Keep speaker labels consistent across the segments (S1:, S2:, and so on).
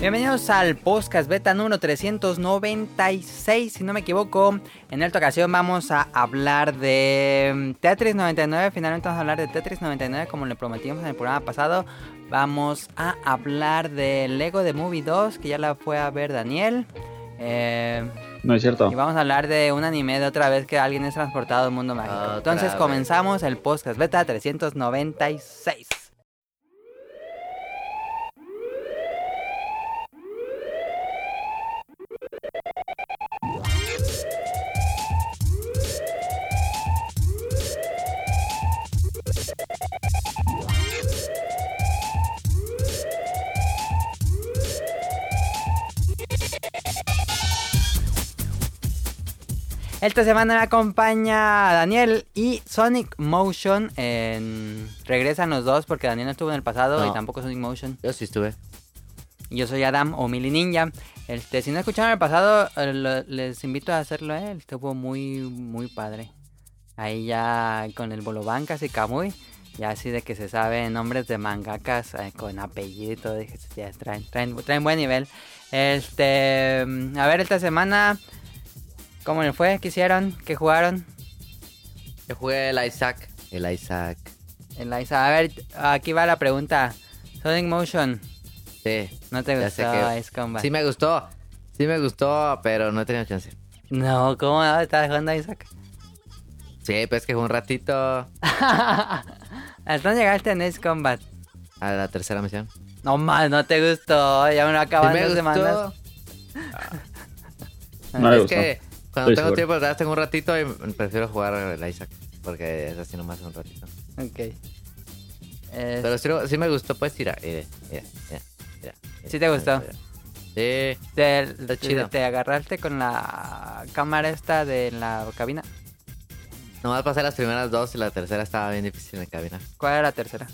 S1: Bienvenidos al podcast beta número 396, si no me equivoco. En esta ocasión vamos a hablar de mm, Tetris 99. Finalmente vamos a hablar de Tetris 99 como le prometimos en el programa pasado. Vamos a hablar de Lego de Movie 2, que ya la fue a ver Daniel. Eh,
S2: No es cierto.
S1: y vamos a hablar de un anime de otra vez que alguien es transportado al mundo mágico.
S3: Otra
S1: Entonces
S3: vez.
S1: comenzamos el podcast beta 396. Esta semana me acompaña Daniel y Sonic Motion. en- Regresan los dos porque Daniel no estuvo en el pasado
S3: No.
S1: y tampoco Sonic Motion.
S3: Yo sí estuve.
S1: Y Yo soy Adam o Mili Ninja. Este, si no escucharon el pasado, eh, lo- les invito a hacerlo, ¿eh? Estuvo muy, muy padre. Ahí ya con el Bolobancas y Kamui. Ya así de que se sabe nombres de mangakas eh, con apellido y todo. Dije, ya traen, traen, traen buen nivel. Este, mm, a ver, esta semana, ¿cómo le fue? ¿Qué hicieron? ¿Qué jugaron?
S3: Yo jugué el Isaac. El Isaac.
S1: El Aiza. A ver, aquí va la pregunta. Sonic Motion,
S3: Sí.
S1: ¿no te
S3: Ya sé
S1: gustó
S3: que-
S1: Ice Combat?
S3: Sí me gustó. Sí me gustó, pero no he tenido chance.
S1: No, ¿cómo no? ¿Estás jugando Isaac?
S3: Sí, pues que jugué un ratito a
S1: Hasta dónde llegaste en Ace Combat.
S3: la tercera misión.
S1: No más, no te gustó. Ya me lo
S3: Sí
S1: acaban
S3: me
S1: dos
S3: gustó.
S1: semanas.
S2: No le
S3: es
S2: gustó.
S3: que cuando
S2: Estoy
S3: tengo
S2: seguro.
S3: tiempo, la verdad, tengo un ratito y prefiero jugar el Isaac. Porque es así nomás un ratito.
S1: Ok. Eh,
S3: Pero sí, sí me gustó, pues mira, mira, mira, mira, mira.
S1: ¿Sí te gustó?
S3: Sí.
S1: te, te-
S3: chido.
S1: Este, te agarraste con la cámara esta de la cabina.
S3: Nomás pasé las primeras dos y la tercera estaba bien difícil en la cabina.
S1: ¿Cuál era la tercera?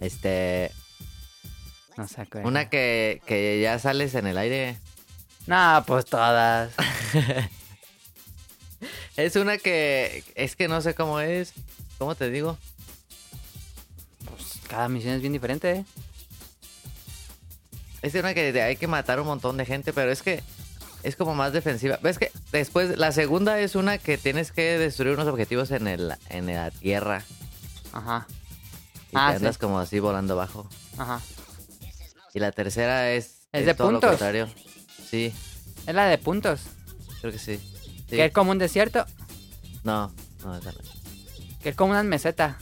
S3: Este,
S1: No sé cuál.
S3: una que, que ya sales en el aire.
S1: No, pues todas.
S3: Es una que es que no sé cómo es. ¿Cómo te digo?
S1: Pues, cada misión es bien diferente. ¿eh?
S3: Es una que te- hay que matar un montón de gente, pero es que es como más defensiva. Ves que después la segunda es una que tienes que destruir unos objetivos en el en la tierra
S1: Ajá,
S3: y
S1: Ah,
S3: te andas
S1: sí.
S3: como así volando bajo.
S1: ajá.
S3: Y la tercera es
S1: Es de
S3: todo lo
S1: puntos.
S3: contrario. Sí,
S1: Es la de puntos.
S3: creo que sí. Sí.
S1: Que es como un desierto.
S3: No, no, esa no.
S1: Que es como una meseta.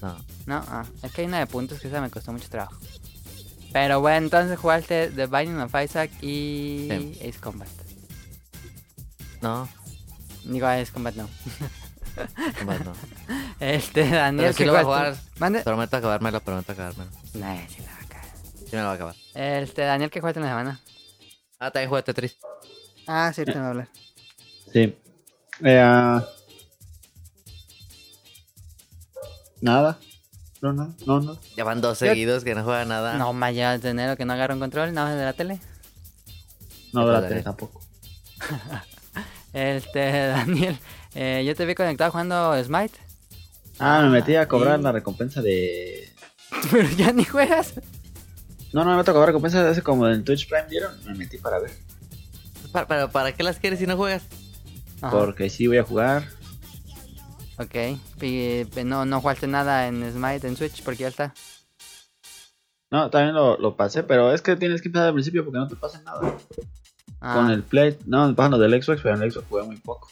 S3: no.
S1: No, ah, es que hay una de puntos que esa me costó mucho trabajo. Pero bueno, entonces jugaste The Binding of Isaac y
S3: Sí.
S1: Ace Combat.
S3: No,
S1: Digo, Ace Combat no.
S3: no más no.
S1: Este, Daniel,
S3: Pero sí
S1: ¿qué
S3: lo voy a
S1: jugaste?
S3: jugar.
S1: Mande.
S3: Prometo acabármelo, prometo acabármelo.
S1: Nah, sí la va a cagar.
S3: Sí me lo va a acabar.
S1: Este, Daniel, ¿qué jugaste en la semana?
S3: Ah, también jugué Tetris.
S1: Ah, sí, te voy a hablar.
S2: Sí. Eh, ah, Nada. No, no, no, no.
S3: Ya van dos
S1: Yo-
S3: seguidos que no juega nada.
S1: Ah. No, más ya de enero que no agarro un control, nada más de la tele.
S2: No de la
S3: padre.
S2: tele tampoco.
S1: Este, Daniel, eh, yo te vi conectado jugando Smite,
S2: Ah, me metí a cobrar
S1: y-
S2: la recompensa de.
S1: pero ya ni juegas.
S2: No, no, no te cobrar recompensa hace como en Twitch Prime dieron. Me metí para ver.
S3: Pa- ¿Pero para qué las quieres si no juegas?
S1: Ajá,
S2: Porque sí voy a jugar.
S1: Ok, y, eh, no, no jugaste nada en Smite, en Switch, porque ya está.
S2: No, también lo, lo pasé, pero es que tienes que empezar al principio porque no te pasa nada.
S1: Ah,
S2: Con el Play. No, me pasan los del Xbox, pero en el Xbox jugué muy poco.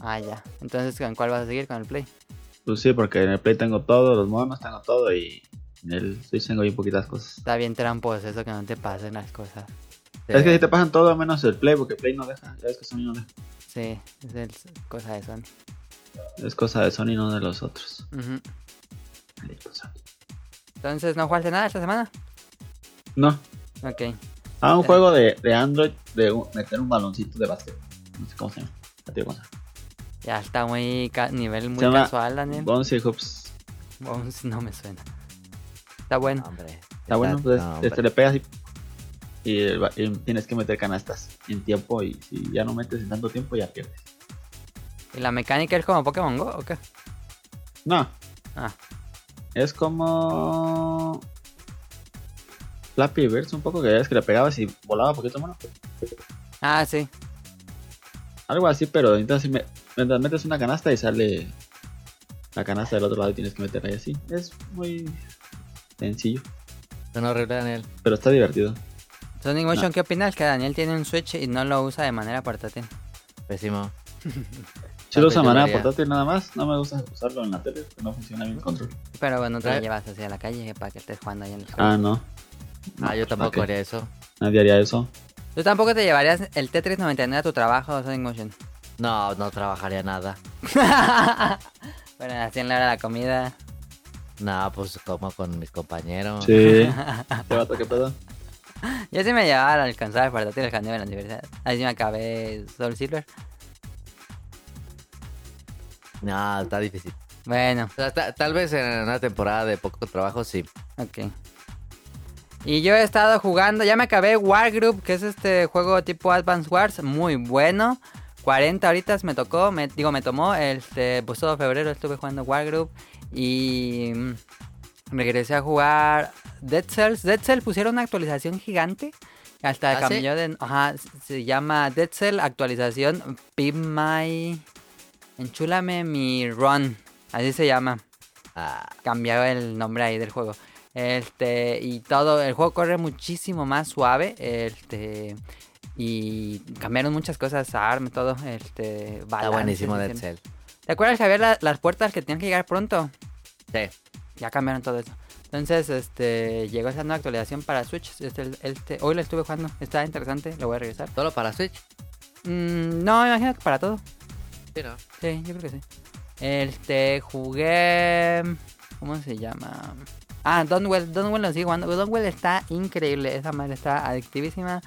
S1: ah, ya. Entonces, ¿con cuál vas a seguir? ¿Con el Play?
S2: Pues sí, porque en el Play tengo todo, los monos tengo todo y en el Switch tengo bien poquitas cosas.
S1: Está bien tramposo eso que no te pasen las cosas. Este,
S2: Es que si te pasan todo menos el Play, porque Play no deja. Ya ves que Sony no deja.
S1: Sí, es el- cosa de Sony.
S2: Es cosa de Sony, no de los otros.
S1: Ujú.
S2: Maldito Sony.
S1: Entonces, ¿no jugaste nada esta semana?
S2: No.
S1: Ok.
S2: Ah, un
S1: Ya.
S2: juego de, de Android de un- meter un baloncito de básquet. No sé cómo se llama. Ya te digo cómo se
S1: Ya está muy ca- nivel muy
S2: Se llama
S1: casual, Daniel.
S2: llama. Bouncy Hoops.
S1: Bones no me suena. Está bueno.
S3: Hombre. Está,
S2: Está bueno, pues
S3: no, hombre.
S2: este, le pegas y, y el ba- y tienes que meter canastas en tiempo. Y si ya no metes en tanto tiempo, ya pierdes.
S1: ¿Y la mecánica es como Pokémon Go o qué?
S2: No,
S1: Ah,
S2: es como. Flappy Birds un poco, que veías que le pegabas y volaba poquito mano.
S1: Ah, sí.
S2: Algo así, pero entonces me- mientras metes una canasta y sale la canasta del otro lado y tienes que meterla y así. Es muy sencillo,
S3: Suena horrible, Daniel.
S2: pero está divertido.
S1: Sonic Motion, ¿qué opinas? Que Daniel tiene un Switch y no lo usa de manera portátil.
S3: Pésimo. Ah,
S2: Si lo usa
S3: Tal vez
S2: de manera
S3: debería.
S2: portátil nada más, no me gusta usarlo en la tele, porque no funciona bien el control.
S1: Pero bueno, te lo
S3: Eh.
S1: llevas hacia la calle para que estés jugando ahí en el juego.
S2: Ah, no.
S3: Ah, yo tampoco
S2: ok.
S3: haría eso.
S2: Nadie haría eso.
S1: Tú tampoco te llevarías el Tetris 99 a tu trabajo, Sonic Motion.
S3: No, no trabajaría nada.
S1: bueno, así en la hora de la comida.
S3: No, pues como con mis compañeros.
S2: Sí. Te vato, ¿qué pedo?
S1: Yo sí me llevaba al alcanzar el portátil cuando iba en la universidad. Así me acabé Soul Silver.
S3: No, está difícil.
S1: Bueno,
S3: O sea, ta- tal vez en una temporada de poco trabajo sí.
S1: ok. Y yo he estado jugando, ya me acabé Wargroup, que es este juego tipo Advance Wars, muy bueno. 40 horitas me tocó, me, digo, me tomó. Este, pues todo febrero estuve jugando Wargroup y mm, regresé a jugar Dead Cells. Dead Cells pusieron una actualización gigante. Hasta
S3: ¿Ah, sí?
S1: cambió de. Ajá, se llama Dead Cell actualización Pimp My. Enchúlame mi run. Así se llama.
S3: Ah,
S1: cambiado el nombre ahí del juego. Este, y todo, el juego corre muchísimo más suave. Este, y cambiaron muchas cosas, ARM, todo. Este,
S3: está
S1: balance,
S3: buenísimo Dead
S1: hicieron.
S3: Cell.
S1: ¿Te acuerdas, Javier, la- las puertas que tenían que llegar pronto?
S3: Sí.
S1: Ya cambiaron todo eso. Entonces, este, llegó esa nueva actualización para Switch. Este, este, hoy lo estuve jugando, está interesante, lo voy a regresar.
S3: ¿Solo para Switch?
S1: Mm, no, me imagino que para todo.
S3: Sí, ¿no?
S1: Sí, yo creo que sí. Este, jugué. ¿Cómo se llama? Ah, Donwell. Donwell lo sigo jugando. Donwell está increíble. Esa madre está adictivísima.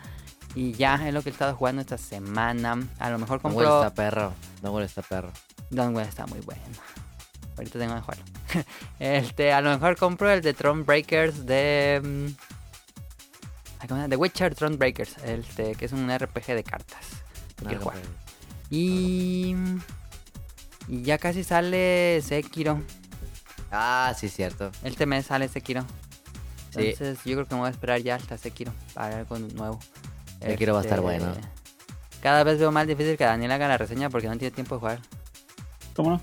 S1: Y ya es lo que he estado jugando esta semana. A lo mejor
S3: No
S1: compro.
S3: molesta perro. No molesta perro.
S1: Donwell está muy bueno. Ahorita tengo que jugarlo. este, a lo mejor compro el de Tron Breakers de. mm, ay, ¿cómo se llama? The Witcher Tron Breakers. Este, que es un RPG de cartas. que
S3: No,
S1: quiero
S3: no,
S1: jugar.
S3: pero-
S1: Y... y ya casi sale Sekiro.
S3: Ah, sí, cierto.
S1: Este mes sale Sekiro.
S3: Sí.
S1: Entonces yo creo que me voy a esperar ya hasta Sekiro para algo nuevo. Este,
S3: Sekiro va a estar bueno.
S1: Cada vez veo más difícil que Daniel haga la reseña porque no tiene tiempo de jugar.
S2: ¿Cómo no?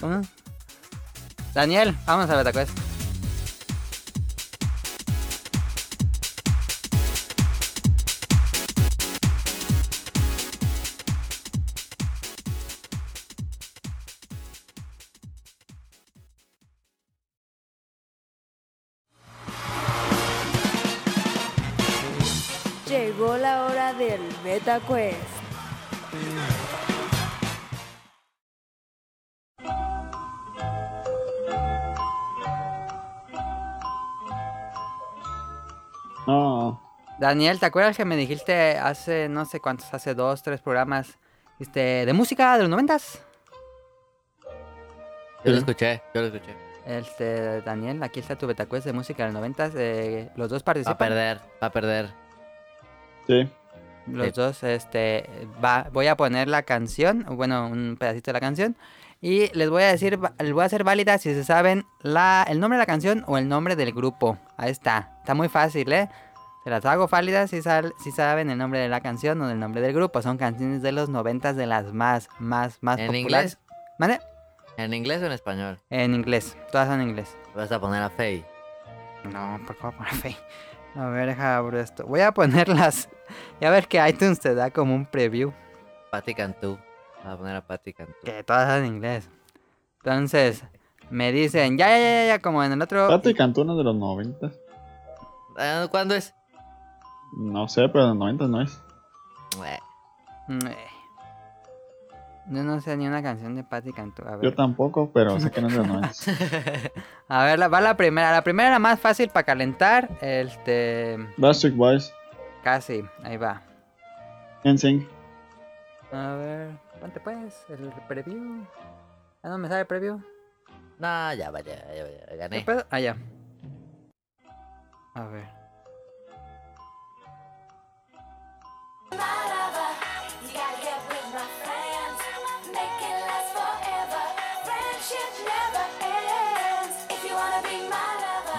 S1: ¿Cómo? Daniel, vamos a BetaQuest.
S4: Llegó la hora del Beta Quest.
S2: No.
S1: Daniel, ¿te acuerdas que me dijiste hace no sé cuántos, hace dos, tres programas este, de música de los noventas?
S3: Yo lo
S2: Sí.
S3: escuché, yo lo escuché.
S1: Este, Daniel, aquí está tu BetaQuest de música de los noventas. Eh, los dos
S3: Va a
S1: participan.
S3: perder, va a perder.
S2: Sí.
S1: Los
S3: Sí.
S1: dos, este, va, voy a poner la canción, o bueno, un pedacito de la canción, y les voy a decir, va- les voy a hacer válida si se saben la, el nombre de la canción o el nombre del grupo. Ahí está, está muy fácil, ¿eh? Se las hago válidas si, sal- si saben el nombre de la canción o el nombre del grupo. Son canciones de los noventas de las más, más, más
S3: ¿En
S1: populares.
S3: inglés?
S1: ¿Mande?
S3: ¿En inglés o en español?
S1: En inglés, todas son en inglés.
S3: Vas a poner a Faye.
S1: No, ¿por qué voy a poner fe? A ver, deja abro esto. Voy a ponerlas. Ya ver que iTunes te da como un preview.
S3: Patty Cantú. Vas a poner a Patty Cantú.
S1: Que todas son en inglés. Entonces, me dicen, ya, ya, ya, ya, como en el otro.
S2: Pato y Cantuna de los 90.
S3: Ah, ¿Cuándo es?
S2: No sé, pero de los 90 no es.
S3: Eh,
S1: Mm, eh. Yo no sé ni una canción de Patti Cantú. A
S2: Yo
S1: ver,
S2: tampoco, pero sé que no es de los 90.
S1: a ver la- va la primera. La primera era más fácil para calentar. Este.
S2: Bastard Boys,
S1: Casi, ahí va.
S2: NSYNC.
S1: A ver, ponte pues, el preview. Ah, no me sale el preview.
S3: No, ya vaya, ya vaya.
S1: ¿Qué
S3: Gané.
S1: pedo? Ah, ya. A ver.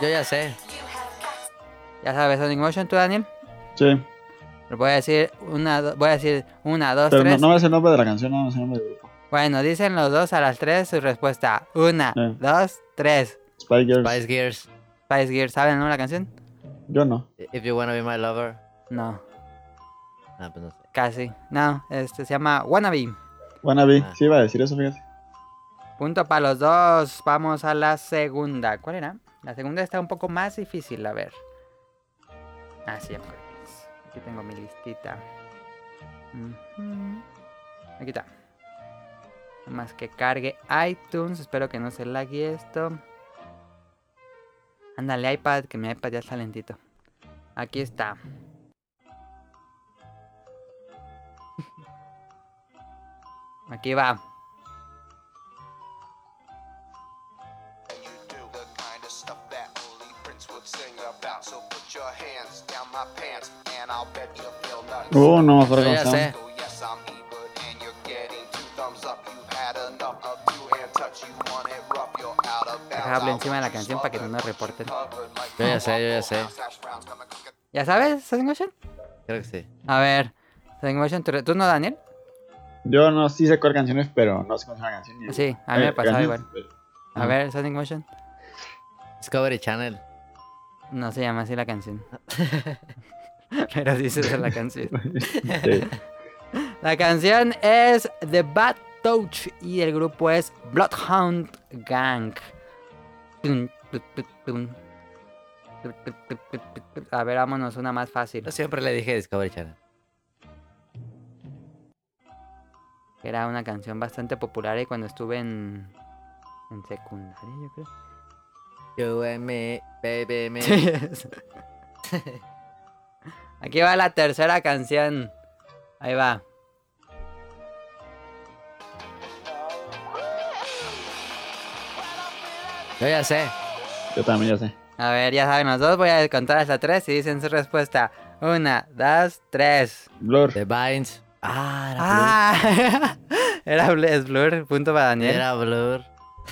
S3: Yo ya sé.
S1: Ya sabes, Sonic Motion, tú, Daniel.
S2: Sí.
S1: Pero voy a decir una, do- voy a decir una, dos,
S2: Pero no,
S1: tres.
S2: no me es el nombre de la canción, no me es el nombre del grupo.
S1: Bueno, dicen los dos a las tres su respuesta. Una,
S2: Eh.
S1: dos, tres.
S2: Spy Girls.
S3: Spice Gears,
S1: Spice Girls, ¿saben no, la canción?
S2: Yo no.
S3: If You Wanna Be My Lover.
S1: No,
S3: Ah, pues no sé.
S1: casi. No, este se llama Wannabe.
S2: Wannabe.
S3: Ah.
S2: Sí, iba a decir eso, fíjate.
S1: Punto para los dos. Vamos a la segunda. ¿Cuál era? La segunda está un poco más difícil, a ver. Ah, sí, ya me acordé. Aquí tengo mi listita. Ujú. Aquí está. Nada Más que cargue iTunes. Espero que no se lague esto. Ándale, iPad, que mi iPad ya está lentito. Aquí está. Aquí va.
S5: And you do the kind of stuff that only Prince would sing about. So put your hands down my pants, and I'll bet you feel nuts.
S2: Oh, no me acuerdo
S3: Yo
S2: cómo
S3: ya
S2: se llama.
S3: sé.
S5: So yes, I'm evil, and you're getting two thumbs up. You've had enough of you and touch. You want it rough, you're out of bounds.
S1: Deja, hablo encima de la canción para que no nos reporten.
S3: Yo ya sé, yo ya sé.
S1: ¿Ya sabes, Sonic Motion?
S3: Creo que sí.
S1: A ver, Sonic Motion, ¿tú, tú no, Daniel?
S2: Yo no sí sé cuál canciones, pero no sé cómo se llama la canción. ni-
S1: Sí, a mí
S2: Eh,
S1: me pasaba
S2: canciones,
S1: igual.
S2: pero-
S1: A ver, Sonic Motion.
S3: Discovery Channel.
S1: No se llama así la canción. Pero sí se usa la canción.
S2: sí.
S1: La canción es The Bad Touch y el grupo es Bloodhound Gang. Tun, tu, tu, tun. Tu, tu, tu, tu, tu, tu. A ver, vámonos una más fácil.
S3: Yo siempre le dije Discovery Channel.
S1: Era una canción bastante popular y cuando estuve en, en secundaria, yo creo.
S3: You and me, baby me.
S1: Sí, es. Aquí va la tercera canción. Ahí va.
S3: Yo ya sé.
S2: Yo también ya sé.
S1: A ver, ya saben los dos. Voy a contar hasta tres y dicen su respuesta. Una, dos, tres.
S2: Blur.
S3: The Vines. Ah, era
S1: ¡Ah! ¿eh? Era Bl- es Blur. Punto para
S3: Blur.
S1: Daniel.
S3: Era Blur.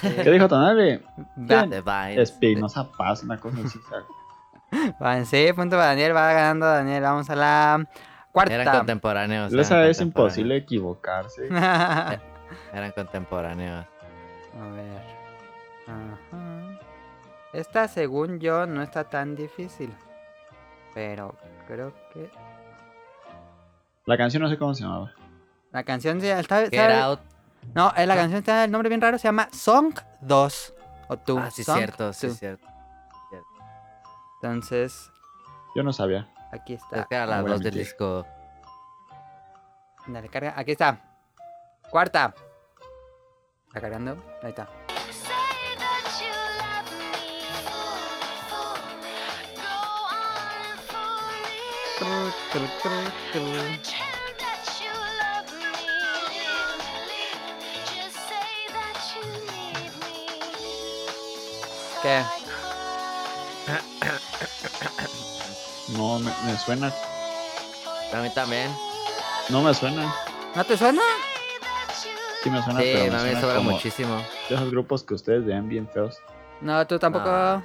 S3: Ah,
S2: ¿Qué dijo Tonali?
S1: Va-
S3: The Vines.
S2: Espinosa Paz, una cosa así. ¿sabes?
S1: van- sí, punto para Daniel. Va ganando Daniel. Vamos a la cuarta.
S3: Eran contemporáneos.
S2: Esa
S3: eran
S2: es imposible equivocarse.
S1: A
S3: contemporáneos, Eran contemporáneos.
S1: ver. Ajá. Esta, según yo, no está tan difícil. Pero creo que
S2: La canción no sé cómo se llamaba.
S1: La canción se- está,
S3: Get
S1: está-
S3: Out.
S1: No,
S3: Ah.
S1: eh, la canción está el nombre bien raro, se llama Song 2. O tú.
S3: Ah, sí,
S1: Song
S3: cierto, sí,
S1: 2.
S3: cierto.
S1: Entonces,
S2: Yo no sabía.
S1: aquí está.
S3: Es que era
S2: no
S3: la
S2: voy a
S3: voz del
S2: mentir.
S3: disco.
S1: Dale, carga. Aquí está. Cuarta. Está cargando. Ahí está. Tru, tru, tru, tru. ¿Qué?
S2: No me, me suena.
S3: A mí también.
S2: No me suena.
S1: ¿No te suena?
S2: Sí me suena,
S3: Sí,
S2: pero
S3: a
S2: me
S3: mí me
S2: suena
S3: sobra
S2: como
S3: muchísimo.
S2: de esos grupos que ustedes ven bien feos.
S1: No, tú tampoco.
S3: No.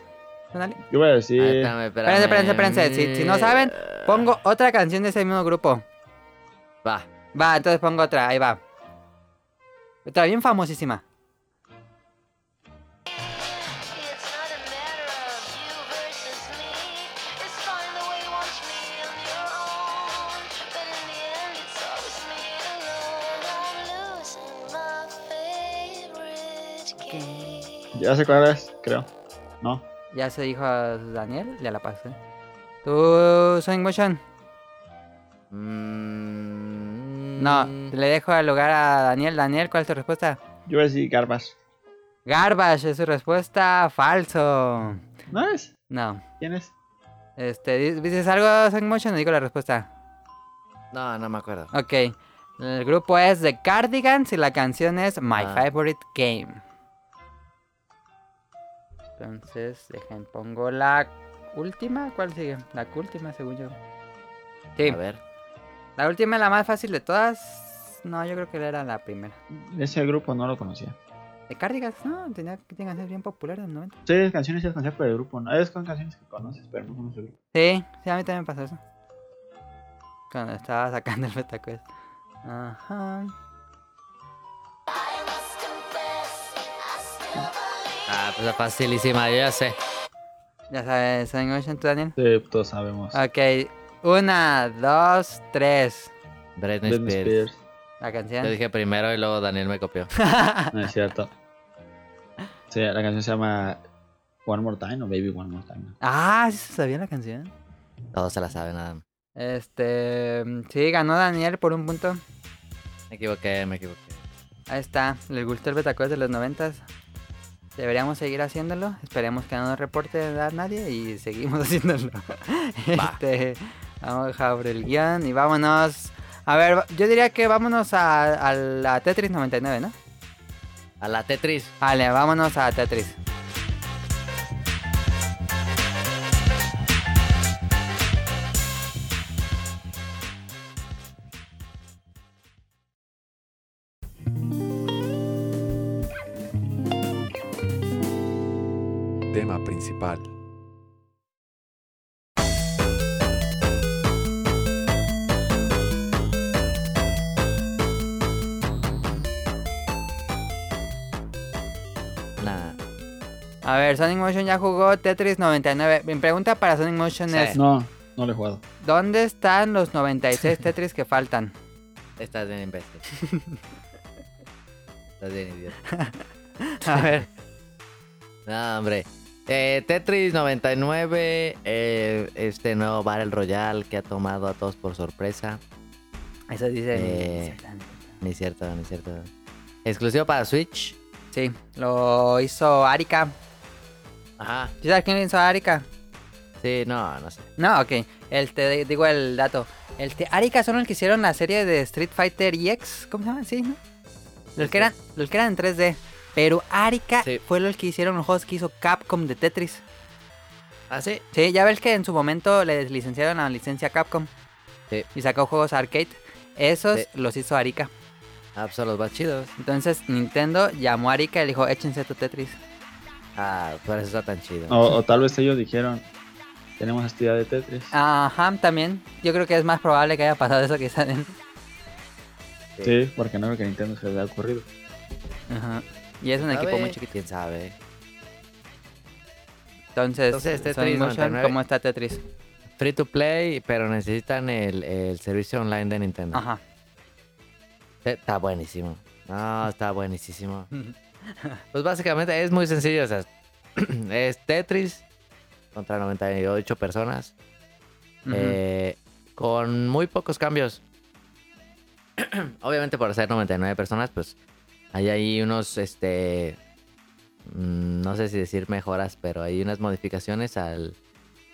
S1: Sonali.
S2: Yo voy a
S3: Ah,
S2: decir...
S3: espérame,
S1: Espérense, espérense, espérense. Si, si no saben, pongo otra canción de ese mismo grupo.
S3: Va.
S1: Va, entonces pongo otra. Ahí va. Otra bien famosísima.
S2: Ya sé cuál es, creo. No.
S1: Ya se dijo a Daniel, ya la pasé. Tú, Sonic Motion. Mm. No,
S3: No.
S1: le dejo el lugar a Daniel. Daniel, ¿cuál es tu respuesta?
S2: Yo voy a decir Garbage.
S1: Garbage es su respuesta. Falso.
S2: ¿No es?
S1: No.
S2: ¿Quién es?
S1: Este, di- ¿dices algo, Sonic Motion? No digo la respuesta.
S3: No, no me acuerdo.
S1: Ok. El grupo es The Cardigans y la canción es My
S3: Ah.
S1: Favorite Game. Entonces, dejen, pongo la última. ¿Cuál sigue? La última, según yo. Sí.
S3: A ver.
S1: La última, la más fácil de todas. No, yo creo que era la primera.
S2: Ese grupo no lo conocía.
S1: De Cardigans, no, tenía que tener canciones bien populares en los 90.
S2: Sí, es canciones y es canciones por el grupo, ¿no? Es con canciones que conoces, pero no conoces el grupo.
S1: Sí, sí, a mí también me pasó eso. Cuando estaba sacando el MetaQuest. Ajá.
S3: Ah, pues es facilísima, yo ya sé.
S1: Ya sabes, ¿saben Ocean, tú, Daniel?
S2: Sí, todos sabemos.
S1: Ah, Ok, una, dos, tres.
S3: Britney
S2: Britney
S3: Spears.
S2: Spears.
S1: La
S3: Yo
S1: canción.
S3: dije primero y luego Daniel me copió.
S2: No es cierto. Sí, la canción se llama One More Time o Baby One More Time.
S1: Ah, sí se sabía la canción.
S3: Todos se la saben, Adam.
S1: Este, sí, ganó Daniel por un punto.
S3: Me equivoqué, me equivoqué.
S1: Ahí está, les gustó el Betacuest de los noventas. Deberíamos seguir haciéndolo. Esperemos que no nos reporte a nadie y seguimos haciéndolo.
S3: Va.
S1: Este, vamos a abrir el guión y vámonos. A ver, va- yo diría que vámonos a, a la Tetris 99, ¿no?
S3: A la Tetris.
S1: Vale, vámonos a Tetris.
S6: Tema principal.
S3: Nah.
S1: A ver, Sonic Motion ya jugó Tetris 99. Mi pregunta para Sonic Motion
S3: Sí.
S1: es,
S2: No, no lo he jugado.
S1: ¿dónde están los 96 Tetris que faltan?
S3: Estás bien imbécil. Estás bien idiota.
S1: A ver,
S3: No, hombre. Eh, Tetris 99, eh, este nuevo Battle Royale que ha tomado a todos por sorpresa.
S1: eso dice...
S3: Eh. Ni cierto, ni cierto. Exclusivo para Switch.
S1: Sí, lo hizo Arika.
S3: Ajá.
S1: ¿Sí sabes quién lo hizo Arika?
S3: Sí, no, no sé.
S1: No, ok. El te digo el dato. El te Arika son los que hicieron la serie de Street Fighter EX. ¿Cómo se llama? Sí, ¿no? Los que eran, los que eran en 3D. Pero Arika
S3: Sí.
S1: fue los que hicieron los juegos que hizo Capcom de Tetris.
S3: Ah, sí.
S1: Sí, ya ves que en su momento les licenciaron la licencia Capcom.
S3: Sí.
S1: Y sacó juegos arcade. Esos
S3: Sí.
S1: los hizo Arika.
S3: Ah, pues son los más chidos.
S1: Entonces Nintendo llamó a Arika y le dijo, échense tu Tetris.
S3: Ah, por eso está tan chido.
S1: Oh,
S2: O, o tal vez ellos dijeron, tenemos esta idea de Tetris.
S1: Ah, Ajá, también. Yo creo que es más probable que haya pasado eso que saben.
S2: sí. porque no creo que a Nintendo se le haya ocurrido.
S1: Ajá. Y es un
S3: ¿Sabe?
S1: equipo muy chiquito.
S3: ¿Quién sabe?
S1: Entonces,
S3: Entonces,
S1: Sonic
S3: Tetris
S1: Motion,
S3: 99.
S1: ¿cómo está Tetris?
S3: Free to play, pero necesitan el, el servicio online de Nintendo.
S1: Ajá.
S3: Eh, Está buenísimo. No, está buenísimo. Pues básicamente es muy sencillo. O sea, es Tetris contra 98 personas.
S1: Ujú.
S3: eh, con muy pocos cambios. Obviamente por ser 99 personas, pues hay ahí unos, este, mm, no sé si decir mejoras, pero hay unas modificaciones al,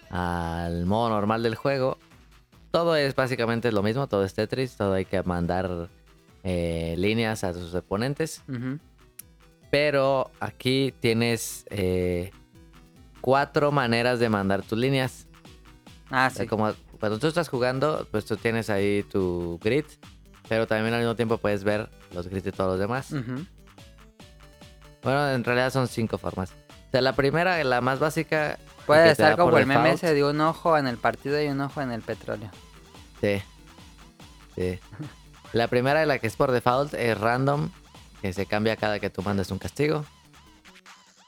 S3: al modo normal del juego. Todo es básicamente lo mismo, todo es Tetris, todo hay que mandar eh, líneas a sus oponentes.
S1: Ujú.
S3: Pero aquí tienes eh, cuatro maneras de mandar tus líneas.
S1: Ah,
S3: O sea,
S1: sí.
S3: como cuando tú estás jugando, pues tú tienes ahí tu grid, pero también al mismo tiempo puedes ver los grids de todos los demás.
S1: Ujú.
S3: Bueno, en realidad son cinco formas. O sea, la primera, la más básica. que
S1: Puede
S3: te
S1: estar
S3: da
S1: como
S3: por
S1: el meme
S3: default.
S1: ese de un ojo en el partido y un ojo en el petróleo.
S3: Sí. Sí. La primera de la que es por default es random, que se cambia cada que tú mandas un castigo.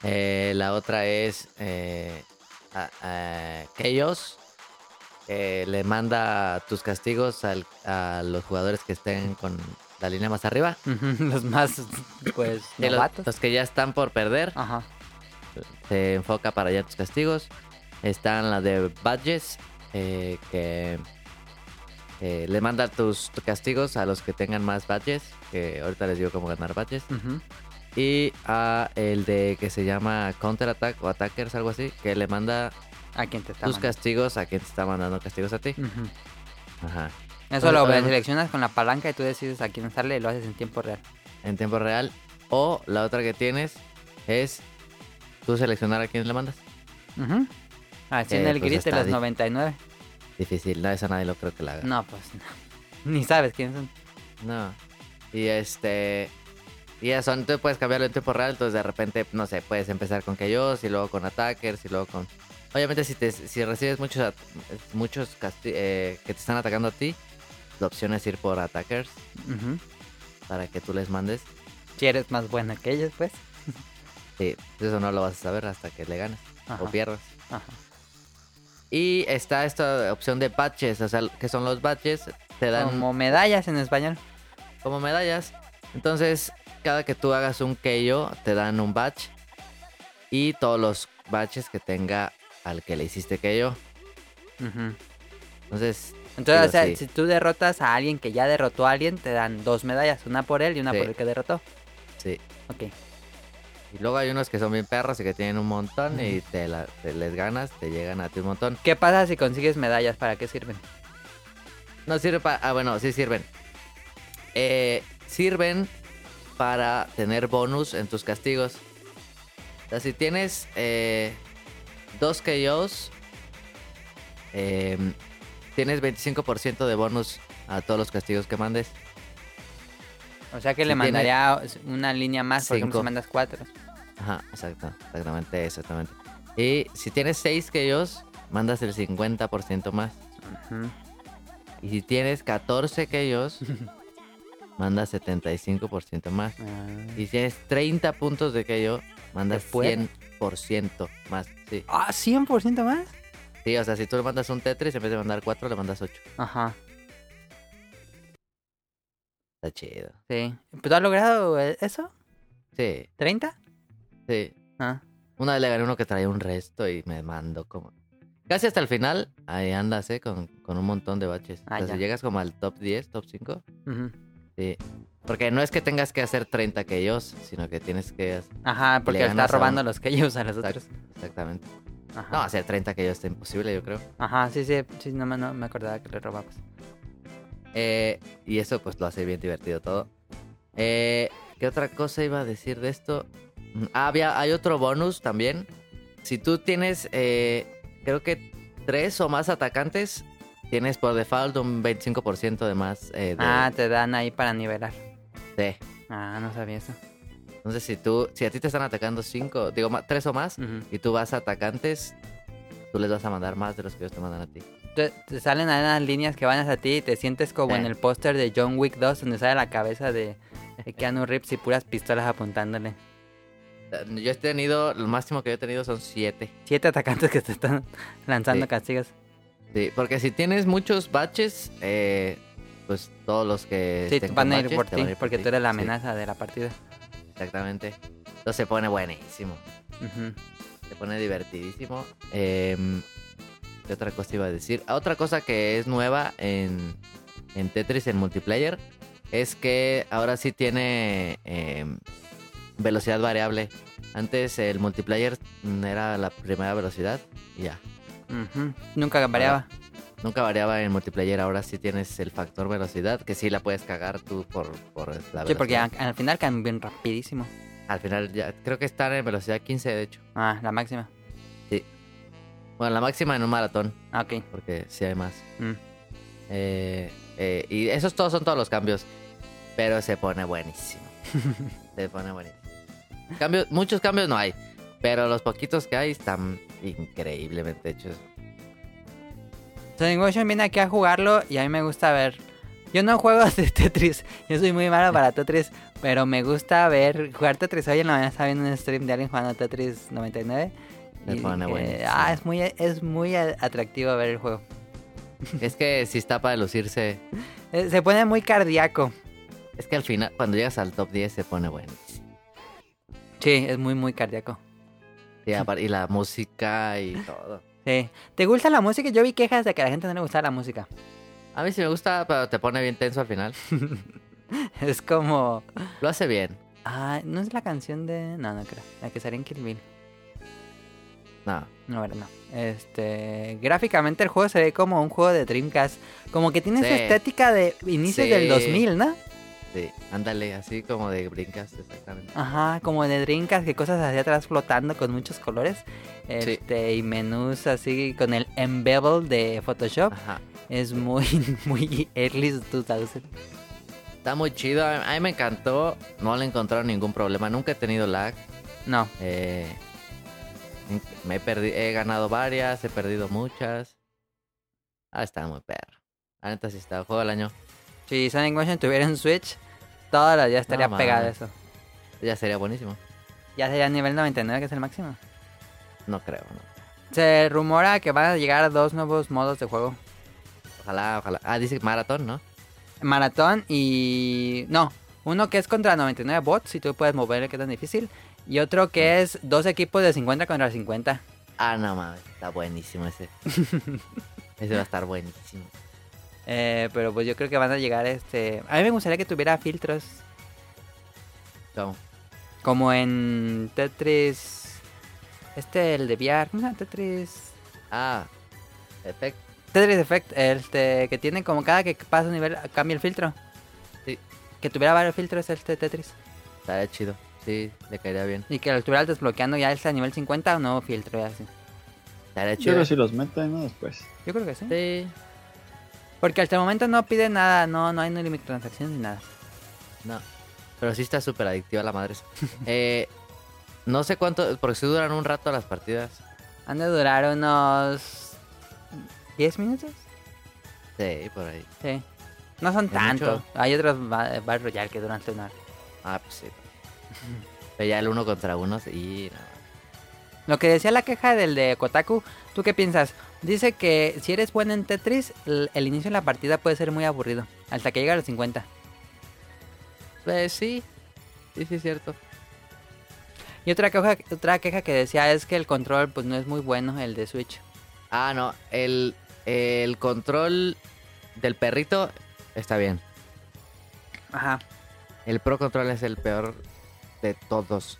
S3: Eh, la otra es eh, a- a- Chaos. que le manda tus castigos al- a los jugadores que estén con la línea más arriba.
S1: Ujú, Los más, pues,
S3: Y los,
S1: novatos.
S3: los que ya están por perder,
S1: Ajá.
S3: se enfoca para allá tus castigos. Están las de badges, eh, que eh, le manda tus tus castigos a los que tengan más badges, que ahorita les digo cómo ganar badges.
S1: Ujú.
S3: Y a el de que se llama Counter Attack o Attackers, algo así, que le manda
S1: ¿A quién te está
S3: tus
S1: mandando?
S3: castigos a quien te está mandando castigos a ti.
S1: Ujú.
S3: Ajá.
S1: Eso lo
S3: Obviamente.
S1: seleccionas con la palanca y tú decides a quién sale y lo haces en tiempo real.
S3: En tiempo real. O la otra que tienes es tú seleccionar a quién le mandas.
S1: Ujú. Así Ah, en
S3: Eh,
S1: el
S3: pues
S1: grid de
S3: está
S1: los
S3: di-
S1: 99.
S3: Difícil, no, esa nadie lo creo que la haga.
S1: No, pues, no. ni sabes quiénes son.
S3: No. Y este. Y eso, entonces puedes cambiarlo en tiempo real, entonces de repente, no sé, puedes empezar con Chaos y luego con Attackers y luego con... Obviamente si, te, si recibes muchos, at- muchos casti- eh, que te están atacando a ti, la opción es ir por Attackers
S1: Ujú.
S3: para que tú les mandes.
S1: Si eres más buena que ellos, pues.
S3: Sí, eso no lo vas a saber hasta que le ganes
S1: Ajá,
S3: o pierdas.
S1: ajá.
S3: Y está esta opción de patches, o sea, que son los patches, te dan
S1: Como medallas en español.
S3: como medallas. Entonces, cada que tú hagas un Keio, te dan un batch. Y todos los batches que tenga al que le hiciste Keio.
S1: Ujú.
S3: Entonces,
S1: Entonces,
S3: Sí,
S1: o sea,
S3: sí.
S1: si tú derrotas a alguien que ya derrotó a alguien, te dan dos medallas, una por él y una
S3: Sí.
S1: por el que derrotó.
S3: sí.
S1: Ok.
S3: Y luego hay unos que son bien perros y que tienen un montón y te, la- te les ganas, te llegan a ti un montón.
S1: ¿Qué pasa si consigues medallas? ¿Para qué sirven?
S3: No sirve para... Ah, bueno, sí sirven. Eh, sirven para tener bonus en tus castigos. O sea, si tienes eh, dos KOs, eh, tienes 25% de bonus a todos los castigos que mandes.
S1: O sea que
S3: Si
S1: le
S3: tiene-
S1: mandaría una línea más, por ejemplo,
S3: Cinco.
S1: si mandas cuatro.
S3: Ajá, exacto, exactamente, exactamente. Y si tienes seis KOs, mandas el 50% más.
S1: Ujú.
S3: Y si tienes 14 KOs, mandas 75% más.
S1: Ah.
S3: Y si tienes 30 puntos de que yo, mandas
S1: ¿Se puede?
S3: 100% más. Sí.
S1: Ah, 100% más.
S3: sí, o sea, si tú le mandas un Tetris, en vez de mandar 4, le mandas 8.
S1: Ajá,
S3: Está chido.
S1: sí. ¿Pero tú has logrado eh, eso?
S3: Sí,
S1: ¿30?
S3: sí.
S1: Ah.
S3: Una vez le gané uno que traía un resto y me mandó como... Casi hasta el final, ahí andas, ¿eh? Con, con un montón de baches.
S1: Ah,
S3: o sea,
S1: ya.
S3: si llegas como al top 10, top 5,
S1: Ujú.
S3: sí. Porque no es que tengas que hacer 30 que ellos, sino que tienes que... hacer-
S1: Ajá, porque
S3: Le
S1: está
S3: ganas a
S1: robando
S3: un-
S1: los que ellos a los otros.
S3: Exactamente. No,
S1: Ajá.
S3: hacer 30 que ellos está imposible, yo creo.
S1: Ajá, sí, sí, sí, no, me- no me acordaba que le robabas.
S3: Eh, y eso pues lo hace bien divertido todo. Eh, ¿Qué otra cosa iba a decir de esto? Mm, Ah, había, hay otro bonus también. Si tú tienes, eh, creo que tres o más atacantes, tienes por default un 25% de más. eh, de-
S1: Ah, te dan ahí para nivelar.
S3: de.
S1: Ah, no sabía eso.
S3: Entonces si tú, si a ti te están atacando cinco, digo ma- tres o más,
S1: Ujú.
S3: y tú vas a atacantes, tú les vas a mandar más de los que ellos te mandan a ti.
S1: Te, te salen ahí unas líneas que van hacia ti y te sientes como en
S3: Eh.
S1: el póster de John Wick 2 donde sale la cabeza de de Keanu Reeves y puras pistolas apuntándole.
S3: Eh, Yo he tenido, lo máximo que yo he tenido son siete.
S1: Siete atacantes que te están lanzando
S3: Sí.
S1: castigos.
S3: Sí, porque si tienes muchos baches, eh, pues todos los que
S1: Sí,
S3: estén
S1: van
S3: con
S1: a ir
S3: baches
S1: por
S3: Este, te
S1: ti
S3: van a ir por
S1: porque
S3: ti.
S1: tú eres la
S3: Sí,
S1: amenaza de la partida.
S3: exactamente. Entonces se pone buenísimo.
S1: Ujú.
S3: Se pone divertidísimo. Em, ¿Qué otra cosa iba a decir? Ah, Otra cosa que es nueva en, en Tetris, en multiplayer, es que ahora sí tiene em, velocidad variable. Antes el multiplayer mm, era la primera velocidad y ya.
S1: Ujú. Nunca variaba.
S3: Nunca variaba en multiplayer, ahora sí tienes el factor velocidad, que sí la puedes cagar tú por, por la
S1: Sí, porque
S3: velocidad.
S1: a- al final caen bien rapidísimo.
S3: Al final ya, creo que están en velocidad 15 de hecho.
S1: Ah, la máxima.
S3: Bueno, la máxima en un maratón,
S1: Ah, ok.
S3: porque sí hay más.
S1: Mm.
S3: Eh, eh, y esos todos son todos los cambios, pero se pone buenísimo. se pone buenísimo. Cambios, muchos cambios no hay, pero los poquitos que hay están increíblemente hechos.
S1: Sonic Motion viene aquí a jugarlo y a mí me gusta ver. Yo no juego de Tetris, yo soy muy malo para Tetris, pero me gusta ver jugar Tetris. Hoy en la mañana estaba viendo un stream de alguien jugando Tetris 99.
S3: Se pone buenísimo.
S1: ah, es muy, es muy a- atractivo ver el juego.
S3: es que si está para lucirse,
S1: Eh, Se pone muy cardíaco.
S3: es que al final, cuando llegas al top 10 se pone buenísimo.
S1: Sí, es muy, muy cardíaco.
S3: Sí, apar- y la música y todo.
S1: Sí. ¿Te gusta la música? Yo vi quejas de que a la gente no le gustaba la música.
S3: A mí sí me gusta, pero te pone bien tenso al final.
S1: Es como.
S3: Lo hace bien.
S1: Ah, no es la canción de. No, no creo. La que salió en Kill Bill.
S3: No.
S1: No, ahora no. Este, gráficamente el juego se ve como un juego de Dreamcast. Como que tiene
S3: Sí.
S1: esa estética de inicios
S3: Sí.
S1: del 2000, ¿no?
S3: Sí, ándale, así como de brincas, exactamente.
S1: Ajá, como de Dreamcast, que cosas hacia atrás flotando con muchos colores. Este, y menús así con el
S3: Ah.
S1: embevel de Photoshop.
S3: Ajá.
S1: Es muy, muy early 2000.
S3: Está muy chido. A a mí me encantó. No le encontraron ningún problema. Nunca he tenido lag.
S1: No,
S3: Eh, me he, perdi- he ganado varias, he perdido muchas. Ah, está muy perro. La neta sí está. Juego del año.
S1: si Sonic Motion tuviera un Switch, todos los días estaría
S3: No,
S1: pegado a
S3: mames.
S1: eso.
S3: Ya sería buenísimo.
S1: Ya sería nivel 99, que es el máximo.
S3: No creo. no.
S1: Se rumora que van a llegar dos nuevos modos de juego.
S3: Ojalá, ojalá. Ah, dice maratón, ¿no?
S1: Maratón y... No, uno que es contra 99 bots, y tú puedes moverle que es tan difícil. Y otro que es dos equipos de 50 contra 50.
S3: Ah, no mames. Está buenísimo ese. ese va a estar buenísimo.
S1: Eh, pero pues yo creo que van a llegar este... A mí me gustaría que tuviera filtros.
S3: ¿Cómo?
S1: Como en Tetris... Este, el de VR. ¿Cómo se llama? Tetris...
S3: Ah, perfecto.
S1: Tetris Effect, este, que tiene como cada que pasa un nivel cambia el filtro.
S3: Sí.
S1: Que tuviera varios filtros este Tetris.
S3: Estaría chido. Sí, le caería bien.
S1: Y que al estuviera desbloqueando ya este a nivel 50 o nuevo filtro y así.
S3: Estaría
S2: Yo creo
S3: chido.
S2: que si los meten, ¿no? Después.
S1: Yo creo que sí.
S3: Sí.
S1: Porque hasta el momento no pide nada, no, no hay ni microtransacciones ni nada.
S3: No. Pero sí está súper adictiva la madre. esa. eh, no sé cuánto, porque si duran un rato las partidas.
S1: Han de durar unos 10 minutos.
S3: Sí, por ahí.
S1: Sí. No son
S3: Es
S1: tantos.
S3: mucho.
S1: Hay otros ba- Battle Royale que duran hasta una hora.
S3: Ah, pues sí. Pero ya el uno contra uno y
S1: Lo que decía la queja del de Kotaku, ¿tú qué piensas? Dice que si eres bueno en Tetris, el, el inicio de la partida puede ser muy aburrido. Hasta que llega a los 50.
S3: Pues sí. Sí, sí, es cierto.
S1: Y otra queja, otra queja que decía es que el control pues no es muy bueno el de Switch.
S3: Ah, no. El, el control del perrito está bien.
S1: Ajá.
S3: El Pro Control es el peor de todos.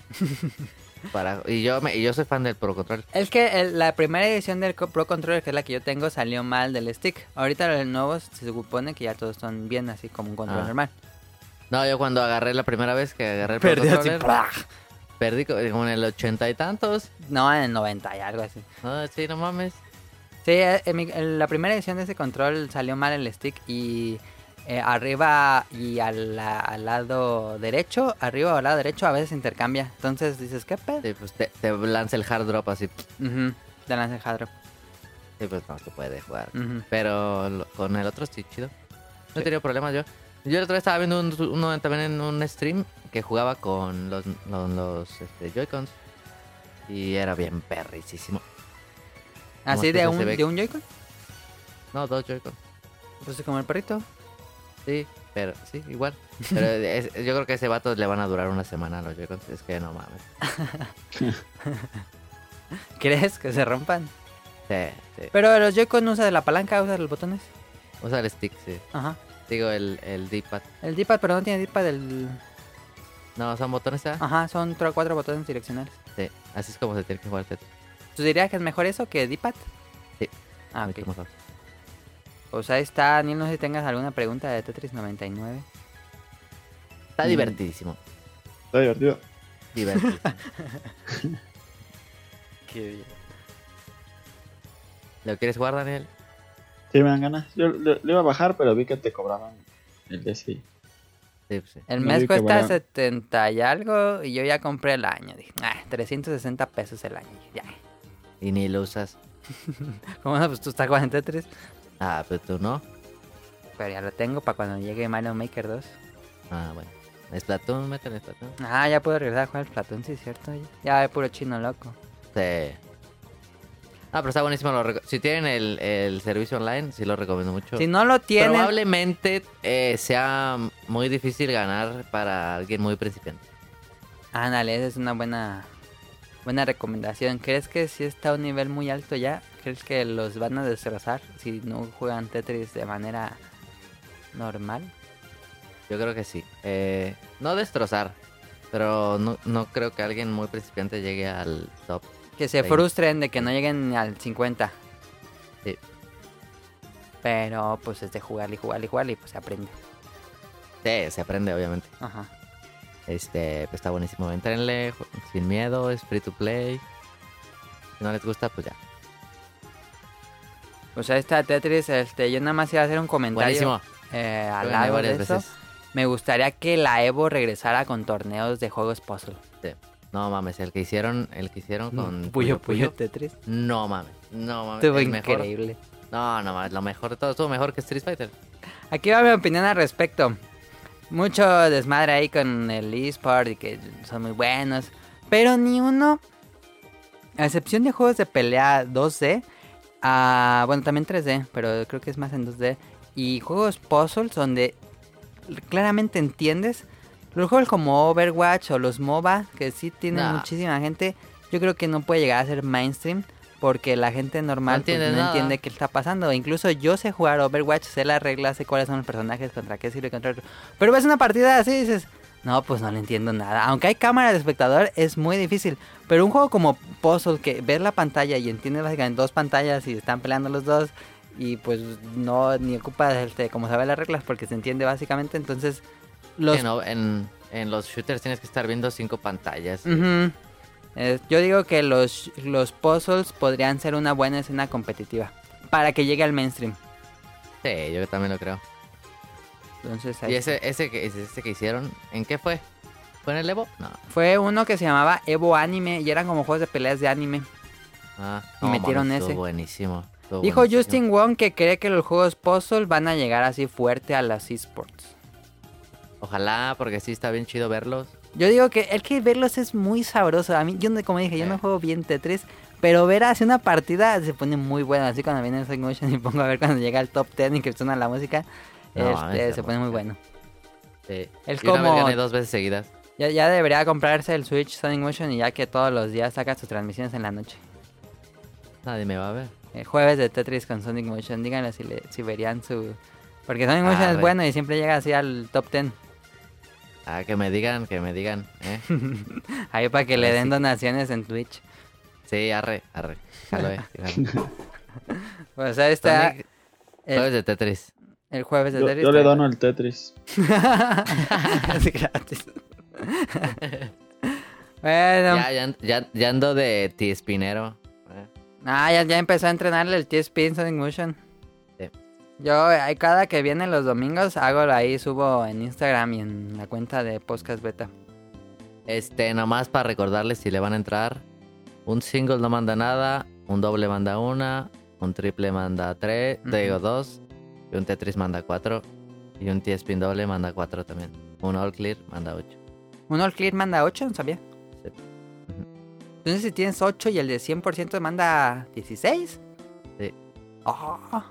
S3: Para, y, yo me, y yo soy fan del Pro Control.
S1: Es que el- la primera edición del Co- Pro Controller, que es la que yo tengo, salió mal del stick. Ahorita los nuevos se supone que ya todos son bien así como un control
S3: Ah.
S1: normal.
S3: No, yo cuando agarré la primera vez que agarré el Pro Controller, perdí co- como en el ochenta y tantos.
S1: No, en el 90 y algo así.
S3: No, sí, no mames.
S1: Sí, eh, en mi- en la primera edición de ese control salió mal el stick y eh, arriba y al, la- al lado derecho, arriba o al lado derecho a veces intercambia. Entonces dices, ¿qué pedo?
S3: Sí, pues te, te lanza el hard drop así.
S1: Ujú, Te lanza el hard drop.
S3: Sí, pues no se puede jugar.
S1: Ujú.
S3: Pero lo- con el otro sí, chido. No he tenido problemas yo. Yo la otra vez estaba viendo un- uno también en un stream que jugaba con los, con los este, Joy-Cons. Y era bien perricísimo.
S1: ¿Así
S3: que
S1: de
S3: se
S1: un,
S3: se ve-
S1: de un Joy-Con?
S3: No, dos Joy-Cons.
S1: Pues como el perrito.
S3: Sí, pero sí, igual. Pero es- yo creo que a ese vato le van a durar una semana a los Joy-Cons. Es que no mames.
S1: ¿Crees que se rompan?
S3: Sí, sí.
S1: Pero los Joy-Con no usas la palanca, usas los botones.
S3: Usa el stick, sí.
S1: Ajá.
S3: Digo, el, el D-pad.
S1: El D-pad, pero no tiene D-pad. El...
S3: No, son botones, ¿ah?
S1: Ajá, son tro- cuatro botones direccionales.
S3: Sí, así es como se tiene que jugar el Tetris.
S1: ¿Tú dirías que es mejor eso que D-pad?
S3: Sí.
S1: Ah,
S3: Mucho
S1: ok.
S3: mejor.
S1: Pues ahí está, Daniel, no sé si tengas alguna pregunta de Tetris 99.
S3: Está
S2: Mm.
S3: divertidísimo.
S2: Está divertido.
S3: Divertido.
S1: Qué bien.
S3: ¿Lo quieres jugar, Daniel?
S2: Sí, me dan ganas. Yo lo, lo iba a bajar, pero vi que te cobraban el de sí.
S3: Sí, pues sí.
S1: El
S2: No,
S1: mes
S2: yo que
S1: cuesta
S2: bueno.
S1: 70 y algo y yo ya compré el año. Dije, ah, 360 pesos el año. Ya.
S3: Y ni lo usas.
S1: Como no, pues tú estás jugando en Tetris.
S3: Ah, pero tú no.
S1: Pero ya lo tengo para cuando llegue Mario Maker 2.
S3: Ah, bueno. Splatoon, métele Splatoon.
S1: Ah, ya puedo regresar a jugar al Platón, sí, cierto. Ya, ya es puro chino loco.
S3: Sí. Ah, pero está buenísimo. lo reco- si tienen el, el servicio online, sí lo recomiendo mucho.
S1: Si no lo tienen,
S3: Probablemente eh, sea muy difícil ganar para alguien muy principiante.
S1: ándale, esa es una buena buena recomendación. ¿Crees que si está a un nivel muy alto ya? ¿Crees que los van a destrozar si no juegan Tetris de manera normal?
S3: Yo creo que sí. Eh, no destrozar, pero no, no creo que alguien muy principiante llegue al top.
S1: Que se
S3: Sí.
S1: frustren de que no lleguen ni al 50.
S3: Sí.
S1: Pero pues es de jugar y jugar y jugar y pues se aprende.
S3: Sí, se aprende, obviamente.
S1: Ajá.
S3: Este, pues está buenísimo. Entrenle sin miedo, es free to play. Si no les gusta, pues ya.
S1: Pues ahí está Tetris, este, yo nada más iba a hacer un comentario
S3: Buenísimo.
S1: eh,
S3: Yo
S1: al
S3: gané
S1: lado de eso. Me gustaría que la Evo regresara con torneos de juegos puzzle.
S3: No mames, el que hicieron, el que hicieron con
S1: Mm, Puyo Puyo Tetris.
S3: No mames, no mames.
S1: Estuvo
S3: el mejor-
S1: increíble.
S3: No, no mames, lo mejor de todo. Estuvo mejor que Street Fighter.
S1: Aquí va mi opinión al respecto. Mucho desmadre ahí con el eSport y que son muy buenos. Pero ni uno, a excepción de juegos de pelea 2D, ah, bueno, también 3D, pero creo que es más en 2D. Y juegos puzzles donde claramente entiendes. Los juegos como Overwatch o los MOBA, que sí tienen
S3: Nah.
S1: muchísima gente, yo creo que no puede llegar a ser mainstream. Porque la gente normal
S3: No
S1: pues,
S3: entiende
S1: no
S3: nada.
S1: entiende qué está pasando. Incluso yo sé jugar Overwatch, sé las reglas, sé cuáles son los personajes, contra qué sirve, contra otro. Pero ves una partida así y dices, no, pues no le entiendo nada. Aunque hay cámara de espectador, es muy difícil. Pero un juego como Puzzle, que ves la pantalla y entiendes básicamente dos pantallas y están peleando los dos, y pues no, ni ocupas este, como saber las reglas porque se entiende básicamente. Entonces, los
S3: Que no, en, en los shooters tienes que estar viendo cinco pantallas.
S1: Ujú. Eh, yo digo que los, los puzzles podrían ser una buena escena competitiva para que llegue al mainstream.
S3: Sí, yo también lo creo.
S1: Entonces, ahí
S3: ¿Y ese, ese, que, ese que hicieron, en qué fue? ¿Fue en el Evo? No.
S1: fue uno que se llamaba Evo Anime y eran como juegos de peleas de anime.
S3: Ah,
S1: Y
S3: no,
S1: metieron
S3: mames, estuvo
S1: ese.
S3: buenísimo. estuvo
S1: Dijo
S3: buenísimo.
S1: Justin Wong que cree que los juegos puzzle van a llegar así fuerte a las esports.
S3: Ojalá, porque sí está bien chido verlos.
S1: Yo digo que el que verlos es muy sabroso. A mí, yo no- como dije, yo no
S3: Eh.
S1: juego bien Tetris, pero ver así una partida se pone muy buena. Así cuando viene el Sonic Motion y pongo a ver cuando llega el top 10 y que suena la música,
S3: No,
S1: este,
S3: está
S1: se pone muy bueno.
S3: Sí.
S1: Es
S3: Y una vez
S1: como-
S3: gané dos veces seguidas.
S1: Ya, ya debería comprarse el Switch Sonic Motion y ya que todos los días saca sus transmisiones en la noche.
S3: Nadie me va a ver.
S1: El jueves de Tetris con Sonic Motion, díganle si, le- si verían su... Porque Sonic Motion es
S3: Arre.
S1: bueno y siempre llega así al top 10.
S3: Ah, que me digan, que me digan. ¿eh?
S1: Ahí para que le
S3: Ahora
S1: den
S3: Ah, sí.
S1: donaciones en Twitch.
S3: Sí, arre, arre. Jalo, eh. Jalo.
S1: O sea, eh, ahí está
S3: Sonic, pues,
S1: el,
S3: jueves de Tetris.
S1: el jueves de
S2: Yo,
S1: Tetris.
S2: yo le
S1: está-
S2: dono el Tetris.
S1: Es gratis. bueno.
S3: Ya, ya, ya, ya ando de T-Spinero. ¿eh?
S1: Ah, ya, ya empezó a entrenarle el T-Spin Sonic Motion.
S3: Sí.
S1: Yo eh, cada que viene los domingos hago ahí, subo en Instagram y en la cuenta de Podcast Beta.
S3: Este, nomás para recordarles si le van a entrar. Un single no manda nada, un doble manda una, un triple manda tres,
S1: Ujú.
S3: digo dos, y un Tetris manda cuatro, y un T-Spin doble manda cuatro también. Un All Clear manda ocho.
S1: Un All Clear manda 8, no sabía.
S3: Sí.
S1: Entonces si tienes 8 y el de 100% manda 16.
S3: Sí.
S1: Ah.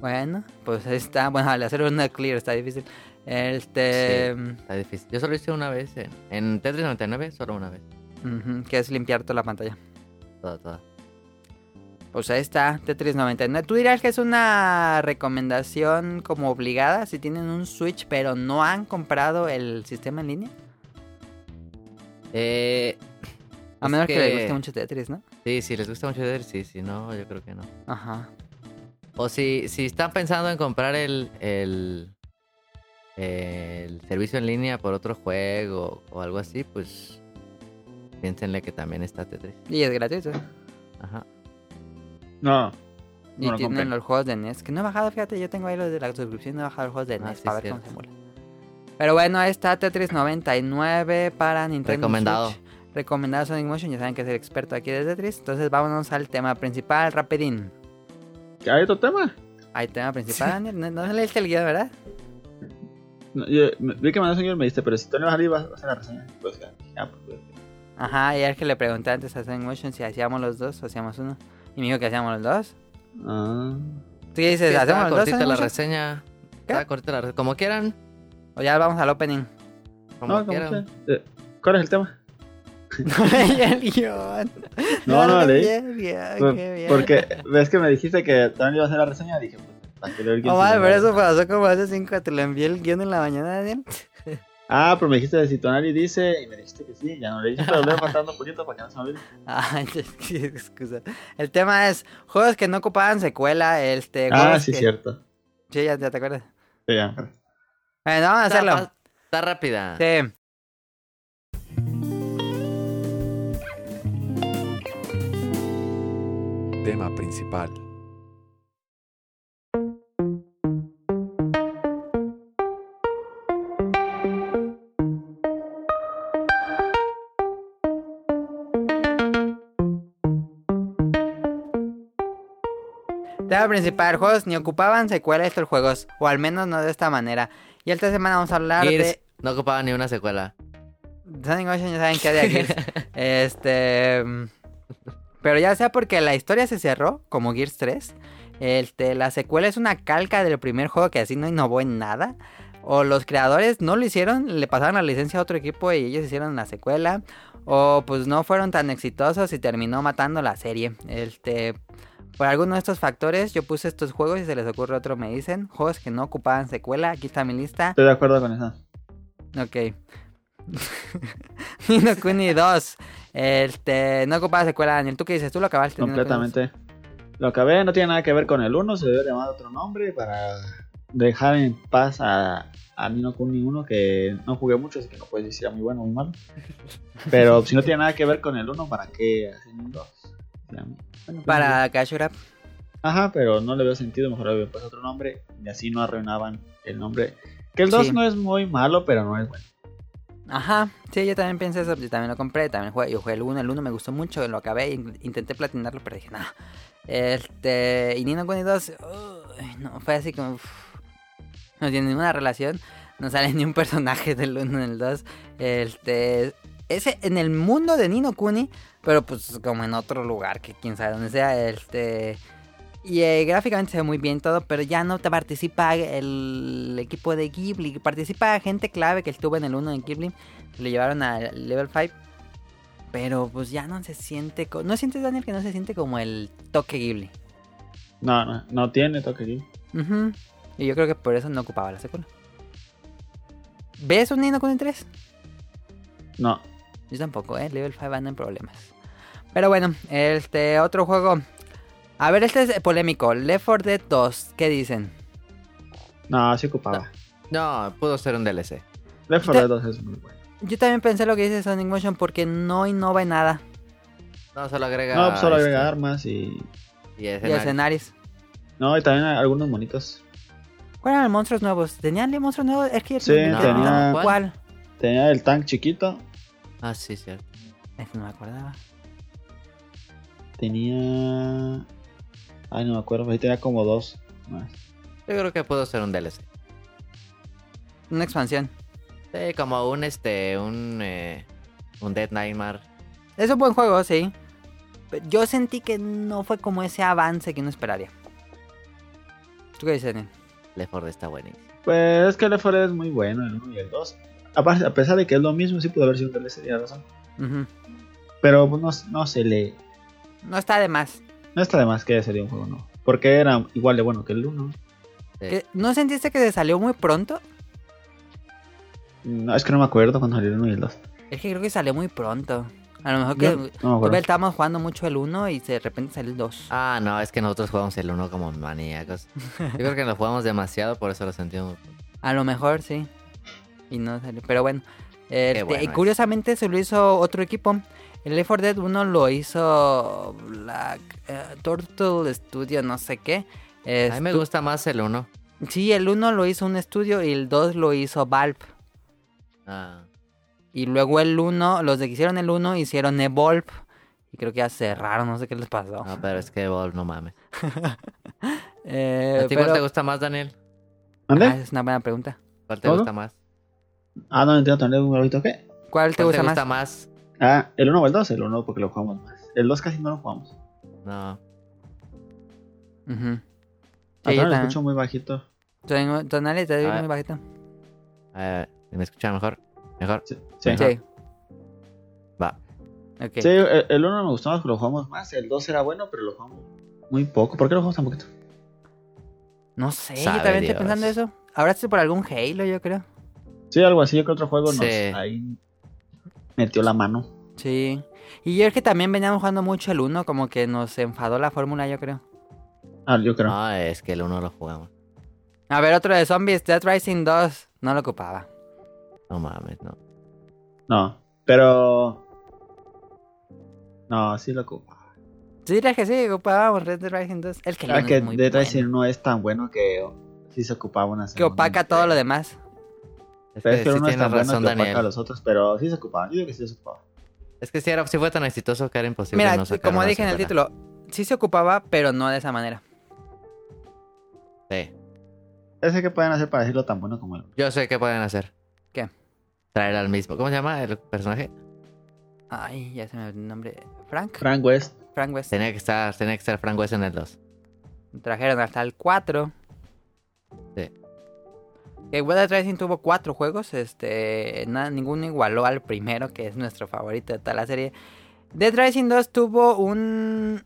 S1: Bueno, pues ahí está. Bueno, al hacer un All Clear está difícil. Este...
S3: Está difícil. Yo solo hice una vez en, en Tetris 99, solo una vez.
S1: ujú, que es limpiar toda la pantalla.
S3: Toda, toda.
S1: Pues ahí está, Tetris 99. ¿Tú dirías que es una recomendación como obligada si tienen un Switch pero no han comprado el sistema en línea?
S3: Eh,
S1: A
S3: Es
S1: menos que... les
S3: que-
S1: guste mucho Tetris, ¿no?
S3: sí, si les gusta mucho Tetris, sí, si no, yo creo que no.
S1: Ajá.
S3: O si, si están pensando en comprar el, el, el servicio en línea por otro juego o algo así, pues piénsenle que también está Tetris.
S1: Y es gratuito.
S3: Ajá.
S2: No.
S1: Y
S2: No lo
S1: tienen
S2: compré.
S1: los juegos de NES. Que no he bajado, fíjate, yo tengo ahí los de la suscripción, no he bajado los juegos de
S3: Ah,
S1: NES
S3: sí,
S1: para ver
S3: cierto.
S1: cómo se mola. Pero bueno, ahí está Tetris 99 para Nintendo
S3: Recomendado.
S1: Switch. Recomendado Sonic Motion, ya saben que es el experto aquí de Tetris. Entonces vámonos al tema principal, rapidín.
S2: ¿Que ¿Hay otro tema?
S1: Hay tema principal, Daniel. No, no leíste el guión, ¿verdad?
S2: No, yo- me- vi que mandaste un guión y me diste, pero si tú no vas a salir, vas a hacer la reseña. Pues ya, ya, pues,
S1: Ajá, y es que le pregunté antes a Sonic Motion si hacíamos los dos o hacíamos uno. Y me dijo que hacíamos los dos.
S2: ah.
S1: ¿Tú qué dices?
S3: Sí,
S1: ¿Hacemos
S3: estaba
S1: los dos?
S3: cortita
S1: Sonic
S3: la
S1: Motion?
S3: reseña.
S1: ¿Qué?
S3: Estaba cortita la reseña. Como quieran.
S1: O ya vamos al opening.
S3: Como
S2: No, como
S3: quieran.
S2: sea. Eh, ¿Cuál es el tema?
S1: No leí el guión.
S2: No, no, leí.
S1: Bien, bien,
S2: Por-
S1: qué bien.
S2: Porque ves que me dijiste que también iba a hacer la reseña. Dije, pues, ¿para qué leo el guión
S1: Oh,
S2: si
S1: vale,
S2: no
S1: pero
S2: leo?
S1: eso pasó como hace cinco. Te lo envié el guión en la mañana, Daniel.
S2: Ah, pero me dijiste de si Tonali dice. Y me dijiste que sí. Ya no le dije, pero le voy faltando un poquito para que no se me olvide.
S1: Ay, qué Ah, excusa. El tema es juegos que no ocupaban secuela. Este,
S2: Ah,
S1: juegos
S2: sí,
S1: que-
S2: cierto.
S1: Sí, ya, ya te acuerdas.
S2: Sí, ya.
S1: Bueno, vamos a
S3: Está,
S1: hacerlo.
S3: fa- está rápida.
S1: Sí.
S6: Tema principal.
S1: Tema principal, juegos ni ocupaban secuela de estos juegos, o al menos no de esta manera. Y esta semana vamos a hablar
S3: Gears
S1: de
S3: no ocupaba ni una secuela.
S1: Sonic Ocean, ya saben que hay de Gears. este... mm, Pero ya sea porque la historia se cerró, como Gears 3, este, la secuela es una calca del primer juego que así no innovó en nada, o los creadores no lo hicieron, le pasaron la licencia a otro equipo y ellos hicieron la secuela, o pues no fueron tan exitosos y terminó matando la serie. Este, por alguno de estos factores yo puse estos juegos y se les ocurre otro me dicen, juegos que no ocupaban secuela, aquí está mi lista.
S2: Estoy de acuerdo con esa.
S1: Ok. Nino Kuni 2. Este, no ocupaba secuela, Daniel. ¿Tú qué dices? ¿Tú lo acabaste? Ni no Kuni
S2: Completamente. Lo acabé, no tiene nada que ver con el 1, se debe llamar otro nombre para dejar en paz a, a Nino Kuni 1, que no jugué mucho, así que no puedes decir si era muy bueno o muy malo. Pero si no tiene nada que ver con el 1, ¿para qué hacen un 2? pues,
S1: dos? Para Gashurap.
S2: Ajá, pero no le veo sentido, mejor le puesto otro nombre y así no arruinaban el nombre. Que el 2
S1: Sí.
S2: no es muy malo, pero no es bueno.
S1: Ajá, sí, yo también pensé eso, yo también lo compré, también jugué, yo jugué el 1, el 1 me gustó mucho, lo acabé, in- intenté platinarlo, pero dije, nada. Este, y Nino Kuni 2, uy, no, fue así como, uf, no tiene ninguna relación, no sale ni un personaje del 1 en el 2, este, ese en el mundo de Nino Kuni, pero pues como en otro lugar, que quién sabe dónde sea, este... Y eh, gráficamente se ve muy bien todo, pero ya no te participa el equipo de Ghibli. Participa gente clave que estuvo en el 1 en Ghibli. Se lo llevaron al level 5. Pero pues ya no se siente... co- ¿No sientes, Daniel, que no se siente como el toque Ghibli?
S2: No, no, no tiene toque aquí.
S1: Ujú. Y yo creo que por eso no ocupaba la secuela. ¿Ves un Nino Kuni 3?
S2: No,
S1: Yo tampoco, ¿eh? Level 5 anda en problemas. Pero bueno, este otro juego. A ver, este es polémico. Left 4 Dead 2. ¿Qué dicen?
S2: no, se ocupaba.
S3: No, pudo ser un DLC.
S2: Left 4 Dead 2 es muy bueno.
S1: Yo también pensé lo que dice Sonic Motion porque no innova en nada.
S3: No, solo agrega.
S2: No, pues solo
S3: este,
S2: agrega armas y.
S3: Y
S1: Y escenarios.
S2: No, y también algunos monitos.
S1: ¿Cuáles eran los monstruos nuevos? ¿Tenían monstruos nuevos? Es que yo
S2: Sí,
S1: también
S3: tenía-
S1: pensaba,
S3: ¿Cuál?
S1: ¿Cuál?
S2: Tenía el tank chiquito,
S3: Ah, sí, cierto.
S1: Ese no me acordaba.
S2: tenía. Ay, no me acuerdo, ahí tenía como dos más.
S3: Yo creo que pudo ser un DLC.
S1: Una expansión.
S3: Sí, como un este, un eh, un Dead Nightmare.
S1: Es un buen juego, sí. Pero Yo sentí que no fue como ese avance que uno esperaría. ¿Tú qué dices, Daniel?
S3: Left 4 Dead está buenísimo.
S2: Pues es que el F4 es muy bueno, el 1 y el 2. Aparte, a pesar de que es lo mismo, sí pudo haber sido un DLC, tiene razón.
S1: Ujú.
S2: Pero pues, no, no se le.
S1: No está de más.
S2: No está de más que sería un juego nuevo. Porque era igual de bueno que el 1.
S3: Sí.
S1: ¿Qué- ¿No sentiste que se salió muy pronto?
S2: No, es que no me acuerdo cuando salió el 1 y el 2.
S1: Es que creo que salió muy pronto. A lo mejor que
S2: No, no me
S1: tuve-
S2: acuerdo.
S1: estábamos jugando mucho el 1 y de repente salió el 2.
S3: Ah, no, es que nosotros jugamos el 1 como maníacos. Yo creo que lo jugamos demasiado, por eso lo sentimos.
S1: A lo mejor sí. Y no salió. Pero bueno. Este,
S3: bueno
S1: y
S3: es.
S1: curiosamente se lo hizo otro equipo. El Left 4 Dead 1 lo hizo Black eh, Turtle Studio, no sé qué.
S3: A mí me
S1: Estu-
S3: gusta más el 1.
S1: Sí, el 1 lo hizo un estudio y el 2 lo hizo Valve.
S3: Ah,
S1: Y luego el 1, los que hicieron el 1 hicieron Evolve. Y creo que ya cerraron, no sé qué les pasó.
S3: no, pero es que Evolve, no mames.
S1: Eh,
S3: ¿A ti
S1: pero-
S3: cuál te gusta más, Daniel?
S2: ¿Dónde?
S1: Ah, es una buena pregunta.
S3: ¿Cuál te
S2: ¿Todo?
S3: gusta más?
S2: Ah, no entiendo tener un ahorita qué.
S1: ¿Cuál te
S3: ¿Cuál
S1: gusta más?
S3: más?
S2: Ah, el 1 o el 2, el 1 porque lo jugamos más. El 2 casi no lo jugamos.
S3: No.
S1: Ujú. Sí,
S2: Ah,
S1: yo
S2: no, lo
S1: también.
S2: escucho muy bajito.
S1: Tengo- Tonali, te digo
S3: Ah.
S1: muy bajito.
S3: A ver, ¿me escucha mejor? ¿Mejor?
S2: Sí, sí.
S3: Ajá.
S1: Sí.
S3: Va.
S1: Ok.
S2: Sí, el el 1 me gustó más, pero lo jugamos más. El 2 era bueno, pero lo jugamos muy poco. ¿Por qué lo jugamos tan poquito?
S1: No sé, yo
S3: Sabe
S1: también
S3: Dios.
S1: estoy pensando eso. Ahora estoy por algún Halo, yo creo.
S2: Sí, algo así. Yo creo que otro juego nos
S3: Sí.
S2: ahí metió la mano.
S1: Sí. Y yo es que también veníamos jugando mucho el 1, como que nos enfadó la fórmula, yo creo.
S2: Ah, yo creo.
S3: No, es que el 1 lo jugamos.
S1: A ver, otro de zombies, Dead Rising 2. No lo ocupaba.
S3: No mames, no.
S2: No, pero. No, sí lo ocupaba.
S1: Sí, dirías que sí, ocupábamos Red Dead Rising 2. El que el
S2: Ah,
S1: uno
S2: que
S1: es muy
S2: Dead
S1: bueno,
S2: Rising no es tan bueno que sí se ocupaba una
S1: Que
S2: segunda
S1: opaca
S2: entrega.
S1: todo lo demás.
S2: Pero
S3: Es que
S2: es que
S3: sí
S2: uno es
S3: tienes
S2: tan bueno
S3: razón,
S2: que opaca a
S3: Daniel.
S2: los otros, pero sí se ocupaba. Yo digo que sí se ocupaba.
S3: Es que si, era, si fue tan exitoso que era imposible
S1: Mira,
S3: no sacar
S1: como
S3: una
S1: dije en el
S3: secuela.
S1: título, sí se ocupaba, pero no de esa manera.
S3: Sí.
S2: Ese que pueden hacer para decirlo tan bueno como él.
S3: Yo sé qué pueden hacer.
S1: ¿Qué?
S3: Traer al mismo. ¿Cómo se llama el personaje?
S1: Ay, ya se me olvidó el nombre. Frank.
S2: Frank West.
S1: Frank West.
S3: Tenía que estar, tenía que estar Frank West en el 2.
S1: Trajeron hasta el 4.
S3: Sí.
S1: Que Red Dead Rising tuvo cuatro juegos. Este, nada, ninguno igualó al primero, que es nuestro favorito de toda la serie. Dead Rising 2 tuvo un.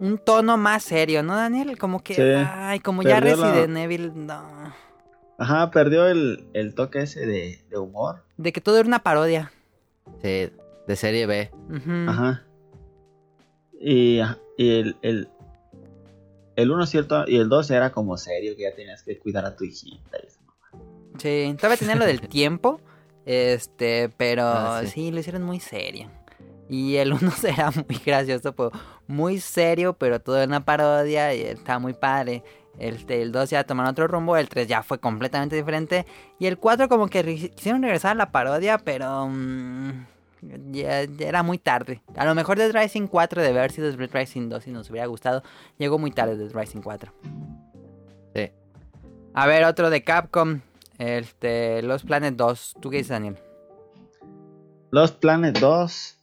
S1: Un tono más serio, ¿no, Daniel? Como que.
S2: Sí.
S1: ay, como ya
S2: Perdió la-
S1: Resident Evil. No.
S2: Ajá, perdió el, el toque ese de, de humor.
S1: De que todo era una parodia.
S3: Sí, de serie B.
S1: Ujú.
S2: Ajá. Y, ajá, y el, el, el uno es cierto, y el dos era como serio, que ya tenías que cuidar a tu hijita. y eso.
S1: Sí, todavía tenía lo del tiempo. Este, pero
S3: Ah,
S1: sí.
S3: sí.
S1: lo hicieron muy serio. Y el uno será muy gracioso, pues, muy serio, pero todo en una parodia y está muy padre. Este, el 2 ya tomaron otro rumbo, el 3 ya fue completamente diferente. Y el 4 como que re- quisieron regresar a la parodia, pero mm, ya, ya era muy tarde. A lo mejor Dead Rising 4 de haber sido Dead Rising 2 si nos hubiera gustado. Llegó muy tarde Dead Rising 4.
S3: Sí.
S1: A ver, otro de Capcom. Este, Los Planet 2. ¿Tú qué dices, Daniel?
S2: Los Planet 2.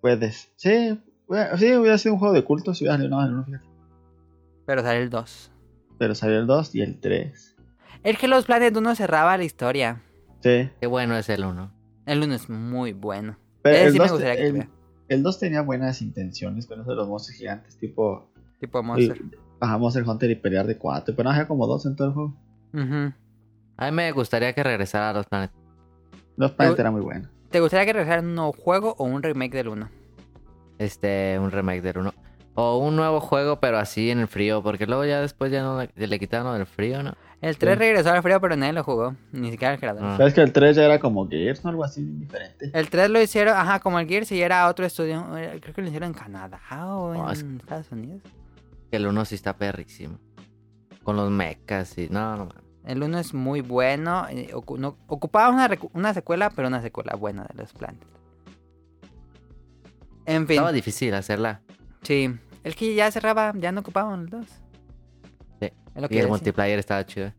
S2: Puedes. Sí, bueno, sí, hubiera sido un juego de culto si hubiera salido nada más el uno, fíjate.
S1: Pero sale el 2.
S2: Pero salió el 2 y el 3.
S1: Es que Los Planet 1 cerraba la historia.
S2: Sí.
S3: Qué bueno es el 1.
S1: El 1 es muy bueno.
S2: Pero
S1: Ese
S2: el
S1: sí me
S2: dos-
S1: gustaría que
S2: el-
S1: tuviera.
S2: El 2 tenía buenas intenciones con eso de los monstruos gigantes, tipo.
S1: Tipo Monster.
S2: Ajá, Monster Hunter y pelear de 4. Pero no, había como 2 en todo el juego.
S1: Ujú.
S3: A mí me gustaría que regresara a los planetas.
S2: Los Planet
S1: Pero-
S2: era muy bueno.
S1: ¿Te gustaría que regresaran un nuevo juego o un remake del 1?
S3: Este, un remake del 1. O un nuevo juego, pero así en el frío. Porque luego ya después ya no le, le quitaron lo del frío, ¿no?
S1: El 3
S2: Sí.
S1: regresó al frío, pero nadie lo jugó. Ni siquiera el creador.
S3: Ah.
S2: Pero es que el 3 ya era como Gears o algo así diferente.
S1: El 3 lo hicieron, ajá, como el Gears y era otro estudio. eh, Creo que lo hicieron en Canadá o en
S3: Ah, es-
S1: Estados Unidos.
S3: Que el 1 sí está perrísimo. Con los mechas y. No, no, mames.
S1: El 1 es muy bueno. eh, ocu- no- ocupaba una, recu- una secuela, pero una secuela buena de los Planet. En fin,
S3: Estaba difícil hacerla.
S1: sí. El que ya cerraba, ya no ocupaban los dos.
S3: Sí.
S1: Es lo que yo
S3: y el
S1: decía.
S3: multiplayer estaba chido.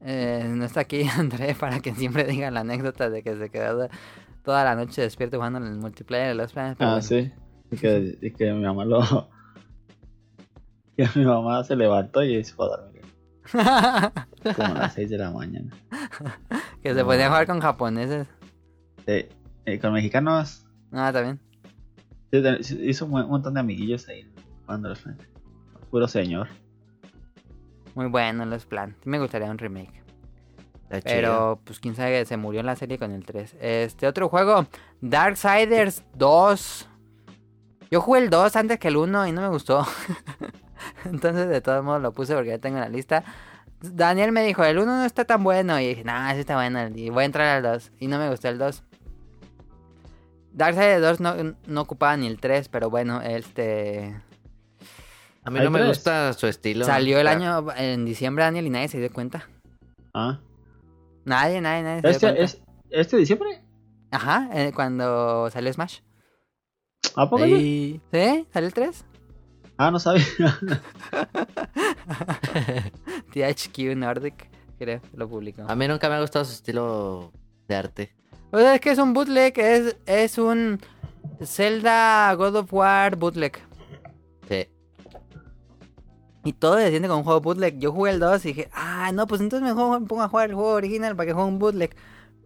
S1: Eh, no está aquí André para que siempre diga la anécdota de que se quedó toda la noche despierto jugando en el multiplayer de los Planet. pero
S2: Ah,
S1: bueno.
S2: sí. Y que, y que mi mamá lo. Que mi mamá se levantó y se fue a dormir. Como a las 6 de la mañana.
S1: que se podía jugar con japoneses.
S2: Sí. Eh, con mexicanos.
S1: Ah, también.
S2: sí, te- sí, Hizo un buen- un montón de amiguillos ahí. Cuando los Puro señor.
S1: Muy bueno los Planet. Me gustaría un remake.
S3: Está chido.
S1: Pero, pues quién sabe, se murió en la serie con el 3. Este otro juego, Darksiders 2. Yo jugué el 2 antes que el 1 y no me gustó. Entonces, de todos modos, lo puse porque ya tengo en la lista. Daniel me dijo, el 1 no está tan bueno. Y dije, nah, sí está bueno. Y voy a entrar al 2. Y no me gustó el 2. Darksiders 2 no, no ocupaba ni el 3, pero bueno, este...
S3: A mí
S2: hay
S3: no me
S2: tres.
S3: gusta su estilo.
S1: Salió el
S3: Está-
S1: año en diciembre, Daniel, y nadie se dio cuenta.
S2: Ah.
S1: Nadie, nadie, nadie se dio
S2: Este,
S1: cuenta.
S2: es, ¿Este diciembre?
S1: Ajá, eh, cuando salió Smash.
S2: ¿A poco? ya?
S1: Sí. ¿Sí? ¿Salió el 3?
S2: Ah, no sabía.
S1: THQ Nordic, creo, lo publicó.
S3: A mí nunca me ha gustado su estilo de arte.
S1: O sea, es que es un bootleg, es, es un Zelda God of War bootleg.
S3: Sí.
S1: Y todo se siente como un juego bootleg. Yo jugué el 2 y dije, ah, no, pues entonces mejor me pongo a jugar el juego original para que juegue un bootleg.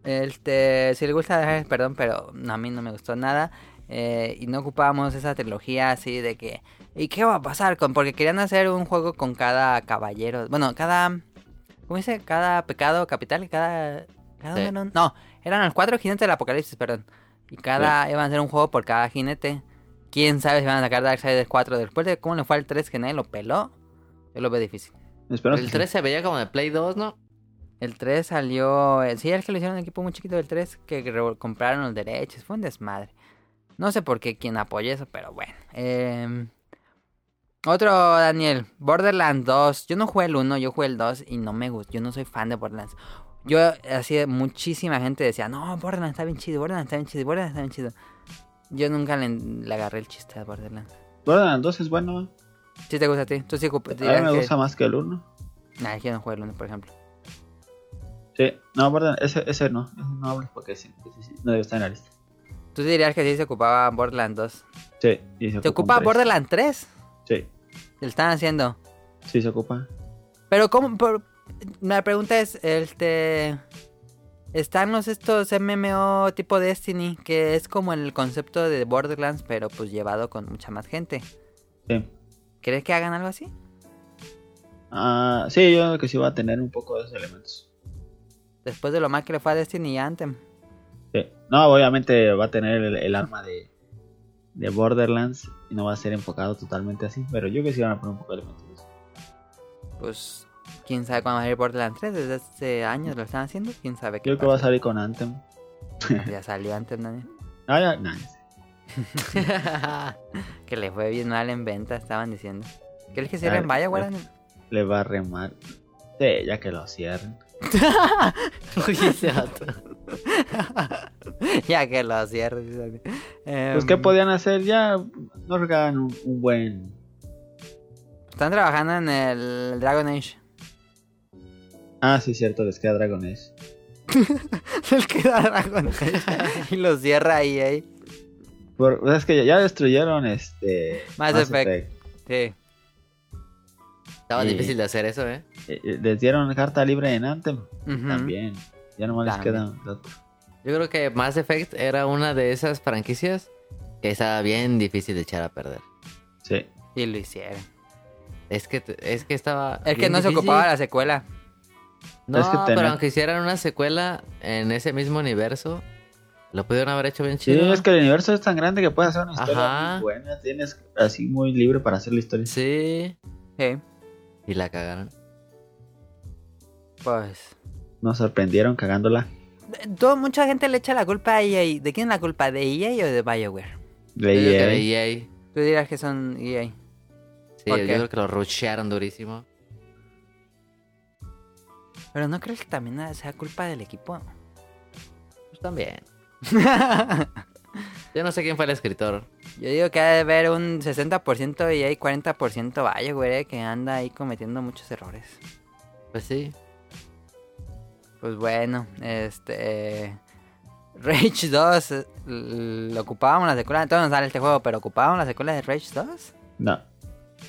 S1: Este, si le gusta, eh, perdón, pero no, a mí no me gustó nada. Eh, y no ocupábamos esa trilogía así de que, ¿y qué va a pasar? con Porque querían hacer un juego con cada caballero. Bueno, cada. ¿Cómo dice? Cada pecado capital, cada. cada
S3: Sí.
S1: uno- no, eran los cuatro jinetes del apocalipsis, perdón. Y cada. iban a hacer un juego por cada jinete. Quién sabe si van a sacar Darksiders 4 después de cómo le fue al 3 que nadie lo peló. Yo lo veo difícil.
S2: Espero
S3: el
S2: que-
S3: 3 se veía como de Play 2, ¿no?
S1: El 3 salió. eh, Sí, es que le hicieron un equipo muy chiquito del 3 que re- compraron los derechos. Fue un desmadre. No sé por qué quien apoya eso, pero bueno. Eh, otro, Daniel. Borderlands 2. Yo no jugué el 1, yo jugué el 2 y no me gusta. Yo no soy fan de Borderlands. Yo, así, de- muchísima gente decía: No, Borderlands está bien chido, Borderlands está bien chido, Borderlands está bien chido. Yo nunca le, le agarré el chiste a Borderlands.
S2: Borderlands 2 es bueno.
S1: Sí te gusta a ti. Tú sí ocupas-
S2: A
S1: dirías
S2: mí me
S1: que-
S2: gusta más que el 1.
S1: Nah, es que no juego el uno, por ejemplo.
S2: Sí, no, perdón, ese, ese no. Ese no hables porque sí, ese sí, no debe estar en la lista.
S1: Tú sí dirías que sí se ocupaba Borderlands 2.
S2: Sí, y se
S1: ¿Se ocupa
S2: un tres.
S1: Borderlands 3?
S2: Sí,
S1: Le están haciendo.
S2: sí se ocupa.
S1: Pero cómo, por... la pregunta es, este, están los estos MMO tipo Destiny que es como el concepto de Borderlands, pero pues llevado con mucha más gente.
S2: Sí.
S1: ¿Crees que hagan algo así?
S2: Ah, sí, yo creo que sí va a tener un poco de esos elementos.
S1: Después de lo mal que le fue a Destiny y Anthem.
S2: Sí. No, obviamente va a tener el, el arma de, de Borderlands y no va a ser enfocado totalmente así, pero yo creo que sí van a poner un poco de elementos. de eso.
S1: Pues quién sabe cuándo va a ir Borderlands 3, desde hace años lo están haciendo, quién sabe qué
S2: Creo que va a
S1: pasa.
S2: salir con Anthem.
S1: Ya salió Anthem también.
S2: Ah, ya, nah, ya sé.
S1: que le fue bien mal en venta, estaban diciendo. ¿Crees que cierren
S2: Ay,
S1: Bioware?
S2: le va a remar. Sí, ya que lo cierren.
S3: Oye, ese vato.
S1: ya que lo cierren. Eh,
S2: Pues, ¿qué podían hacer? Ya nos regalan un, un buen.
S1: Están trabajando en el Dragon Age.
S2: Ah, sí, cierto, les queda Dragon Age.
S1: El que da Dragon Age. y lo cierra EA.
S2: Por- es que ya, ya destruyeron este.
S1: Mass Effect. Sí.
S3: Estaba
S2: Sí.
S3: difícil de hacer eso, ¿eh?
S2: Eh, eh, Les dieron carta libre en Anthem.
S1: Ujú.
S2: También. Ya nomás les
S1: También.
S2: queda. otro.
S3: Yo creo que Mass Effect era una de esas franquicias que estaba bien difícil de echar a perder.
S2: Sí.
S1: Y lo hicieron.
S3: Es que, te- es que estaba.
S1: Es que
S3: bien
S1: no se
S3: difícil.
S1: ocupaba la secuela.
S3: No,
S2: Es que tener-
S3: pero aunque hicieran una secuela en ese mismo universo, lo pudieron haber hecho bien
S2: Sí,
S3: chido.
S2: es que el universo es tan grande que puedes hacer una historia
S3: Ajá.
S2: muy buena. Tienes así muy libre para hacer la historia.
S3: Sí.
S1: Sí.
S3: Y la cagaron.
S1: Pues.
S2: Nos sorprendieron cagándola.
S1: Todo, mucha gente le echa la culpa a EA. ¿De quién es la culpa? ¿De EA o de Bioware?
S2: De
S3: Yo digo que
S2: EA.
S3: de EA.
S1: Tú dirás que son EA.
S3: Sí,
S1: ¿Por
S3: yo
S1: qué?
S3: creo que lo rushearon durísimo.
S1: Pero no crees que también sea culpa del equipo.
S3: Pues también. Yo no sé quién fue el escritor.
S1: Yo digo que ha de haber un 60% EA E y 40% Bioware eh, que anda ahí cometiendo muchos errores.
S3: Pues sí.
S1: Pues bueno, este. Rage 2, eh, lo ocupábamos la secuela. Entonces no sale este juego, pero ocupábamos la secuela de Rage 2.
S2: No.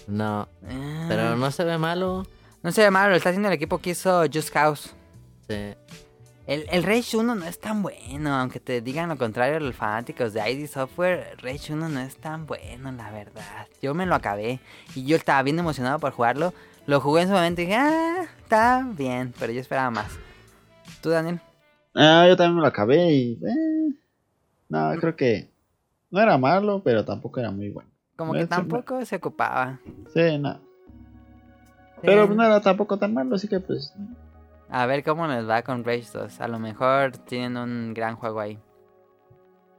S3: No.
S1: Ah,
S3: Pero no se ve malo.
S1: No se ve malo, lo está haciendo el equipo que hizo Just Cause.
S3: Sí.
S1: El, el Rage 1 no es tan bueno, aunque te digan lo contrario los fanáticos de ID Software, Rage 1 no es tan bueno, la verdad. Yo me lo acabé y yo estaba bien emocionado por jugarlo. Lo jugué en su momento y dije, ah, está bien, pero yo esperaba más. ¿Tú, Daniel?
S2: Ah, yo también me lo acabé y. eh, no, creo que. No era malo, pero tampoco era muy bueno.
S1: Como
S2: No,
S1: que
S2: sí,
S1: tampoco se ocupaba.
S2: Sí, no. Pero pues,
S1: Sí.
S2: no era tampoco tan malo, así que pues. no.
S1: A ver cómo les va con Rage 2. A lo mejor tienen un gran juego ahí.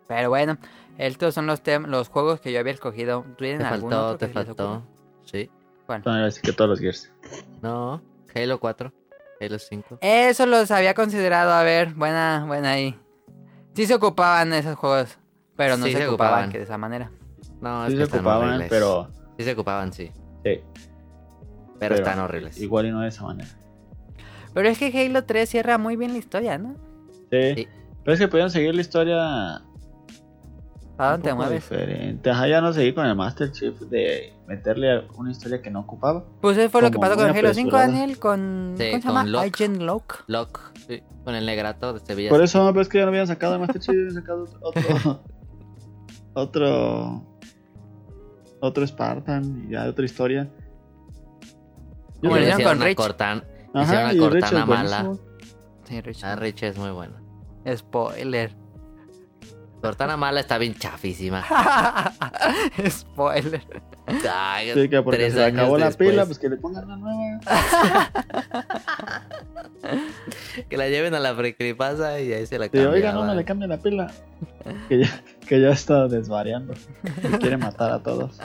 S1: Pero bueno, estos son los, tem- los juegos que yo había escogido. ¿Tú
S3: Te
S1: tienes algún
S3: faltó,
S1: otro que
S3: te
S1: se les
S3: faltó.
S1: ocurra?
S3: Sí.
S1: ¿Cuál?
S2: No, así que todos los Gears.
S3: No. Halo 4. Halo 5.
S1: Eso los había considerado, a ver, buena, buena ahí. Sí se ocupaban esos juegos, pero no
S3: Sí
S1: se,
S3: se
S1: ocupaban,
S3: ocupaban.
S1: que de esa manera.
S3: No, es
S2: Sí
S3: que
S2: se
S3: están
S2: ocupaban,
S3: horribles.
S2: pero.
S3: Sí se ocupaban, sí.
S2: Sí,
S3: Pero, están horribles.
S2: Igual y no de esa manera.
S1: Pero es que Halo 3 cierra muy bien la historia, ¿no?
S2: Sí.
S3: Sí.
S2: Pero es que pudieron seguir la historia.
S1: ¿Para
S2: un
S1: dónde te
S2: poco
S1: mueves?
S2: Diferente. Ajá, ya no seguí con el Master Chief de meterle a una historia que no ocupaba.
S1: Pues eso fue lo que
S2: Como
S1: pasó con
S2: muy
S1: Halo 5,
S2: apresurada.
S1: Daniel, con...
S3: Sí,
S1: ¿Cómo se
S3: con
S1: llama?
S3: Locke.
S1: Agent Locke.
S3: Locke. Sí. Con el negrato de Sevilla.
S2: Por eso, pero es que ya no habían sacado el Master Chief, habían sacado otro. otro. Otro Spartan, y ya otra historia.
S3: Y
S1: Como
S3: le
S1: le hicieron
S3: hicieron
S1: con
S3: a
S1: Rich.
S3: Cortana- hicieron
S2: Ajá,
S3: a
S2: y pues,
S3: Cortana
S2: Richard
S3: mala.
S2: buenísimo.
S1: Sí, Rich.
S3: Ah, Rich es muy buena.
S1: Spoiler.
S3: Cortana mala está bien chafísima.
S1: Spoiler.
S3: Ay,
S2: Sí, que porque
S3: tres
S2: se
S3: años
S2: acabó la
S3: después,
S2: pila, pues que le pongan una nueva.
S3: Que la lleven a la precripasa y ahí se la
S2: Sí,
S3: cambiaban.
S2: oiga, no, no le cambie la pila. Que ya, que ya está desvariando. Que quiere matar a todos.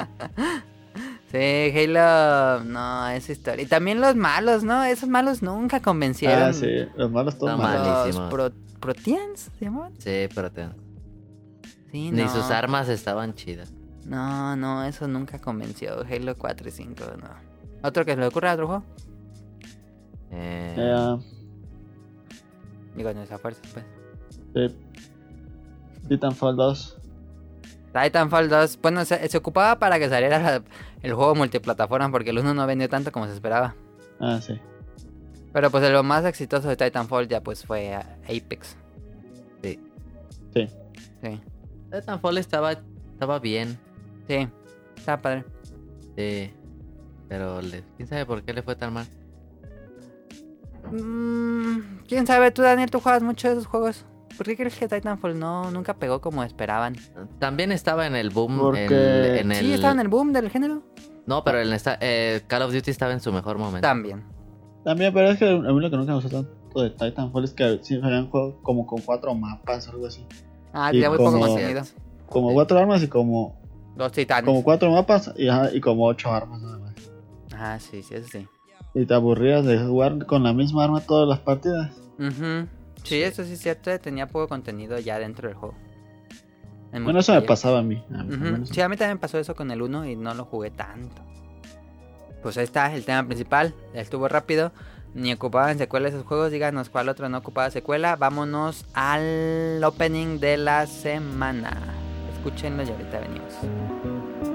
S1: Sí, Halo... No, esa historia. Y también los malos, ¿no? Esos malos nunca convencieron.
S2: Ah, sí, los malos todos
S3: No
S2: malos.
S3: mames.
S1: Los
S3: Malísimos.
S1: pro... ¿Proteans se llamaban?
S3: Sí, pero te-
S1: Sí,
S3: ni
S1: no.
S3: sus armas estaban chidas.
S1: No, no, eso nunca convenció. Halo 4 y 5, no. ¿Otro que se le ocurra, otro juego?
S3: Eh,
S2: Eh,
S1: Digo, no esa fuerza, pues.
S2: sí. Titanfall 2.
S1: Titanfall 2, bueno, se, se ocupaba para que saliera la- el juego multiplataforma porque el 1 no vendió tanto como se esperaba.
S2: Ah, sí.
S1: Pero pues lo más exitoso de Titanfall ya pues fue a- Apex.
S2: Sí.
S1: Sí,
S3: Titanfall estaba, estaba bien.
S1: sí, está padre.
S3: Sí. Pero le- quién sabe por qué le fue tan mal.
S1: Mm, ¿Quién sabe? Tú, Daniel, tú juegas mucho de esos juegos. ¿Por qué crees que Titanfall no nunca pegó como esperaban?
S3: También estaba en el boom.
S2: Porque-
S3: el- en
S1: Sí,
S3: el-
S1: estaba en el boom del género.
S3: No, pero el esta- eh, Call of Duty estaba en su mejor momento.
S1: También.
S2: También, pero es que a mí lo que nunca me gustó tanto de Titanfall es que siempre habían jugado como con cuatro mapas o algo así.
S1: Ah,
S2: Y
S1: ya muy poco
S2: como-
S1: contenido.
S2: Como
S3: Sí.
S2: cuatro armas y como,
S1: Los titanes.
S2: como cuatro mapas y, ajá, y como ocho armas nada más.
S1: Ah, sí, sí, eso sí.
S2: Y te aburrías de jugar con la misma arma todas las partidas.
S1: Ujú. Sí, eso sí es cierto. Tenía poco contenido ya dentro del juego. En
S2: Bueno, eso me
S1: multiplayer.
S2: pasaba a mí. A mí, al
S1: Mm, Ujú.
S2: menos.
S1: Sí, a mí también pasó eso con el 1 y no lo jugué tanto. Pues ahí está el tema principal. Estuvo rápido. Ni ocupaban secuela esos juegos. Díganos cuál otro no ocupaba secuela. Vámonos al opening de la semana. Escúchenlo y ahorita venimos.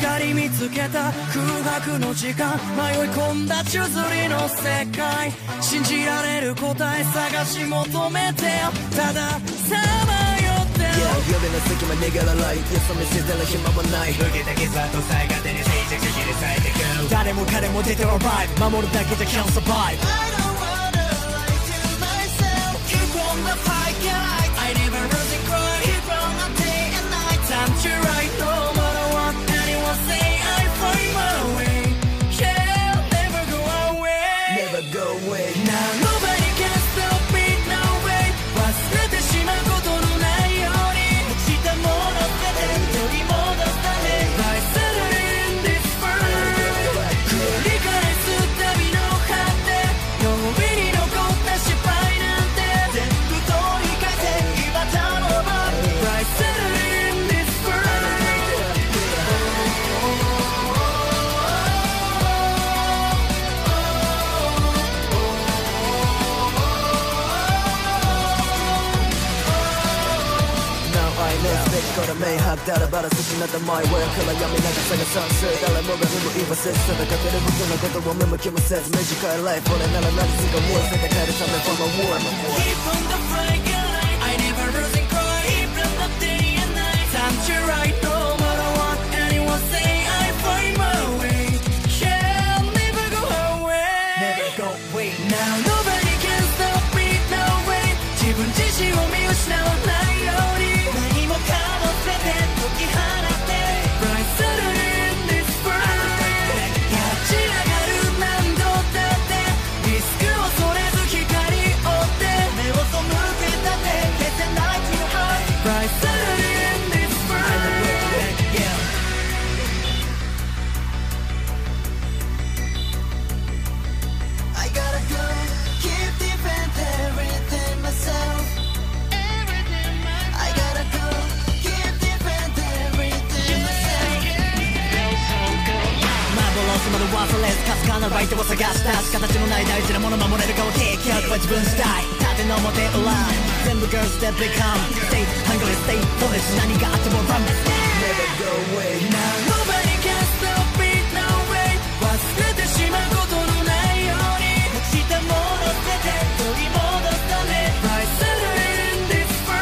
S7: 光見つけた空白の時間迷い込んだ宙吊りの世界信じられる答え探し求めてたださまよって
S8: Yeah, 夜の隙間逃げらない夜染めしてたら暇はない
S7: 受けた傷跡さえが手に静寂切り裂いてく誰も彼も出て arrive 守るだけじゃ can't survive I don't wanna lie to myself Keep on the fight, yeah I never lose it, cry Keep on the day and night Time to right No matter what anyone say I find my way Yeah, never go away
S8: Never go away
S7: Now nobody can stop me, no way 忘れてしまうことのないように落ちたもの捨てて取り戻したね My Saturday in this world 繰り返す旅の果て脳裏に残った失敗なんて全部取り返せ今頼む My Saturday in this world
S8: なお愛のステージから明白だらばらすしなった前 w から闇なんか探さんす誰もが無言わせ戦ってる僕のことを見向きもせず短いライフ俺なら何するかもう世界変えるため for my war
S7: Keep on the fight, yeah, I never lose and cry. Keep on the day and night. Time to right, no matter what anyone say. I find my way. Shall never go away. Never go away. Now nobody can stop me, no way. 自分自身を見失わないように何もかも捨てて解き放って Bright Saturday in this world 立ち上がる何度だってリスクを恐れず光を追って目を背けたって消せない気の Bright Saturday in this world Yeah 幻まで忘れずかすかなライトを探し出す形のない大事なもの守れるかを提供は自分次第縦の表裏全部 girls that become Stay hungry stay foolish 何があっても run
S8: Never go away
S7: Now nobody can stop me, no way 忘れてしまうことのないように落ちたもの捨てて取り戻さね Right Saturday in this world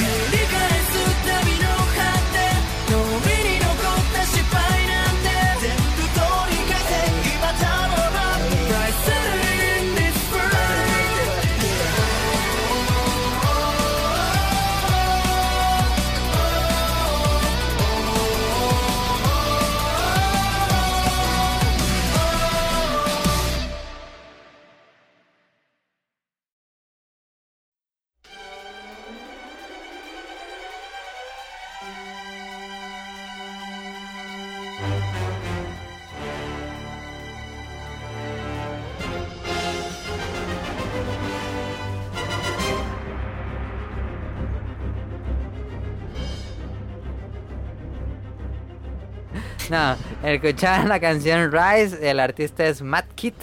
S7: 繰り返す旅の果て脳裏に残った失敗なんて全部取り返せ今頼む Right Saturday in this world
S1: No, escuchaban la canción Rise, el artista es Matt Kit,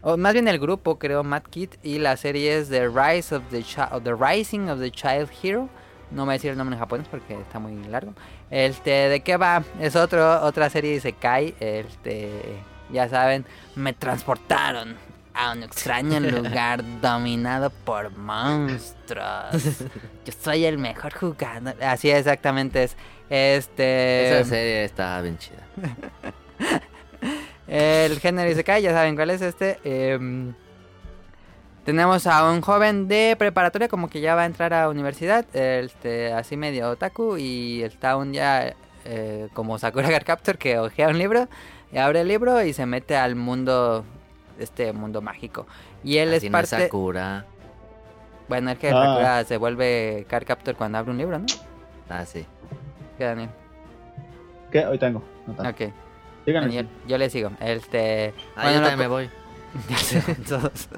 S1: o más bien el grupo creo Matt Kit, y la serie es The Rise of the, Chi- of the Rising of the Child Hero. No me voy a decir el nombre en japonés porque está muy largo. Este, ¿de qué va? Es otro, otra serie y se cae. Este, ya saben, me transportaron a un extraño lugar dominado por monstruos. Yo soy el mejor jugador. Así exactamente es. Este.
S3: Esa serie está bien chida.
S1: El género Isekai, ya saben cuál es este. em, tenemos a un joven de preparatoria, como que ya va a entrar a universidad, este, así medio otaku, y está un día eh, como Sakura Card Captor que ojea un libro, y abre el libro y se mete al mundo, este mundo mágico. Y él
S3: Así
S1: es
S3: no es
S1: parte.
S3: Sakura.
S1: bueno, el que
S2: Ah.
S1: Sakura se vuelve Card Captor cuando abre un libro, ¿no?
S3: Ah, sí.
S1: ¿Qué, Daniel?
S2: ¿Qué? Hoy tengo. No tanto.
S1: Ok,
S2: Díganme.
S1: Ah, Daniel, yo le sigo. Este.
S3: Ah,
S1: bueno,
S3: yo
S1: lo-
S3: también me voy.
S1: Ya se- todos.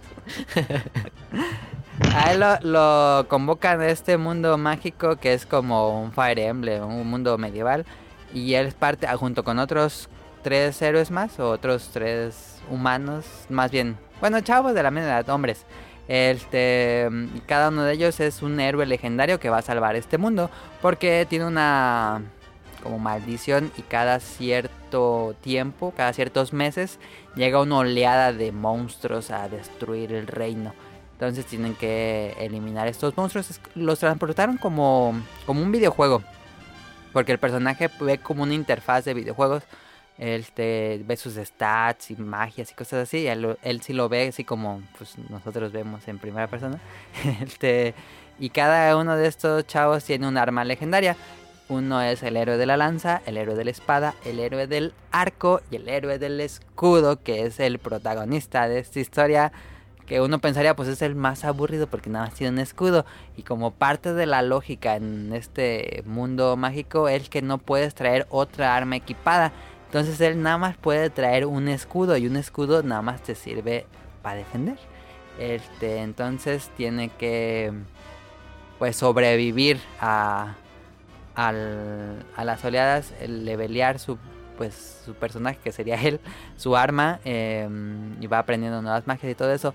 S1: A él lo, lo convocan de este mundo mágico que es como un Fire Emblem, un mundo medieval. Y él parte ah, junto con otros tres héroes más, o otros tres humanos, más bien, bueno, chavos de la misma edad, hombres. Este, mm, cada uno de ellos es un héroe legendario que va a salvar este mundo porque tiene una como maldición y cada cierto tiempo, cada ciertos meses llega una oleada de monstruos a destruir el reino. Entonces tienen que eliminar estos monstruos. Es- Los transportaron como, como un videojuego. Porque el personaje ve como una interfaz de videojuegos. Este, ve sus stats y magias y cosas así. Y él, él sí lo ve así como pues, nosotros vemos en primera persona. Este, y cada uno de estos chavos tiene un arma legendaria. Uno es el héroe de la lanza, el héroe de la espada, el héroe del arco y el héroe del escudo, que es el protagonista de esta historia. Que uno pensaría, pues es el más aburrido porque nada más tiene un escudo. Y como parte de la lógica en este mundo mágico, es que no puedes traer otra arma equipada. Entonces él nada más puede traer un escudo y un escudo nada más te sirve para defender. Este, entonces tiene que pues sobrevivir a, al- a las oleadas, el levelear su pues su personaje que sería él, su arma eh, y va aprendiendo nuevas magias y todo eso.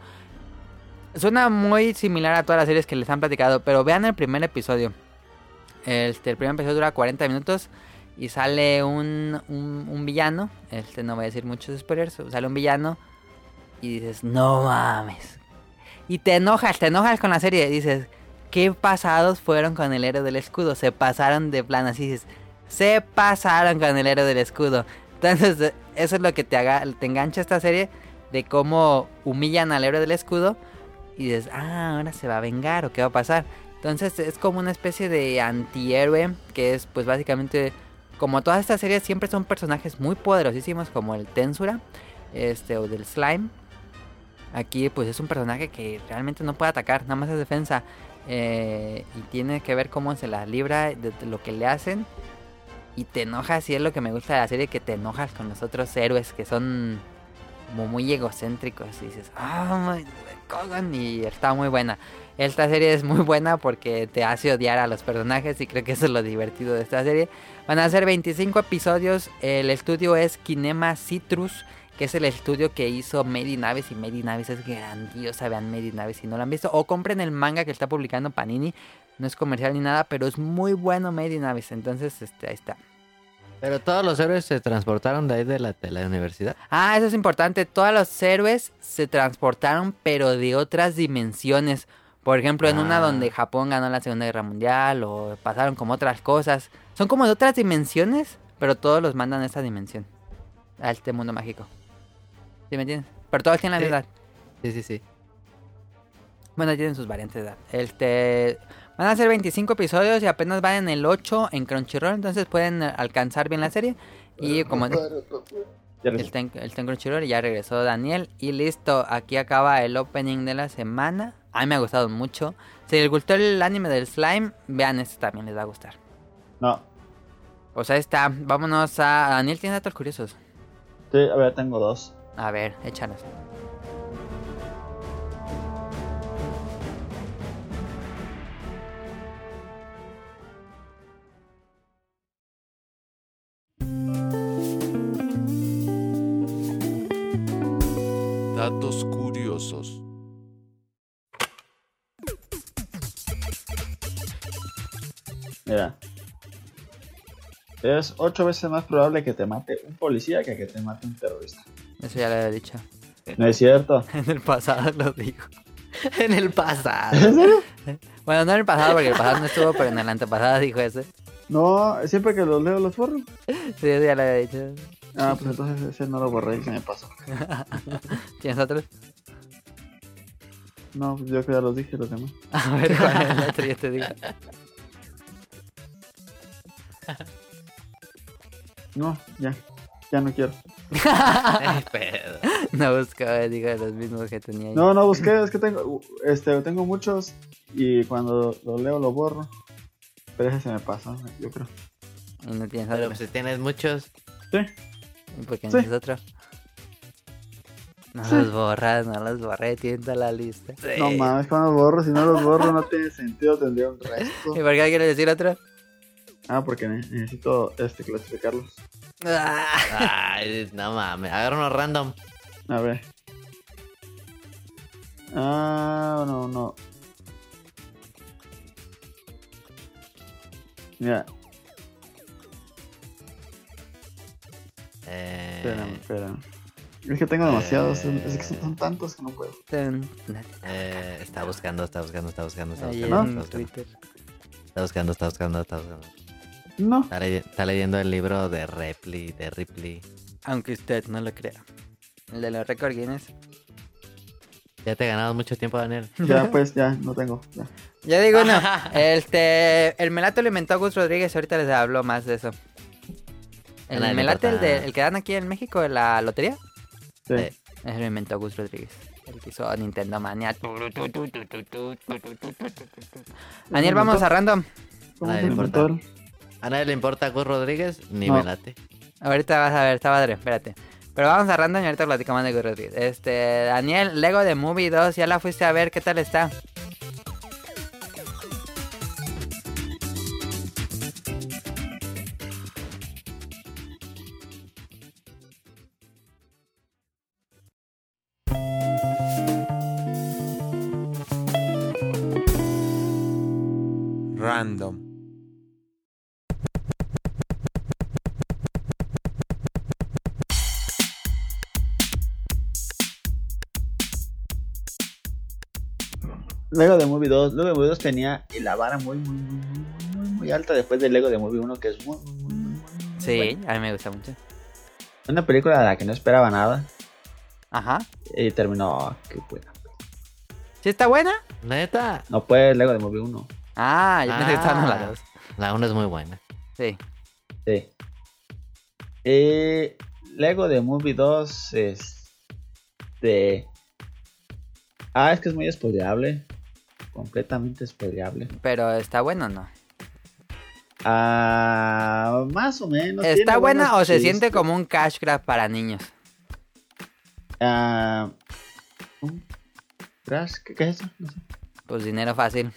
S1: Suena muy similar a todas las series que les han platicado, pero vean el primer episodio. Este, el primer episodio dura 40 minutos y sale un, un, un villano. Este, no voy a decir muchos spoilers. Sale un villano y dices, no mames. Y te enojas, te enojas con la serie. y Dices, qué pasados fueron con el héroe del escudo. Se pasaron de plan, así dices, se pasaron con el héroe del escudo. Entonces, eh, eso es lo que te, haga, te engancha esta serie de cómo humillan al héroe del escudo. Y dices, ah, ahora se va a vengar o qué va a pasar. Entonces es como una especie de antihéroe que es pues básicamente como todas estas series siempre son personajes muy poderosísimos como el Tensura este o del Slime. Aquí pues es un personaje que realmente no puede atacar, nada más es defensa eh, y tiene que ver cómo se las libra de lo que le hacen y te enojas y es lo que me gusta de la serie que te enojas con los otros héroes que son como muy egocéntricos y dices, ah, Kogan", y está muy buena. Esta serie es muy buena porque te hace odiar a los personajes y creo que eso es lo divertido de esta serie. Van a ser 25 episodios, el estudio es Kinema Citrus, que es el estudio que hizo Made in Abyss y Made in Abyss es grandiosa, vean Made in Abyss si no lo han visto o compren el manga que está publicando Panini. No es comercial ni nada, pero es muy bueno Made in Abyss, entonces este, ahí está.
S3: Pero todos los héroes se transportaron de ahí de la, de la universidad.
S1: Ah, eso es importante. Todos los héroes se transportaron, pero de otras dimensiones. Por ejemplo, en una
S3: Ah.
S1: donde Japón ganó la Segunda Guerra Mundial o pasaron como otras cosas. Son como de otras dimensiones, pero todos los mandan a esta dimensión. A este mundo mágico. ¿Sí me entiendes? Pero todos tienen la
S3: Sí.
S1: misma edad.
S3: Sí, sí, sí.
S1: Bueno, tienen sus variantes de edad. Este, van a ser 25 episodios y apenas van en el 8 en Crunchyroll, entonces pueden eh, alcanzar bien la serie. Y como... El
S2: Ya regresé.
S1: ten, el Ten Crunchyroll, y ya regresó Daniel. Y listo, aquí acaba el opening de la semana. A mí me ha gustado mucho. Si les gustó el anime del slime, vean este también les va a gustar.
S2: No.
S1: Pues ahí está. Vámonos a. Daniel tiene datos curiosos.
S2: Sí, a ver, tengo dos.
S1: A ver, échalos.
S6: Datos curiosos.
S2: Mira. Es ocho veces más probable que te mate un policía que que te mate un terrorista.
S1: Eso ya lo había dicho.
S2: No es cierto.
S1: En el pasado lo digo.
S3: en el pasado.
S1: Bueno, no en el pasado porque el pasado no estuvo, pero en el antepasado dijo ese.
S2: No, siempre que los leo los borro.
S1: Sí, eso ya lo había dicho.
S2: Ah, pues entonces ese no lo borré y se me pasó.
S1: ¿Tienes otros?
S2: No, pues yo que ya los dije los demás.
S1: A ver, ¿cuál es el otro? Yo te digo.
S2: No, ya. Ya no quiero.
S3: Ay, pedo.
S1: No buscaba, digo, los mismos que tenía yo.
S2: No, no busqué, es que tengo, u- este, tengo muchos y cuando los leo los borro. Pero ese se me pasó, yo creo.
S1: Y no tienes
S3: Pero
S1: otro.
S3: pues, si tienes muchos,
S2: Sí.
S1: ¿Y por qué no
S2: Sí.
S1: tienes otro? No los borras, no los borré, tienta la lista.
S2: No mames, cuando los borro, si no los borro no tiene sentido, tendría un resto.
S1: ¿Y por qué quieres decir otro?
S2: Ah, porque ne- necesito este clasificarlos.
S1: Ah.
S3: ay, no mames, agarra uno random.
S2: A ver. Ah, no, no. Mira,
S3: Eh,
S2: espérame, espérame. Es que tengo demasiados, es que son, son tantos que no puedo.
S1: Ten-
S3: eh, está buscando, está buscando, está buscando, está
S1: Ahí
S3: buscando.
S1: en
S3: está buscando.
S1: Twitter.
S3: Está buscando, está buscando, está buscando.
S2: No.
S3: Está, leye- está leyendo el libro de Ripley, de Ripley.
S1: Aunque usted no lo crea. El de los récord Guinness.
S3: Ya te he ganado mucho tiempo, Daniel.
S2: Ya, pues, ya, no tengo. ya.
S1: Ya digo no. Este, el melate lo inventó Gus Rodríguez, ahorita les hablo más de eso. El
S3: A nadie le
S1: melate, el,
S3: importa.
S1: de- el que dan aquí en México, en la lotería,
S2: Sí.
S3: Eh,
S1: ese lo inventó Gus Rodríguez. El que hizo Nintendo Mania. Daniel, vamos a random.
S2: ¿Cómo
S3: Nadie
S2: se
S3: le importa.
S2: inventaron?
S3: A nadie le importa a Gus Rodríguez, ni
S2: No.
S3: me late.
S1: Ahorita vas a ver, está padre, espérate. Pero vamos a random y ahorita platicamos de Gus Rodríguez. Este, Daniel, Lego de Movie 2, ya la fuiste a ver, ¿qué tal está?
S6: Random.
S2: Lego de Movie 2. Lego de Movie 2 tenía la vara muy, muy, muy, muy, muy, muy alta después del Lego de Movie 1, que es muy, muy, muy, muy, muy
S1: Sí,
S2: buena.
S1: a mí me gusta mucho.
S2: Una película de la que no esperaba nada
S1: Ajá.
S2: y terminó. ah, qué buena.
S1: ¿Sí está buena?
S3: Neta,
S2: No, pues, Lego de Movie 1.
S1: Ah, yo pensé que estaban
S3: Ah.
S1: las dos.
S3: la 1 es muy buena.
S1: Sí.
S2: Sí. Eh, Lego de Movie 2, este. Ah, es que es muy spoileable. Completamente spoileable.
S1: Pero está bueno o no.
S2: Ah, más o menos.
S1: ¿Está
S2: tiene
S1: buena
S2: buenos
S1: o se
S2: chistes.
S1: siente como un cash grab para niños?
S2: Ah, un crash, ¿Qué, qué es eso? No sé.
S1: Pues dinero fácil.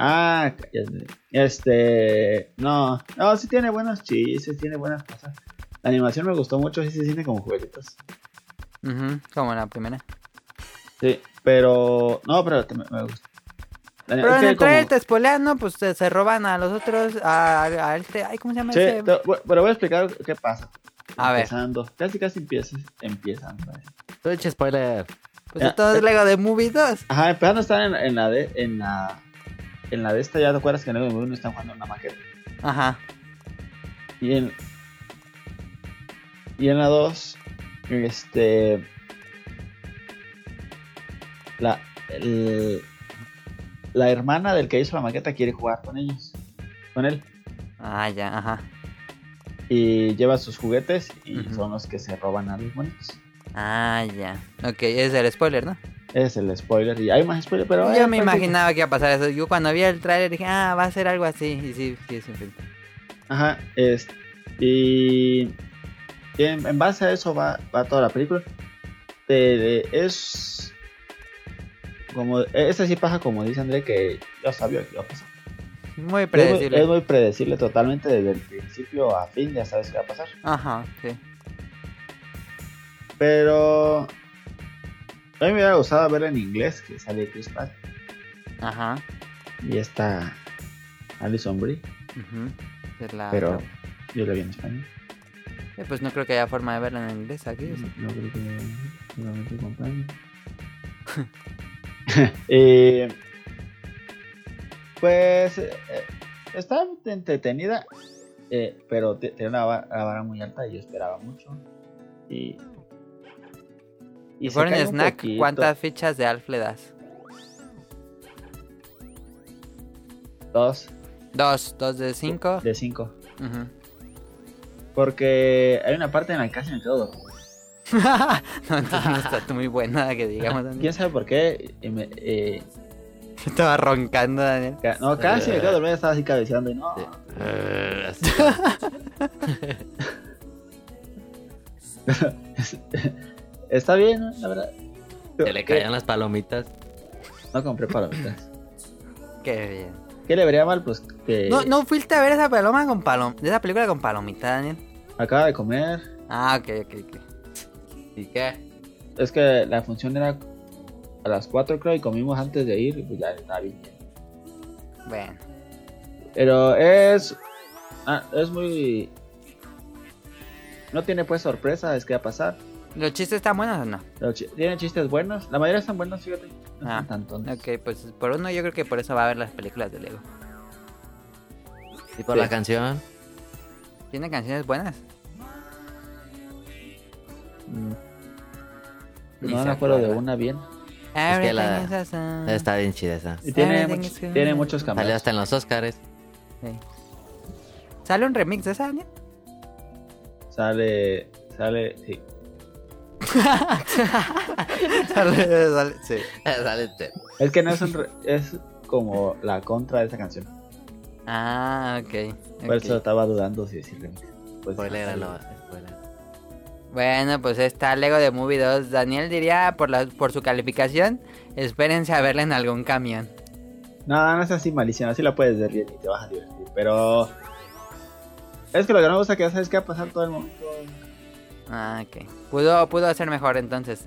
S2: Ah, ya sé. este. No, no, sí tiene buenos chistes, tiene buenas cosas. La animación me gustó mucho, sí se siente como juguetitos.
S1: Ujú, como la primera.
S2: Sí, pero. No, pero te- me, me gusta. La-
S1: Pero
S2: es
S1: en
S2: que
S1: el
S2: como-
S1: trailer te spoilean, ¿no? Pues se, se roban a los otros, a, a este... Ay, ¿cómo se llama
S2: Sí,
S1: ese?
S2: te- bu- pero voy a explicar qué pasa.
S1: A ver.
S2: Empezando. Casi, casi empiezas. Empiezando. eh.
S3: Tú eche spoiler.
S1: Pues esto es Lego de Movie 2.
S2: Ajá, empezando están en, en la de. En la, en la de esta, ya te acuerdas que en el mundo están jugando una maqueta.
S1: Ajá.
S2: Y en. Y en la 2. Este. La. el- la hermana del que hizo la maqueta quiere jugar con ellos. Con él.
S1: Ah, ya, ajá.
S2: Y lleva sus juguetes y
S1: Ujú.
S2: son los que se roban a los bonitos.
S1: Ah, ya. Ok, ese es el spoiler, ¿no?
S2: Es el spoiler. Y hay más spoiler, pero.
S1: Yo
S2: eh,
S1: me
S2: prácticamente-
S1: imaginaba que iba a pasar eso. Yo cuando vi el trailer dije, ah, va a ser algo así. Y sí, sí, es un film.
S2: Ajá, es, y, y en, en base a eso va, va toda la película. Te- de- es como, esa sí pasa como dice André que yo sabía que iba a pasar.
S1: Muy
S2: Es muy-
S1: predecible.
S2: Es muy predecible totalmente desde el principio a fin, ya sabes qué va a pasar.
S1: Ajá, sí.
S2: Pero a mí me hubiera gustado verla en inglés, que sale Chris Pratt
S1: Ajá.
S2: y está Alison Brie,
S1: ujú, de la
S2: pero
S1: otra.
S2: yo la vi en español.
S1: Eh, pues no creo que haya forma de verla en inglés aquí. o sea.
S2: No creo que solamente con pan. Eh, pues eh, está entretenida, eh, pero te- tiene una va- la vara muy alta y yo esperaba mucho. Y,
S1: Y
S2: se
S1: por un
S2: cae un
S1: snack,
S2: poquito.
S1: ¿cuántas fichas de Alf le das?
S2: Dos
S1: Dos, dos de cinco.
S2: de cinco.
S1: ujú.
S2: Porque hay una parte en la que casi me quedo dormido.
S1: no, entonces no está muy buena que digamos. Daniel.
S2: ¿Quién sabe por qué? Y me- eh,
S1: Estaba roncando, Daniel.
S2: ca- no, casi me quedo dormido, estaba así cabeceando y no.
S3: Eh, así.
S2: Está bien, ¿no? la verdad.
S3: Se le caían las palomitas.
S2: No compré palomitas.
S1: Qué bien.
S2: ¿Qué le vería mal? Pues que
S1: No, no fuiste a ver esa paloma con palom de esa película con palomita, Daniel.
S2: acaba de comer.
S1: Ah, ok, ok, ok.
S3: ¿Y qué?
S2: Es que la función era a las 4 creo y comimos antes de ir. y Pues ya estaba bien.
S1: Bueno.
S2: Pero es... ah, es muy... No tiene pues sorpresa, es que va a pasar.
S1: ¿Los chistes están buenos o no?
S2: Pero chi- tiene chistes buenos. La mayoría están buenos, fíjate. No
S1: Ah,
S2: están tan tontos.
S1: Ok, pues por uno yo creo que por eso va a ver las películas de Lego.
S3: ¿Y por
S2: Sí.
S3: la canción?
S1: Tiene canciones buenas.
S2: Mm.
S1: Ni
S2: No
S1: se
S2: me acuerdo de
S1: acuerda.
S2: una bien.
S3: Es que la-
S1: Everything is
S2: Ah.
S1: awesome.
S3: Está bien chida esa.
S1: Ah,
S2: Y tiene,
S1: Everything
S2: much-
S1: is good.
S2: tiene muchos cambios.
S3: Salió hasta en los Oscars.
S1: Sí. ¿Sale un remix de esa, Daniel?
S2: Sale... Sale... Sí.
S1: sale, sale, sí.
S3: Sale este.
S2: Es que no es un... re- es como la contra de esa canción.
S1: Ah, ok.
S2: Por eso
S1: ok.
S2: estaba dudando si decirle. Pues,
S3: Spoileralo, spoiler.
S1: Bueno, pues está Lego de Movie 2. Daniel diría, por, la, por su calificación, espérense a verla en algún camión.
S2: No, no es así malísima, así la puedes ver bien y te vas a divertir. Pero. Es que lo que no me gusta es que ya sabes que va a pasar todo el momento.
S1: Ah, ok. Pudo, pudo hacer mejor entonces.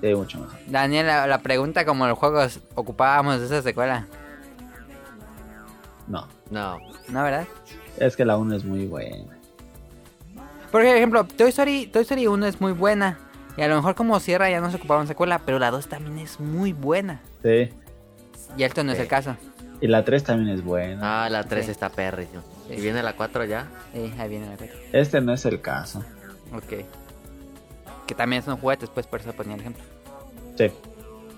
S2: Sí, mucho mejor.
S1: Daniel, la, la pregunta como los juegos ocupábamos de esa secuela.
S2: No,
S3: No.
S1: ¿No, verdad?
S2: es que la 1 es muy buena.
S1: Por ejemplo, Toy Story, Toy Story 1 es muy buena. Y a lo mejor como cierra ya no se ocupaba en secuela, pero la 2 también es muy buena.
S2: Sí,
S1: Y esto no es
S3: Sí.
S1: el caso.
S2: y la 3 también es buena.
S1: Ah.
S3: No, la 3
S1: Sí.
S3: está perrísima.
S1: Sí.
S3: ¿Y viene la 4 ya?
S1: Eh, ahí viene la cuatro.
S2: Este no es el caso.
S1: Ok. Que también son juguetes, pues por eso ponía el ejemplo.
S2: Sí,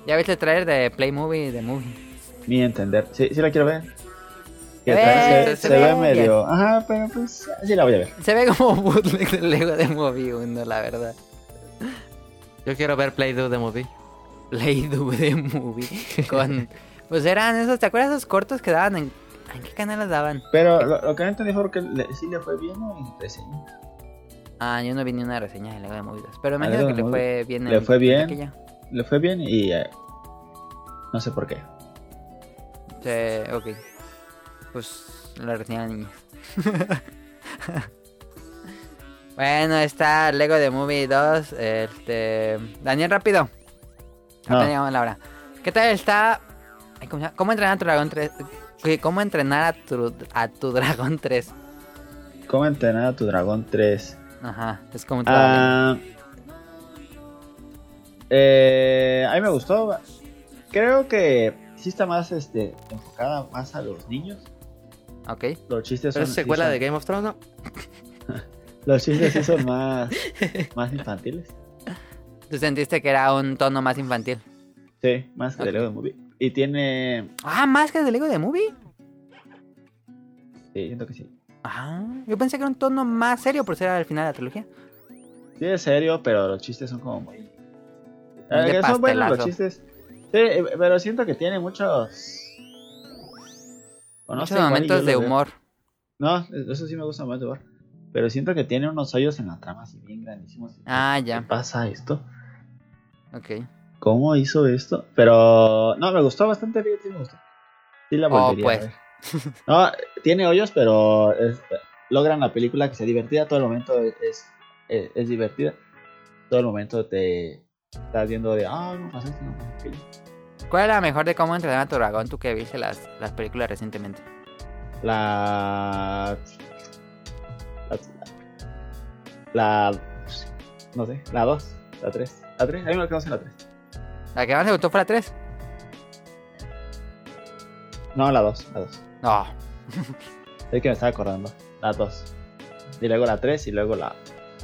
S1: ¿Ya viste el trailer de Play Movie de Movie?
S2: mi entender. Sí, sí la quiero ver. Que
S1: Eh,
S2: tal- se,
S1: se
S2: se
S1: ve
S2: ve
S1: bien.
S2: medio. Ajá, pero pues sí la voy a ver.
S1: Se ve como bootleg del Lego de Movie 1, la verdad.
S3: Yo quiero ver Play Do The Movie.
S1: Play Do de Movie. Con. Pues eran esos, ¿te acuerdas esos cortos que daban en. ¿En qué canal los daban?
S2: Pero lo, lo que no entendí fue que le- sí le fue bien pues, o en reseña.
S1: Ah, yo no vi ni una reseña de Lego de Movie 2. Pero me
S2: Ah,
S1: imagino que
S2: Lego de
S1: le fue
S2: Movie.
S1: bien.
S2: Le
S1: en-
S2: fue
S1: en
S2: bien.
S1: taquilla.
S2: Le fue bien y. eh, no sé por qué.
S1: Sí, ok. Pues la reseña de la niña. bueno, está Lego de Movie 2. Este. Daniel, rápido.
S2: No.
S1: Ya teníamos la hora. ¿Qué tal está? Ay, ¿Cómo, se llama? ¿Cómo entrenar a tu dragón 3? Oye, ¿Cómo entrenar a tu, a tu dragón 3?
S2: ¿Cómo entrenar a tu dragón 3?
S1: Ajá, es como un dragón.
S2: Ah, eh, a mí me gustó. Creo que sí está más este, enfocada más a los niños.
S1: Ok.
S2: Los chistes
S3: ¿Pero
S2: son,
S3: es
S2: sí
S3: secuela
S2: son-
S3: de Game of Thrones, no?
S2: los chistes sí son más, más infantiles.
S1: ¿Tú sentiste que era un tono más infantil?
S2: Sí, más que de
S1: Ok.
S2: Lego de Movie. Y tiene. eh,
S1: Ah, más que el de Lego de Movie.
S2: Sí, siento que sí.
S1: Ah, yo pensé que era un tono más serio por ser al final de la trilogía.
S2: Sí, es serio, pero los chistes son como muy.
S1: Muy de
S2: Eh, que son buenos los
S1: pastelazo.
S2: chistes. Sí, eh, pero siento que tiene muchos. o no
S1: Muchos
S2: sé, igual y yo
S1: momentos
S2: lo
S1: de
S2: veo.
S1: humor.
S2: No, eso sí me gusta más de Bar. Pero siento que tiene unos hoyos en la trama así bien grandísimos.
S1: Ah,
S2: ¿Qué
S1: ya.
S2: pasa esto?
S1: Ok.
S2: ¿Cómo hizo esto? Pero no, me gustó bastante, fíjate, me gustó. Sí la
S1: Oh,
S2: volvería a
S1: pues.
S2: ver. No, tiene hoyos, pero es- logran la película que sea divertida. Todo el momento es, es, es divertida. Todo el momento te estás viendo de, ah, no pasa esto, no pasa aquello".
S1: ¿Cuál es la mejor de cómo entrenar a tu dragón tú que viste las, las películas recientemente?
S2: La... La... La... No sé, la 2, la 3. La 3, a mí me alcanza la 3.
S1: ¿La que más te gustó fue la 3?
S2: No, la 2, la 2.
S1: No.
S2: Es que me estaba acordando. La 2. Y luego la 3 y luego la...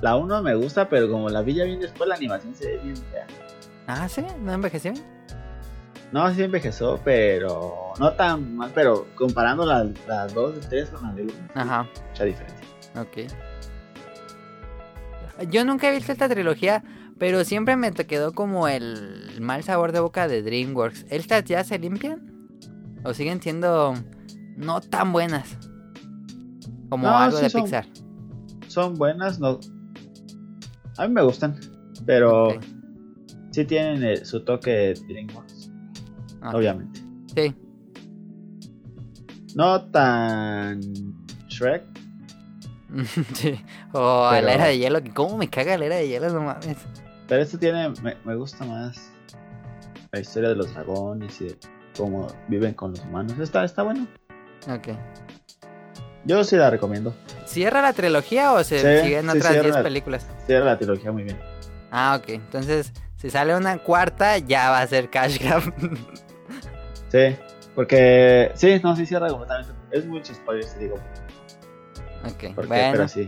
S2: La 1 me gusta, pero como la vi ya bien después, la animación se ve bien fea.
S1: Ah, sí, no envejeció.
S2: No, sí envejeció, pero... No tan mal, pero comparando la- las 2 y 3 con la de 1,
S1: Ajá,
S2: mucha diferencia.
S1: ok. Yo nunca he visto esta trilogía, pero siempre me te quedó como el mal sabor de boca de DreamWorks. ¿Estas ya se limpian? ¿O siguen siendo no tan buenas? Como
S2: No,
S1: algo
S2: sí
S1: de
S2: son-
S1: Pixar.
S2: Son buenas, no... A mí me gustan, pero...
S1: Ok,
S2: Sí tienen eh, su toque de DreamWorks,
S1: ok.
S2: obviamente.
S1: Sí,
S2: No tan Shrek,
S1: sí. O a
S2: Pero-
S1: la era de hielo, que cómo me caga la era de hielo, no mames.
S2: pero este tiene, me, me gusta más la historia de los dragones y de cómo viven con los humanos. Está, está bueno.
S1: Ok.
S2: Yo sí la recomiendo.
S1: ¿Cierra la trilogía o se
S2: Sí,
S1: siguen
S2: sí,
S1: otras
S2: cierra
S1: 10
S2: la-
S1: películas?
S2: Cierra la trilogía muy bien.
S1: Ah, ok. Entonces, si sale una cuarta, ya va a ser Cash Grab.
S2: Sí, porque sí, no, sí cierra completamente. Es mucho spoiler, si digo.
S1: ok,
S2: Porque,
S1: bueno.
S2: Pero sí.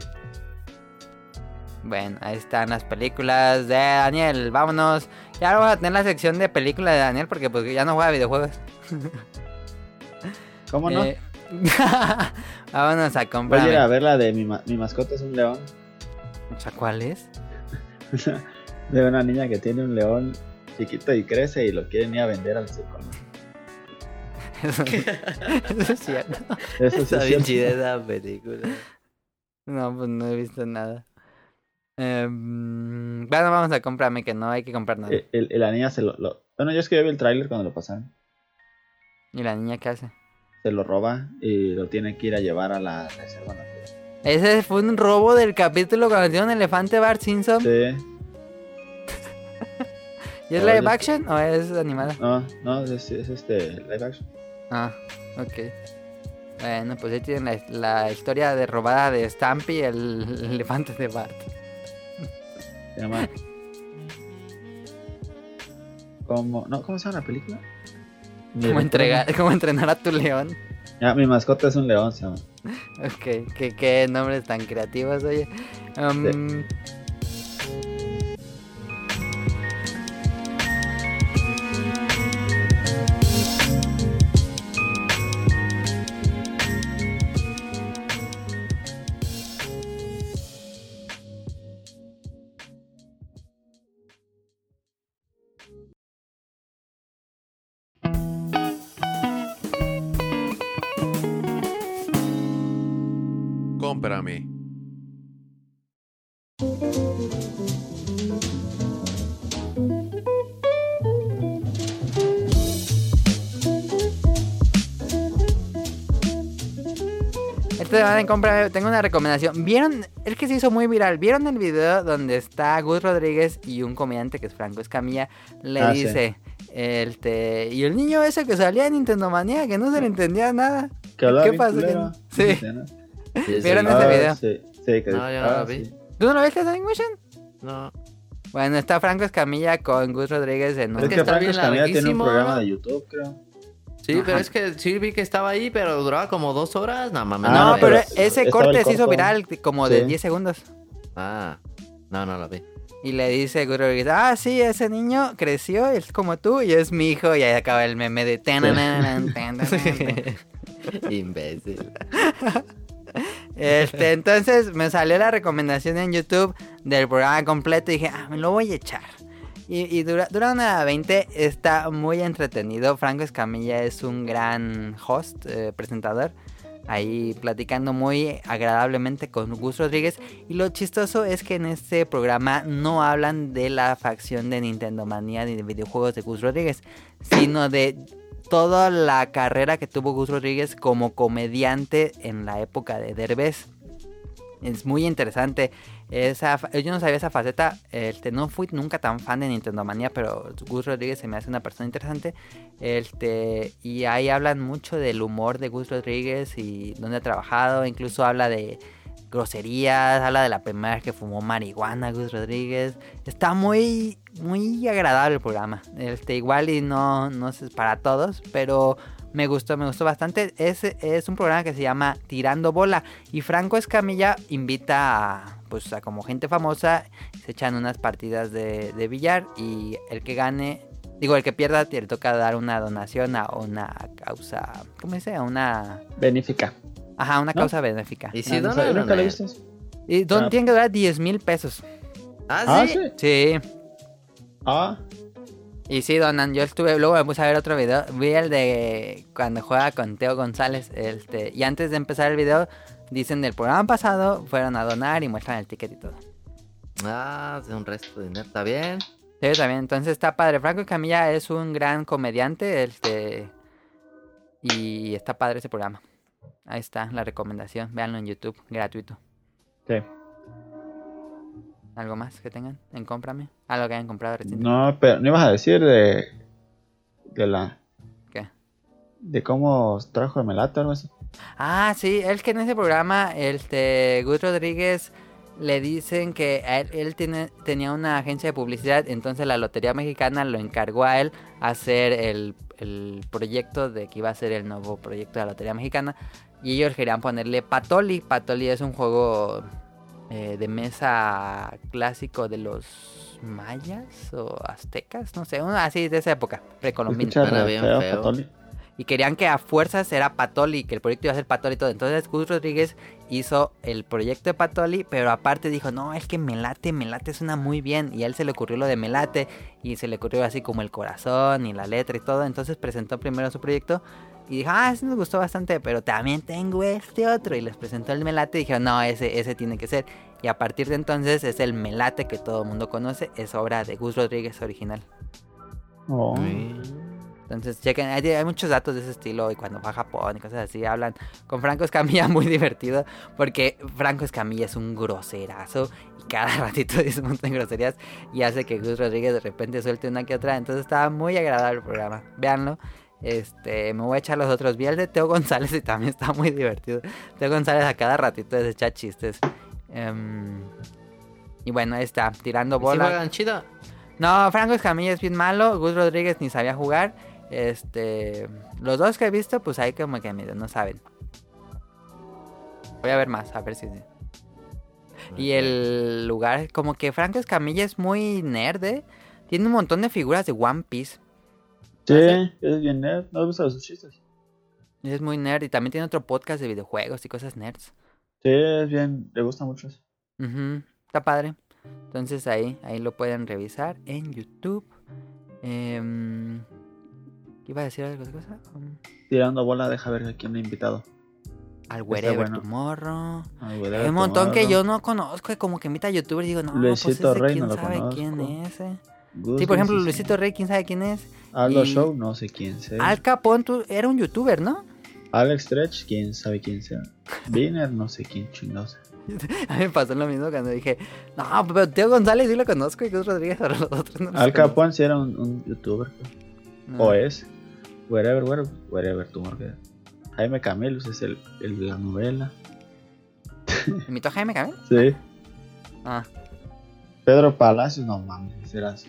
S1: Bueno, ahí están las películas de Daniel. Vámonos. Ya vamos a tener la sección de películas de Daniel porque pues ya no juega videojuegos.
S2: ¿Cómo no? Pues
S1: Eh, Vámonos a
S2: Voy a ir a
S1: comprar.
S2: ver la de mi, ma- mi mascota es un león.
S1: O sea, ¿cuál es?
S2: de una niña que tiene un león chiquito y crece y lo quieren ir a vender al circo.
S1: Eso, es cierto.
S2: Eso sí
S3: Está
S2: es cierto.
S3: bien chida esa película.
S1: No, pues no he visto nada. Eh, mm, bueno, vamos a comprarme que no hay que comprar nada.
S2: El, Eh, el- la niña se lo, lo- Bueno, yo es que yo vi el tráiler cuando lo pasaron.
S1: ¿Y la niña qué hace?
S2: Se lo roba y lo tiene que ir a llevar a la reserva natural.
S1: Ese fue un robo del capítulo cuando tiene un elefante Bart Simpson.
S2: Sí,
S1: ¿Y es live
S2: Ahora-
S1: action o es animada?
S2: no, no, es, es este live action.
S1: Ah, ok. Bueno, pues ahí tienen la, la historia de robada de Stampy, el, elefante de Bart.
S2: Se llama. ¿Cómo, no, ¿Cómo se llama la película? Mi
S1: Como,
S2: recuerdo.
S1: entregar, como entrenar a tu león.
S2: Ya, Ah, mi mascota es un león, se llama.
S1: Ok, qué, qué nombres tan creativos, oye. Um,
S6: Cómprame.
S1: Este van a comprar, tengo una recomendación. ¿Vieron? Es que se hizo muy viral. ¿Vieron el video donde está Gus Rodríguez y un comediante que es Franco Escamilla? Le
S2: Ah, sí.
S1: dice, este, y el niño ese que salía en Nintendo Manía, que no se le entendía nada.
S2: Que hablaba
S1: ¿Qué
S2: bien
S1: pasó?
S2: culero.
S1: Sí.
S2: ¿no?
S3: Sí, sí.
S1: ¿Vieron ese
S2: Ah,
S1: video?
S2: Sí, sí, que
S3: No, yo no
S2: ah,
S3: lo vi.
S2: sí.
S1: ¿Tú no lo viste, Sonic Motion?
S3: No.
S1: Bueno, está Franco Escamilla con Gus Rodríguez en
S2: Es
S1: un...
S3: que
S2: que
S3: está
S2: Franco
S3: bien
S2: Escamilla tiene un
S3: larguísimo,
S2: programa
S3: ¿no?
S2: de YouTube, creo.
S3: Sí, pero es que sí vi que estaba ahí, pero duraba como dos horas. No mames.
S2: Ah,
S1: no, pero
S2: pero estaba
S1: ese
S2: el
S1: corte se hizo
S2: corto.
S1: viral como de
S2: Sí.
S1: 10 segundos.
S3: Ah, no, no lo vi.
S1: Y le dice Gus Rodríguez, ah, sí, ese niño creció, es como tú y es mi hijo. Y ahí acaba el meme de... "Tanananan, tanananan".
S3: Imbécil.
S1: Este, entonces me salió la recomendación en YouTube del programa completo y dije, ah, me lo voy a echar. Y, y dura, dura una hora 20, está muy entretenido. Franco Escamilla es un gran host, eh, presentador. ahí platicando muy agradablemente con Gus Rodríguez. Y lo chistoso es que en este programa no hablan de la facción de Nintendo Manía ni de videojuegos de Gus Rodríguez, sino de toda la carrera que tuvo Gus Rodríguez como comediante en la época de Derbez. Es muy interesante. Esa, fa- yo no sabía esa faceta. Este, no fui nunca tan fan de Nintendo Manía, pero Gus Rodríguez se me hace una persona interesante. Este, y ahí hablan mucho del humor de Gus Rodríguez y dónde ha trabajado. Incluso habla de groserías, habla de la primera vez que fumó marihuana Gus Rodríguez. Está muy, muy agradable el programa. Este, igual y no, no es para todos, pero me gustó, me gustó bastante. Es, es un programa que se llama Tirando Bola. Y Franco Escamilla invita a, pues, a como gente famosa, se echan unas partidas de, de billar y el que gane, digo, el que pierda, te le toca dar una donación a una causa, ¿cómo dice? A una,
S2: Benéfica.
S1: ajá, una
S2: ¿No?
S1: causa benéfica.
S3: ¿Y si
S2: Ah, no
S3: donan
S2: sabía,
S3: o
S2: nunca
S3: no?
S2: lo viste.
S1: Y don,
S2: Ah.
S1: tienen que durar 10 mil pesos.
S3: Ah,
S2: Ah,
S3: sí.
S2: sí.
S1: Sí.
S2: Ah,
S1: Y sí, donan, yo estuve, luego me puse a ver otro video, vi el de cuando juega con Teo González, este, y antes de empezar el video, dicen del programa pasado, fueron a donar y muestran el ticket y todo.
S3: Ah, de un resto de dinero. Está bien.
S1: Sí, también, entonces está padre, Franco Camilla es un gran comediante, este, y está padre ese programa. Ahí está la recomendación, véanlo en YouTube, gratuito.
S2: sí.
S1: ¿Algo más que tengan en Cómprame? Algo que hayan comprado recientemente.
S2: No, pero no ibas a decir de. de la.
S1: ¿Qué?
S2: de cómo trajo el melato o algo así.
S1: Ah, sí, es que en ese programa, este, Gus Rodríguez le dicen que a él, él tiene, tenía una agencia de publicidad, entonces la Lotería Mexicana lo encargó a él hacer el, el proyecto de que iba a ser el nuevo proyecto de la Lotería Mexicana. Y ellos querían ponerle Patoli. Patoli es un juego eh, de mesa clásico de los mayas o aztecas, no sé, uno así de esa época, precolombino.
S2: Escucha
S3: Suena
S2: re
S3: bien
S2: feo,
S3: feo.
S2: Patoli.
S1: Y querían que a fuerzas era Patoli, que el proyecto iba a ser Patoli y todo. Entonces Gus Rodríguez hizo el proyecto de Patoli, pero aparte dijo, no, es que Melate, Melate suena muy bien. Y a él se le ocurrió lo de Melate, y se le ocurrió así como el corazón y la letra y todo. Entonces presentó primero su proyecto y dijo, ah, ese nos gustó bastante, pero también tengo este otro. Y les presentó el Melate y dijeron, no, ese, ese tiene que ser. Y a partir de entonces es el Melate que todo el mundo conoce, es obra de Gus Rodríguez original.
S2: Oh.
S1: Entonces, chequen, hay, hay muchos datos de ese estilo y cuando va a Japón y cosas así, hablan con Franco Escamilla muy divertido porque Franco Escamilla es un groserazo y cada ratito dice un montón de groserías y hace que Gus Rodríguez de repente suelte una que otra. Entonces, estaba muy agradable el programa, véanlo. Este, me voy a echar los otros. Vi el de Teo González y también está muy divertido. Teo González a cada ratito se echa chistes. Em, y bueno, ahí está, tirando
S3: ¿Sí
S1: bola.
S3: juegan chido?
S1: No, Franco Escamilla es bien malo. Gus Rodríguez ni sabía jugar. Este. Los dos que he visto, pues ahí como que medio no saben. Voy a ver más, a ver si. Y el lugar, como que Franco Escamilla es muy nerd, ¿eh? Tiene un montón de figuras de One Piece.
S2: Sí,
S1: ¿Ah,
S2: es bien nerd. ¿No has visto sus chistes?
S1: Es muy nerd y también tiene otro podcast de videojuegos y cosas nerds.
S2: Sí, es bien. Le gusta mucho eso.
S1: Ujú, Está padre. Entonces ahí, ahí lo pueden revisar en YouTube. Em, ¿Iba a decir alguna cosa? Mm.
S2: Tirando bola, deja ver a quién le he invitado.
S1: Al Wherever
S2: bueno.
S1: Tomorrow.
S2: Ay, güey,
S1: Hay
S2: debe
S1: un montón que yo
S2: tomarlo.
S1: no conozco, y como que invita a youtubers y digo, no, pues
S2: Luisito
S1: ese
S2: Rey
S1: quién
S2: no lo
S1: sabe quién
S2: conozco.
S1: es. eh?
S2: Gus
S1: Sí, por ejemplo,
S2: Luis-
S1: Luisito Rey, quién sabe quién es.
S2: Aldo
S1: y-
S2: Show, no sé quién sea.
S1: Al Capón tú, era un youtuber, ¿no?
S2: Alex Stretch, quién sabe quién sea. Viner, no sé quién chingados.
S1: A mí me pasó lo mismo cuando dije, no, pero Teo González sí lo conozco y Gus Rodríguez, pero los otros no los
S2: Al
S1: conozco".
S2: Capone sí era un, un youtuber.
S1: No.
S2: O es. Wherever, wherever, wherever tu morgue. Jaime Camelos es el, el de la novela.
S1: ¿Imitó a Jaime Camil?
S2: Sí.
S1: Ah,
S2: Pedro Palacios, no mames, ese era su,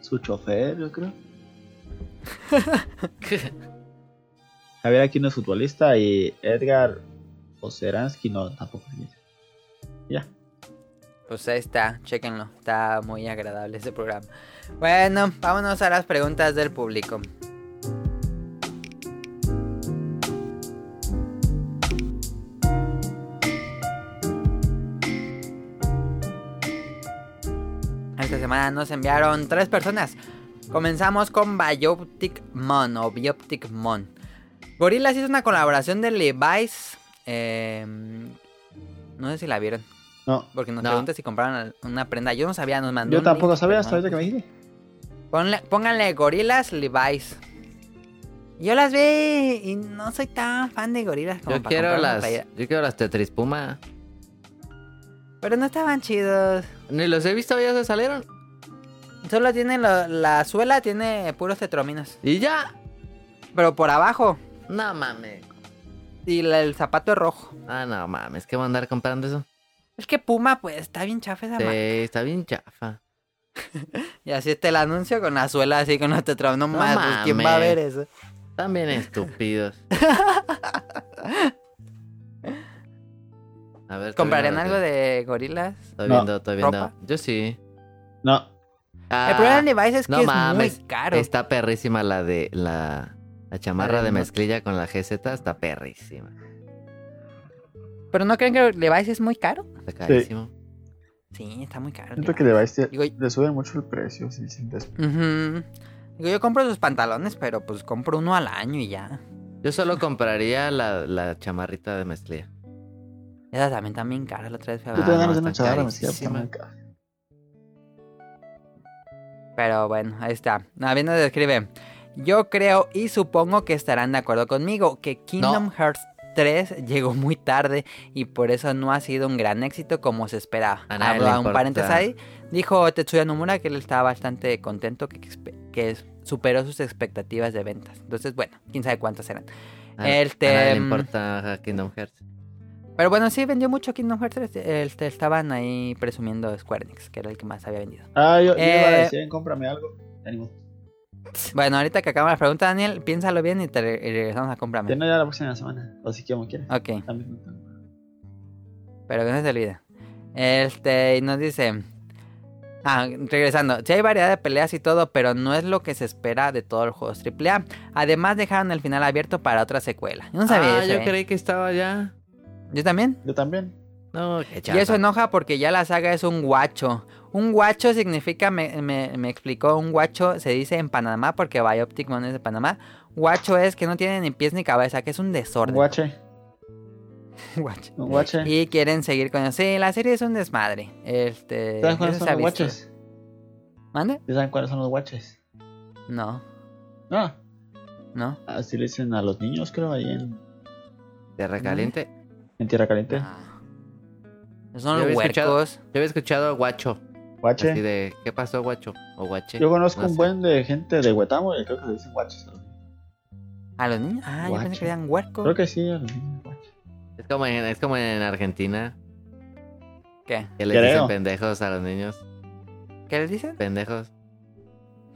S2: su chofer, yo creo. Javier Aquino es futbolista y Edgar Oceransky no, tampoco. Ya.
S1: pues ahí está, chéquenlo. Está muy agradable ese programa. Bueno, vámonos a las preguntas del público. Esta semana nos enviaron tres personas. Comenzamos con Bioptic Mon o Bioptic Mon. Gorillaz hizo una colaboración de Levi's eh, no sé si la vieron.
S2: No.
S1: Porque nos
S3: No.
S1: pregunta si compraron al- una prenda. Yo no sabía, nos mandó.
S2: Yo
S1: un
S2: tampoco
S1: link,
S2: sabía
S1: pero
S2: hasta
S1: no.
S2: ahorita que me dijiste.
S1: Ponle- pónganle gorilas Levi's. Yo las vi y no soy tan fan de gorilas como
S3: Yo
S1: para
S3: quiero,
S1: comprar una
S3: las,
S1: playera.
S3: yo quiero las Tetris Puma.
S1: Pero no estaban chidos.
S3: Ni los he visto, ya se salieron.
S1: Solo tiene lo- la suela, tiene puros tetrominos.
S3: Y ya.
S1: Pero por abajo.
S3: No mames.
S1: Y la- el zapato es rojo.
S3: Ah, no mames. ¿Qué voy a andar comprando eso?
S1: Es que Puma, pues, está bien chafa esa
S3: Sí,
S1: marca.
S3: está bien chafa.
S1: Y así está el anuncio con la suela así con los tetrominos. No
S3: No
S1: mames, pues, ¿quién va a
S3: mames.
S1: ver eso?
S3: Están bien estúpidos. A ver, estoy
S1: ¿Comprarían
S3: viendo
S1: algo de gorilas?
S3: lo que- Estoy
S2: No.
S3: viendo, estoy viendo.
S1: ¿Ropa?
S3: Yo sí.
S2: No.
S3: Ah,
S1: el problema de Levi's es que
S3: no
S1: es
S3: mames,
S1: muy caro.
S3: Está perrísima la de la, la
S1: La
S3: chamarra
S1: de
S3: de
S1: mo-
S3: mezclilla con la GZ. Está perrísima.
S1: ¿Pero no creen que Levi's es muy caro?
S3: Está carísimo.
S1: Sí, está muy caro.
S2: Siento
S1: Levi's.
S2: que le, va a este-
S1: Digo,
S2: le sube mucho el precio. Sí, sí, des-
S1: Ujú. Digo, yo compro sus pantalones, pero pues compro uno al año y ya.
S3: Yo solo compraría la, la chamarrita de mezclilla.
S1: Esas también están bien caras la otra vez fui a
S2: Yo
S1: ver.
S2: tengo
S3: Ah, no,
S2: ganas de una
S3: está
S2: chamarra mezclilla,
S3: carísima.
S2: pero está muy cara.
S1: Pero bueno, ahí está. Navi nos describe. Yo creo y supongo que estarán de acuerdo conmigo que Kingdom Hearts 3 llegó muy tarde y por eso no ha sido un gran éxito como se esperaba.
S3: A nadie
S1: Hablo
S3: le
S1: a un
S3: importa.
S1: paréntesis ahí. Dijo Tetsuya Nomura que él estaba bastante contento que, expe- que superó sus expectativas de ventas. Entonces, bueno, quién sabe cuántas eran.
S3: Ah, A-
S1: Este,
S3: a nadie le
S1: mm,
S3: importa ajá, Kingdom Hearts.
S1: Pero bueno, sí vendió mucho Kingdom Hearts 3. Este, estaban ahí presumiendo Square Enix, que era el que más había vendido.
S2: Ah, yo, yo iba a
S1: Eh,
S2: decir, cómprame algo. Ánimo.
S1: Bueno, ahorita que acabamos la pregunta, Daniel, piénsalo bien y te re- y regresamos a
S2: Te
S1: comprarme.
S2: no ya la próxima semana. O si como
S3: Ah.
S2: quieras.
S1: Ok.
S2: También no tengo.
S1: Pero que no se te olvide. Este, y nos dice. Ah, regresando. Sí hay variedad de peleas y todo, pero no es lo que se espera de todos los juegos AAA. Además, dejaron el final abierto para otra secuela. Yo no sabía
S3: ah,
S1: eso,
S3: yo
S1: ¿eh?
S3: creí que estaba ya.
S1: Yo también.
S2: Yo también.
S3: No, qué
S1: Y eso
S3: chafa.
S1: enoja porque ya la saga es un guacho. Un guacho significa, me, me- me explicó, un guacho se dice en Panamá porque Bioptic Mon es de Panamá. Guacho es que no tiene ni pies ni cabeza, que es un
S2: Un
S1: desorden.
S2: guache.
S1: Guacho.
S2: Un guache.
S1: Y quieren seguir con eso. Sí, la serie es un desmadre. Este.
S2: ¿Saben cuáles
S1: eso
S2: son
S1: se ha
S2: los
S1: visto.
S2: guaches?
S1: ¿Mande?
S2: ¿Ya saben cuáles son los guaches?
S1: No,
S2: No.
S1: no.
S2: Así le dicen a los niños, creo, ahí en,
S3: Tierra Caliente.
S2: en Tierra Caliente.
S1: Ah. Son los
S3: Yo había escuchado-
S1: huercos.
S3: Yo había escuchado guacho. Así
S2: guache.
S3: de, ¿qué pasó, guacho? O guache.
S2: Yo conozco
S3: no
S2: un
S3: sé.
S2: buen de gente de Huetamo y creo que le dicen guaches.
S1: A los niños. Ah, yo pensé
S2: Guacho.
S1: que eran huercos.
S2: Creo que sí, a los niños guaches.
S3: Es como en, es como en Argentina,
S1: ¿Qué?
S3: que les
S2: Creo.
S3: dicen pendejos a los niños.
S1: ¿Qué les dicen?
S3: Pendejos.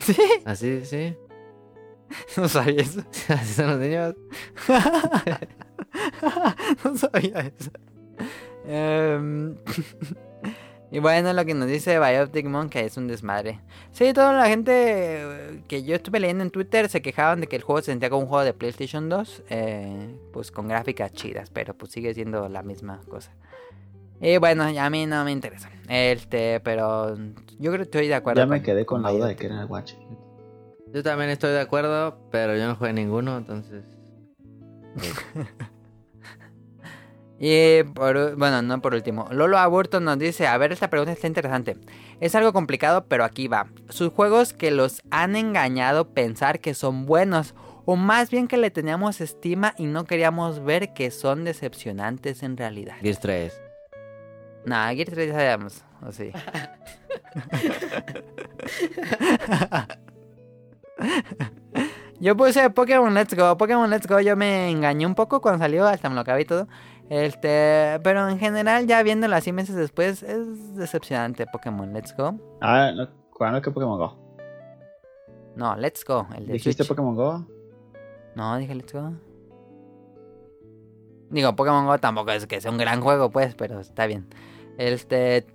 S1: Sí.
S3: Así, sí.
S1: No sabía eso.
S3: Así son los niños.
S1: no sabía eso. Em, y bueno, lo que nos dice Bioptic Monk que es un desmadre. Sí, toda la gente eh, que yo estuve leyendo en Twitter se quejaban de que el juego se sentía como un juego de PlayStation 2, eh, pues con gráficas chidas, pero pues sigue siendo la misma cosa. Y bueno, ya a mí no me interesa. Este, pero yo creo que estoy de acuerdo.
S2: Ya me quedé con la duda de
S1: Bioptic.
S2: que era el guache.
S3: Yo también estoy de acuerdo, pero yo no jugué ninguno, entonces.
S1: Y por, u- bueno, no por último. Lolo Aburto nos dice, a ver, esta pregunta está interesante. Es algo complicado, pero aquí va. Sus juegos que los han engañado pensar que son buenos, o más bien que le teníamos estima y no queríamos ver que son decepcionantes en realidad.
S3: Gears 3.
S1: Nah, Gears 3 ya sabíamos, o sí. yo puse Pokémon Let's Go, Pokémon Let's Go, yo me engañé un poco cuando salió, hasta me lo acabé y todo. Este, pero en general, ya viéndolo así meses después, es decepcionante Pokémon Let's Go.
S2: Ah, no, ¿cuándo que Pokémon Go?
S1: No, Let's Go, el de
S2: ¿Dijiste
S1: Switch.
S2: Pokémon Go?
S1: No, dije Let's Go. Digo, Pokémon Go tampoco es que sea un gran juego, pues, pero está bien. Este.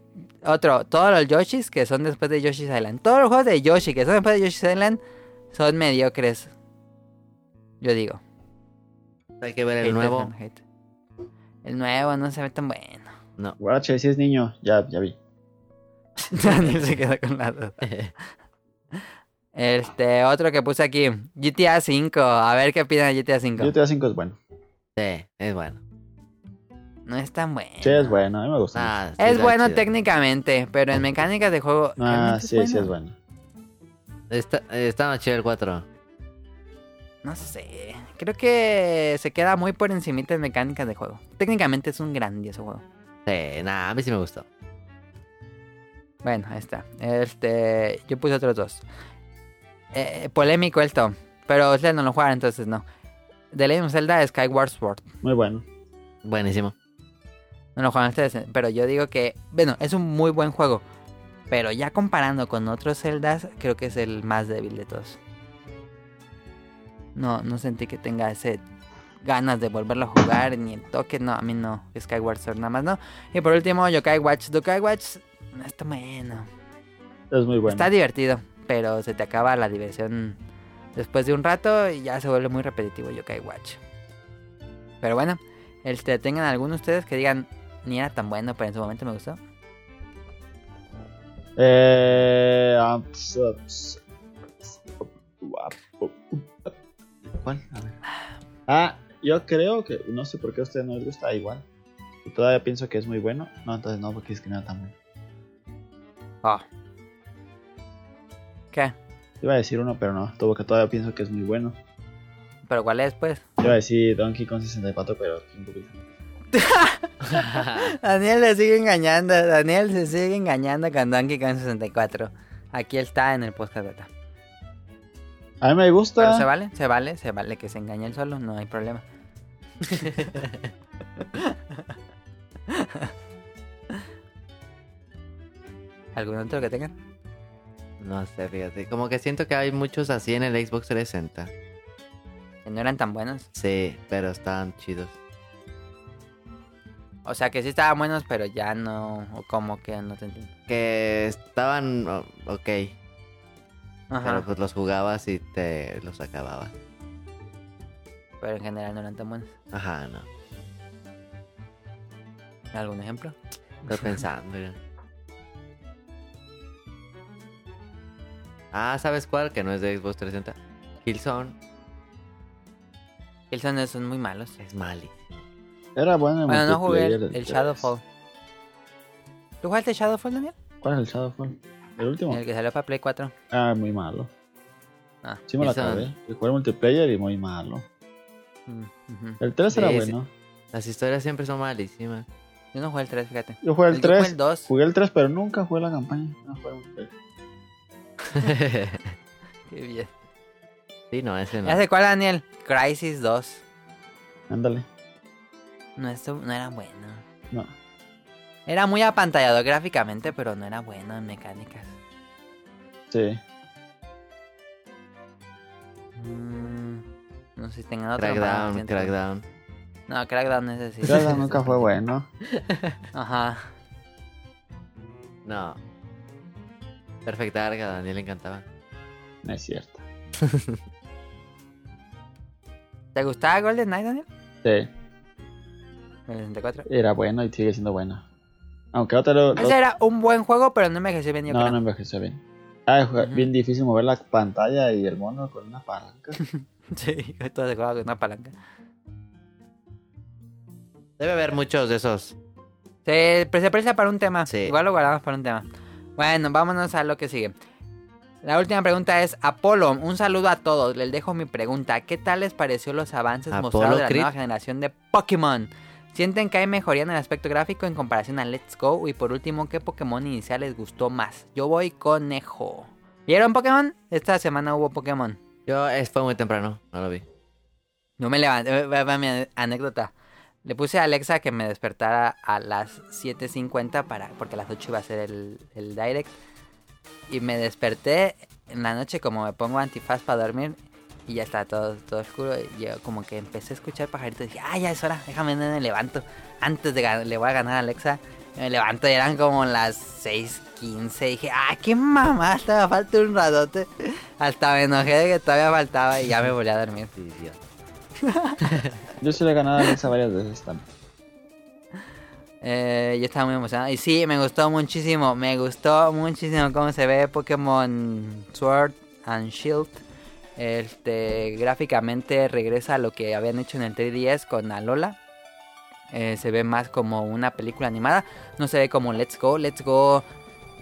S1: Otro, todos los Yoshis que son después de Yoshi's Island. Todos los juegos de Yoshi que son después de Yoshi's Island son mediocres. Yo digo.
S3: Hay que ver el
S1: Haters
S3: nuevo.
S1: gonna hate. El nuevo no se ve tan bueno.
S2: Guache, si es niño, ya, ya vi.
S1: Daniel se queda con la duda. Este, otro que puse aquí. GTA V. A ver qué opinan de GTA V.
S2: Yo te da 5 es bueno.
S3: Sí, es bueno.
S1: No es tan bueno.
S2: Sí, es bueno, a mí me gusta. mucho.
S3: Nah, Ah, sí,
S1: Es
S3: está
S1: bueno
S3: chido.
S1: técnicamente, pero en mecánicas de juego.
S2: Ah,
S1: realmente
S2: sí, sí es bueno.
S3: Está, está más chido el 4.
S1: No sé. Creo que se queda muy por encimita en mecánicas de juego. Técnicamente es un grandioso juego.
S3: Sí, nada, a mí sí me gustó.
S1: Bueno, ahí está. Este, yo puse otros dos. Eh, polémico esto, pero ustedes no lo jugaron, entonces no. The Legend of Zelda Skyward Sword.
S2: Muy bueno.
S3: Buenísimo.
S1: No lo juegan ustedes, eh, pero yo digo que, bueno, es un muy buen juego. Pero ya comparando con otros Zeldas, creo que es el más débil de todos. No, no sentí que tenga ese ganas de volverlo a jugar, ni el toque, no, a mí no. Skyward Sword nada más no. Y por último, Yokai Watch. Yokai Watch no está bueno.
S2: Es muy bueno.
S1: Está divertido, pero se te acaba la diversión después de un rato y ya se vuelve muy repetitivo Yokai Watch. Pero bueno, este, tengan alguno de ustedes que digan, ni era tan bueno, pero en su momento me gustó.
S2: Eh, ah, ps- ah, ps- ah, ps- ¿Cuál? A ver. Ah, yo creo que. No sé por qué a ustedes no les gusta, ah, igual. Y todavía pienso que es muy bueno. No, entonces no, porque es que no era tan bueno.
S1: Ah. ¿Qué?
S2: Iba a decir uno, pero no. Todo que todavía pienso que es muy bueno.
S1: ¿Pero cuál es, pues?
S2: Iba a decir Donkey Kong 64, pero aquí un poquito.
S1: Daniel le sigue engañando, Daniel se sigue engañando con Donkey Kong 64. Aquí está en el podcast beta.
S2: A mí me
S1: Pero se
S2: gusta.
S1: vale, se vale, se vale que se engañe él solo, no hay problema. ¿Algún otro que tengan?
S3: No sé, fíjate. Como que siento que hay muchos así en el Xbox 360.
S1: Que no eran tan buenos.
S3: Sí, pero están chidos.
S1: O sea que sí estaban buenos, pero ya no. O como que no te entiendo.
S3: Que estaban o- ok, pero
S1: Ajá.
S3: pues los jugabas y te los acababas.
S1: Pero en general no eran tan buenos.
S3: Ajá, no.
S1: ¿Algún ejemplo?
S3: Estoy pensando. mira. Ah, ¿sabes cuál? Que no es de Xbox 360. Killzone
S1: Killzone son muy malos.
S3: es Mali.
S2: Era bueno. en
S1: Bueno, no jugué
S2: multiplayer
S1: el, el
S2: tres.
S1: Shadowfall. ¿Tú jugaste Shadowfall, Daniel?
S2: ¿Cuál es el Shadowfall? ¿El último?
S1: El que salió para Play 4.
S2: Ah, muy malo.
S1: Ah,
S2: Sí me lo
S3: esa-
S2: acabé. Yo Jugué el multiplayer y muy malo.
S1: Mm, ujú.
S2: El 3 era
S3: Sí, sí.
S2: bueno.
S3: Las historias siempre son malísimas.
S1: Yo no jugué el 3, fíjate.
S2: Yo jugué el
S1: Yo jugué
S2: 3.
S1: el 2.
S2: Jugué el 3, pero nunca jugué la campaña. No jugué el
S1: Qué bien.
S3: sí, no, ese
S1: ¿Ya
S3: no.
S1: sé cuál, Daniel? Crisis 2.
S2: Ándale.
S1: No, esto no era bueno.
S2: No.
S1: Era muy apantallado gráficamente, pero no era bueno en mecánicas.
S2: Sí.
S1: Mm, no sé si tengan otro. más
S3: Crackdown,
S1: reciente.
S3: crackdown.
S1: No, Crackdown es así.
S2: Zelda nunca fue bueno.
S1: Ajá.
S3: No. Perfect Dark, a Daniel le encantaba.
S2: No es cierto.
S1: ¿Te gustaba Golden Knight, Daniel?
S2: Sí.
S1: El 64.
S2: Era bueno y sigue siendo bueno. Aunque otra lo. lo-
S1: Ese era un buen juego, pero no me envejeció bien, yo
S2: No,
S1: creo.
S2: no envejeció bien. Ah, jue-
S1: Ujú.
S2: bien difícil mover la pantalla y el mono con una palanca.
S1: Sí, todo se jugaba con una palanca.
S3: Debe haber muchos de esos.
S1: Se, pre- se presta para un tema.
S3: Sí.
S1: Igual lo guardamos para un tema. Bueno, vámonos a lo que sigue. La última pregunta es Apolo. Un saludo a todos. Les dejo mi pregunta. ¿Qué tal les pareció los avances
S3: Apolo
S1: mostrados de la
S3: Creed.
S1: nueva generación de Pokémon? ¿Sienten que hay mejoría en el aspecto gráfico en comparación a Let's Go? Y por último, ¿qué Pokémon inicial les gustó más? Yo voy conejo. ¿Vieron Pokémon? Esta semana hubo Pokémon.
S3: Yo, es, fue muy temprano, no lo vi.
S1: No me levanté. Va, va mi ane- anécdota. Le puse a Alexa que me despertara a las 7.50 para, porque a las 8 iba a ser el, el direct. Y me desperté en la noche como me pongo antifaz para dormir y ya está todo, todo oscuro. Y yo como que empecé a escuchar pajaritos y dije, ah, ya es hora, déjame me levanto. Antes de gan- le voy a ganar a Alexa. Me levanto y eran como las 6.15. Dije, ah, qué mamá, todavía falta un radote. Hasta me enojé de que todavía faltaba y ya me volví a dormir.
S3: Sí, Dios.
S2: Yo sí le he ganado a Alexa varias veces también.
S1: Eh, yo estaba muy emocionado. Y sí, me gustó muchísimo. Me gustó muchísimo cómo se ve Pokémon Sword and Shield. Este, gráficamente regresa a lo que habían hecho en el 3DS con Alola. eh, se ve más como una película animada. No se ve como Let's Go, Let's Go.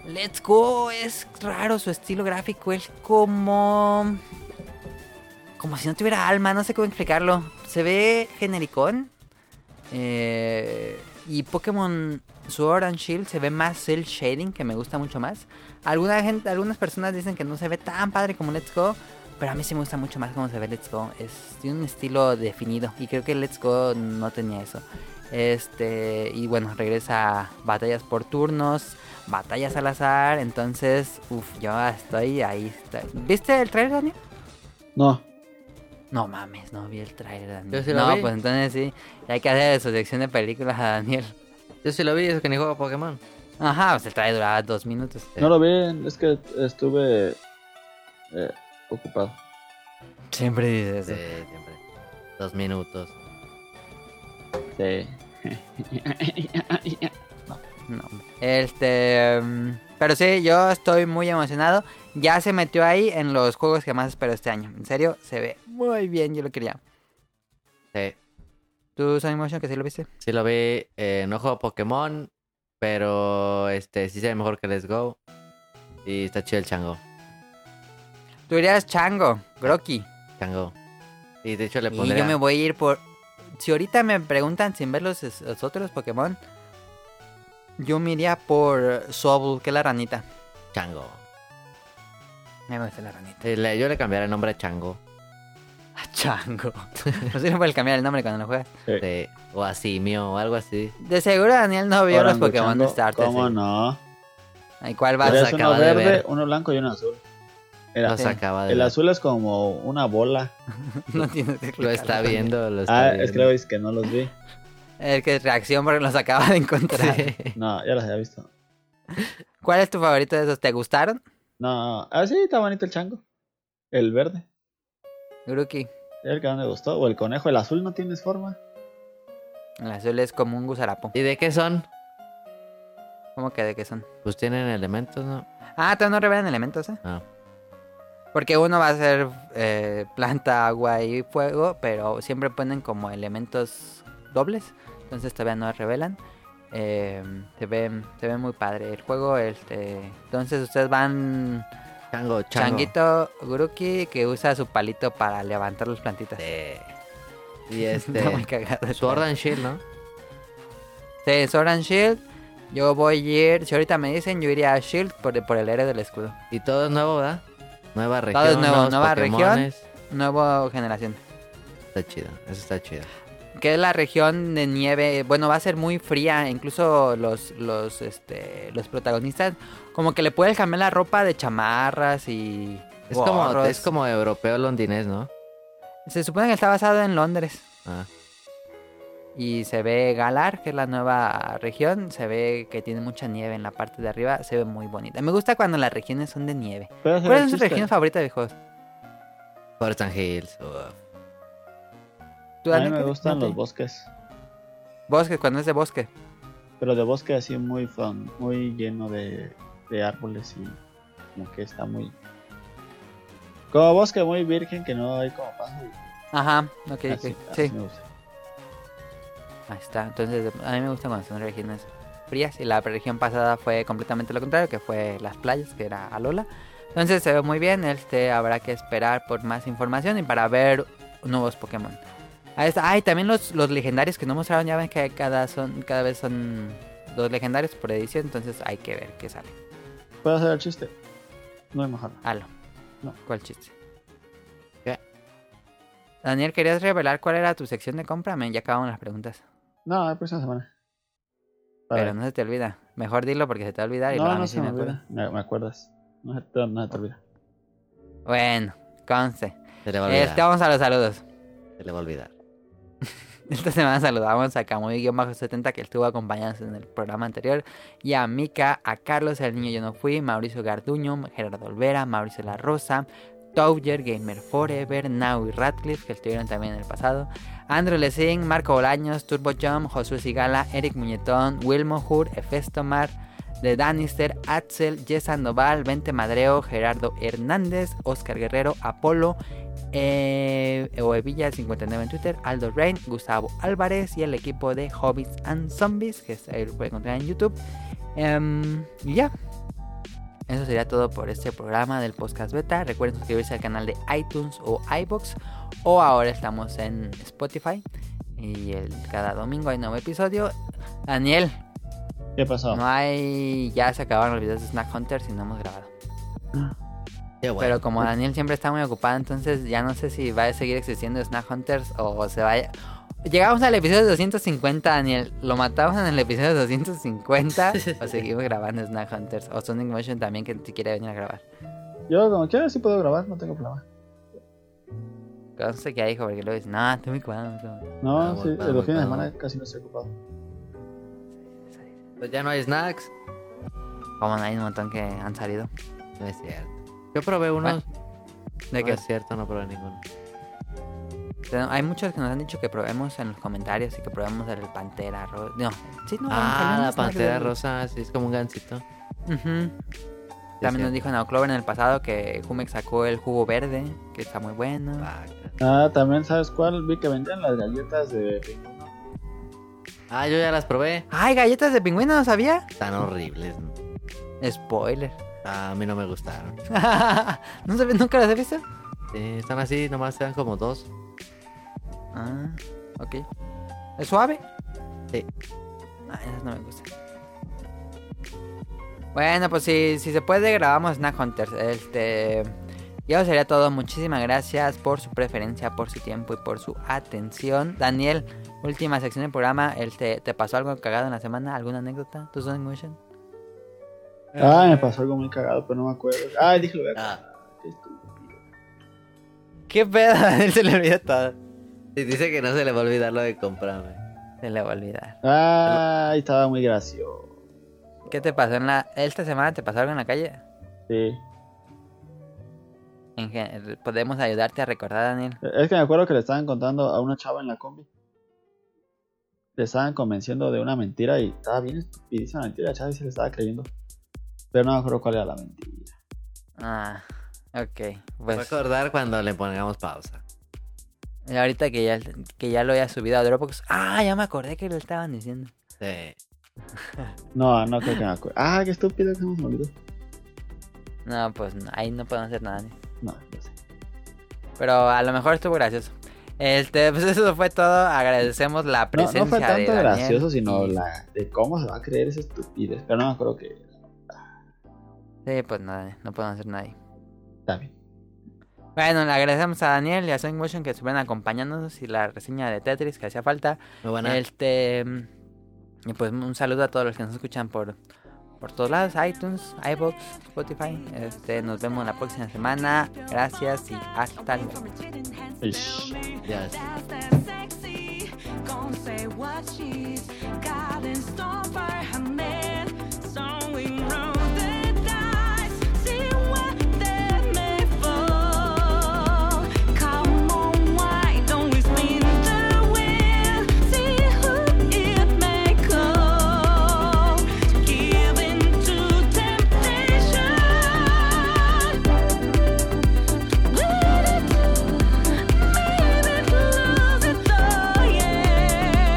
S1: Let's Go es raro su estilo gráfico, es como. Como si no tuviera alma, no sé cómo explicarlo. Se ve genericón. Eh, y Pokémon Sword and Shield se ve más cel shading, que me gusta mucho más. Alguna gente, algunas personas dicen que no se ve tan padre como Let's Go, pero a mí sí me gusta mucho más cómo se ve Let's Go. Es, tiene un estilo definido y creo que Let's Go no tenía eso. Este, y bueno, regresa a batallas por turnos, batallas al azar. Entonces, uff, yo estoy ahí. estoy- ¿Viste el trailer, Daniel?
S2: No,
S1: No mames, no vi el trailer, Daniel.
S3: Yo sí lo
S1: no,
S3: vi.
S1: pues entonces sí, hay que hacer su sección de películas a Daniel.
S3: Yo sí lo vi, eso que ni juego a Pokémon.
S1: Ajá, pues el trailer duraba dos minutos.
S3: Sí.
S2: no lo vi, es que estuve eh, ocupado.
S1: Siempre dices
S3: Sí,
S1: eso.
S3: siempre. Dos minutos.
S2: Sí.
S1: No. Este. mm, Pero sí, yo estoy muy emocionado. Ya se metió ahí en los juegos que más espero este año. En serio, se ve muy bien, yo lo quería.
S3: Sí,
S1: ¿Tú, Sonic Motion, que sí lo viste?
S3: sí lo vi. eh, no juego a Pokémon, pero este sí se ve mejor que Let's Go. Y está chido el chango.
S1: Tú dirías Chango, Grocky.
S3: Chango. Y de hecho le
S1: Y
S3: pondría...
S1: yo me voy a ir por. Si ahorita me preguntan sin ver los, los otros Pokémon, yo me iría por Sobble, que es la ranita.
S3: Chango.
S1: Me gusta la ranita.
S3: Eh, le- yo le cambiaré el nombre a Chango.
S1: Chango. No sé si puedes cambiar el nombre cuando lo juegas.
S3: Sí, o a Simio o algo así.
S1: De seguro Daniel no vio los Pokémon de
S2: Orangutango,
S1: Starter.
S2: ¿Cómo
S1: sí.
S2: no?
S1: ¿Y cuál vas?
S2: Pero es uno
S3: acaba de
S2: verde,
S3: ver.
S2: uno blanco y uno azul. El,
S3: No se
S1: sí.
S3: acaba de
S2: el
S3: ver.
S2: azul es como una bola.
S1: No tienes que
S3: Lo
S1: explicarlo.
S3: está viendo, lo está
S2: Ah,
S3: viendo.
S2: es que lo veis que no los vi.
S1: El que reacción porque los acaba de encontrar.
S3: Sí.
S2: No, ya los había visto.
S1: ¿Cuál es tu favorito de esos? ¿Te gustaron?
S2: No, ah, sí, está bonito el chango. El verde.
S1: Grookey.
S2: El que más me gustó. O el conejo, el azul no tienes forma.
S1: El azul es como un gusarapo.
S3: ¿Y de qué son?
S1: ¿Cómo que de qué son?
S3: Pues tienen elementos, ¿no?
S1: Ah, todavía no revelan elementos, ¿eh?
S3: Ah.
S1: Porque uno va a ser eh, planta, agua y fuego, pero siempre ponen como elementos dobles. Entonces todavía no revelan. Eh, se, ve, se ve muy padre el juego. Este... Entonces ustedes van
S3: Chango, chango.
S1: Changuito Grookey que usa su palito para levantar las plantitas.
S3: Sí. Y
S1: Está muy
S3: este.
S1: cagado.
S3: Sword and Shield, ¿no?
S1: Sí, Sword and Shield. Yo voy a ir. Si ahorita me dicen, yo iría a Shield por, por el héroe del escudo.
S3: Y todo es nuevo, ¿verdad? Nueva región.
S1: es nuevo,
S3: nuevos
S1: nueva región.
S3: Pokémones.
S1: Nueva generación.
S3: Está chido, eso está chido.
S1: Que es la región de nieve. Bueno, va a ser muy fría. Incluso los, los, este, los protagonistas, como que le puedes cambiar la ropa de chamarras y.
S3: Es como,
S1: gorros.
S3: es como europeo londinés, ¿no?
S1: Se supone que está basado en Londres.
S3: Ah,
S1: Y se ve Galar, que es la nueva región. Se ve que tiene mucha nieve en la parte de arriba. Se ve muy bonita. Me gusta cuando las regiones son de nieve.
S2: Pero ese
S1: ¿Cuál
S2: no
S1: es tu
S2: existe.
S1: región favorita de juegos?
S3: Forest and Hills. ah, uf.
S1: ¿Tú,
S2: A mí
S1: Dani,
S2: me
S1: qué-
S2: gustan
S1: no
S2: los
S1: te-
S2: bosques.
S1: bosques. Cuando es de bosque.
S2: Pero de bosque así muy fan, muy lleno de, de árboles y como que está muy... Como bosque muy virgen que no hay como paso.
S1: Ajá, ok, ok.
S2: Así-
S1: sí,
S2: Ah, así me gusta.
S1: ahí está. Entonces, a mí me gusta cuando son regiones frías. Y la región pasada fue completamente lo contrario, que fue las playas, que era Alola. Entonces, se ve muy bien. Este habrá que esperar por más información y para ver nuevos Pokémon. Ahí está. Ah, y también los, los legendarios que no mostraron. Ya ven que cada, son, cada vez son dos legendarios por edición. Entonces, hay que ver qué sale.
S2: ¿Puedo hacer el chiste? No hay mejor.
S1: Halo.
S2: No.
S1: ¿Cuál chiste?
S3: ¿Qué?
S1: Daniel, ¿querías revelar cuál era tu sección de compra? Men, ya acabamos las preguntas.
S2: No, la próxima semana. Para-
S1: Pero no se te olvida. Mejor dilo porque se te va a olvidar y luego
S2: no,
S1: a mí
S2: no
S1: sí
S2: se
S1: me
S2: me
S1: acuerdo.
S2: olvida. Me, me acuerdas. No, se te- no se te olvida.
S1: Bueno, conste.
S3: Se le va a olvidar.
S1: Este, vamos a los saludos.
S3: Se le va a olvidar.
S1: Esta semana saludamos a Camuy-70 que estuvo acompañándonos en el programa anterior. Y a Mica, a Carlos, el niño yo no fui, Mauricio Garduño, Gerardo Olvera, Mauricio La Rosa, Touger, Gamer Forever, Now y Radcliffe que estuvieron también en el pasado. Andrew Lessing, Marco Bolaños, Turbo Jump, Josué Sigala, Eric Muñetón, Wilmo Hur, Efestomar, de Danister, Axel, Jess Sandoval, Vente Madreo, Gerardo Hernández, Oscar Guerrero, Apolo, eh, Evilla 59 en Twitter, Aldo Rain, Gustavo Álvarez y el equipo de Hobbits and Zombies, que es- ahí lo pueden encontrar en YouTube. Em, y ya. Eso sería todo por este programa del podcast beta. Recuerden suscribirse al canal de iTunes o iBox. O ahora estamos en Spotify. Y el- cada domingo hay nuevo episodio. Daniel,
S2: ¿Qué pasó?
S1: no hay. Ya se acabaron los videos de Snack Hunter si no hemos grabado.
S3: Qué bueno.
S1: Pero como Daniel siempre está muy ocupado, entonces ya no sé si va a seguir existiendo Snack Hunters o se vaya. Llegamos al episodio 250, Daniel. Lo matamos en el episodio 250 o seguimos grabando Snack Hunters o Sonic Motion también que si quiere venir a grabar.
S2: Yo como quiera sí puedo grabar, no tengo problema.
S1: No sé qué dijo porque luego dice, no, estoy muy ocupado. muy ocupado".
S2: No,
S3: Ah,
S2: sí,
S3: bueno,
S2: los fines de
S3: bueno.
S2: semana casi no estoy ocupado.
S3: Pues ya no hay snacks.
S1: Como no hay un montón que han salido.
S3: No es cierto. Yo probé unos.
S1: De
S3: no
S1: que
S3: es cierto, no probé ninguno.
S1: hay muchos que nos han dicho que probemos en los comentarios y que probemos el Pantera Rosa. No, sí, no.
S3: ah,
S1: salió un
S3: la
S1: snack
S3: pantera
S1: de-
S3: rosa, sí, es como un gancito.
S1: Ujú. También nos dijo Naoclover en el pasado que Jumex sacó el jugo verde, que está muy bueno.
S3: Vaca.
S2: Ah, también sabes cuál vi que vendían las galletas de
S3: Eh.
S2: pingüino.
S3: Ah, yo ya las probé.
S1: ¡Ay, galletas de pingüino! ¿No sabía?
S3: Están horribles.
S1: Spoiler.
S3: Ah, a mí no me gustaron.
S1: ¿No sabía? ¿Nunca las he visto?
S3: Sí, están así, nomás eran como dos.
S1: Ah, ok. ¿Es suave?
S3: Sí.
S1: Ah, esas no me gustan. Bueno, pues si, si se puede, grabamos Snack Hunters. Este. Y eso sería todo. Muchísimas gracias por su preferencia, por su tiempo y por su atención. Daniel, última sección del programa. Este, ¿Te pasó algo cagado en la semana? ¿Alguna anécdota? ¿Tu Sonic Motion?
S2: Ah, me pasó algo muy cagado, pero no me acuerdo. Ah, dije lo voy a
S3: Ah,
S2: qué estúpido.
S1: ¿Qué pedo? A él se le olvidó todo.
S3: y dice que no se le va a olvidar lo de comprarme.
S1: Se le va a olvidar.
S2: Ah, estaba muy gracioso.
S1: ¿Qué te pasó en la. ¿Esta semana te pasó algo en la calle?
S2: Sí.
S1: En gen- Podemos ayudarte a recordar, Daniel.
S2: Es que me acuerdo que le estaban contando a una chava en la combi. Le estaban convenciendo de una mentira y estaba bien estupidísima mentira. La chava y se le estaba creyendo. Pero no me acuerdo cuál era la mentira.
S1: Ah, ok.
S3: Va a
S1: Pues
S3: acordar cuando le pongamos pausa.
S1: eh, ahorita que ya, que ya lo haya subido a Dropbox. Ah, ya me acordé que lo estaban diciendo.
S3: Sí.
S2: No, no creo que me acuerdo. Ah, qué estúpido que se me olvidó.
S1: No, pues no, ahí no podemos hacer nada. ¿no?
S2: No, no sé.
S1: Pero a lo mejor estuvo gracioso. Este, pues eso fue todo. Agradecemos la
S2: No,
S1: presencia
S2: no fue
S1: de
S2: tanto
S1: Daniel.
S2: gracioso, sino
S1: Y-
S2: la de cómo se va a creer esa estupidez. Pero no me acuerdo que
S1: Sí, pues nada, no podemos hacer nada. ahí.
S2: está bien.
S1: Bueno, le agradecemos a Daniel y a Sonic Motion que estuvieron acompañándonos y la reseña de Tetris que hacía falta.
S3: Muy buena.
S1: Este. mm, Y pues un saludo a todos los que nos escuchan por, por todos lados: iTunes, iBox, Spotify. Este, nos vemos la próxima semana. Gracias y hasta luego.
S2: Ish.
S3: Ya sé.
S7: fast and sexy. Gonna say what she's got in store for her man. So we roll the dice, see what they may fall. Come on, why don't we spin the wheel? See who it may call. Give in to temptation. Let it Maybe lose it all, yeah.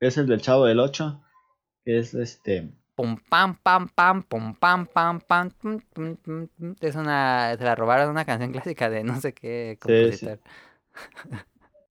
S2: Es el del Chavo del 8. Que es este.
S1: Pum, pam, pam, pam, pum, pam, pam, pam. tum, tum, tum, tum. Es una. Se la robaron una canción clásica de no sé qué
S2: Sí, sí.
S1: compositor.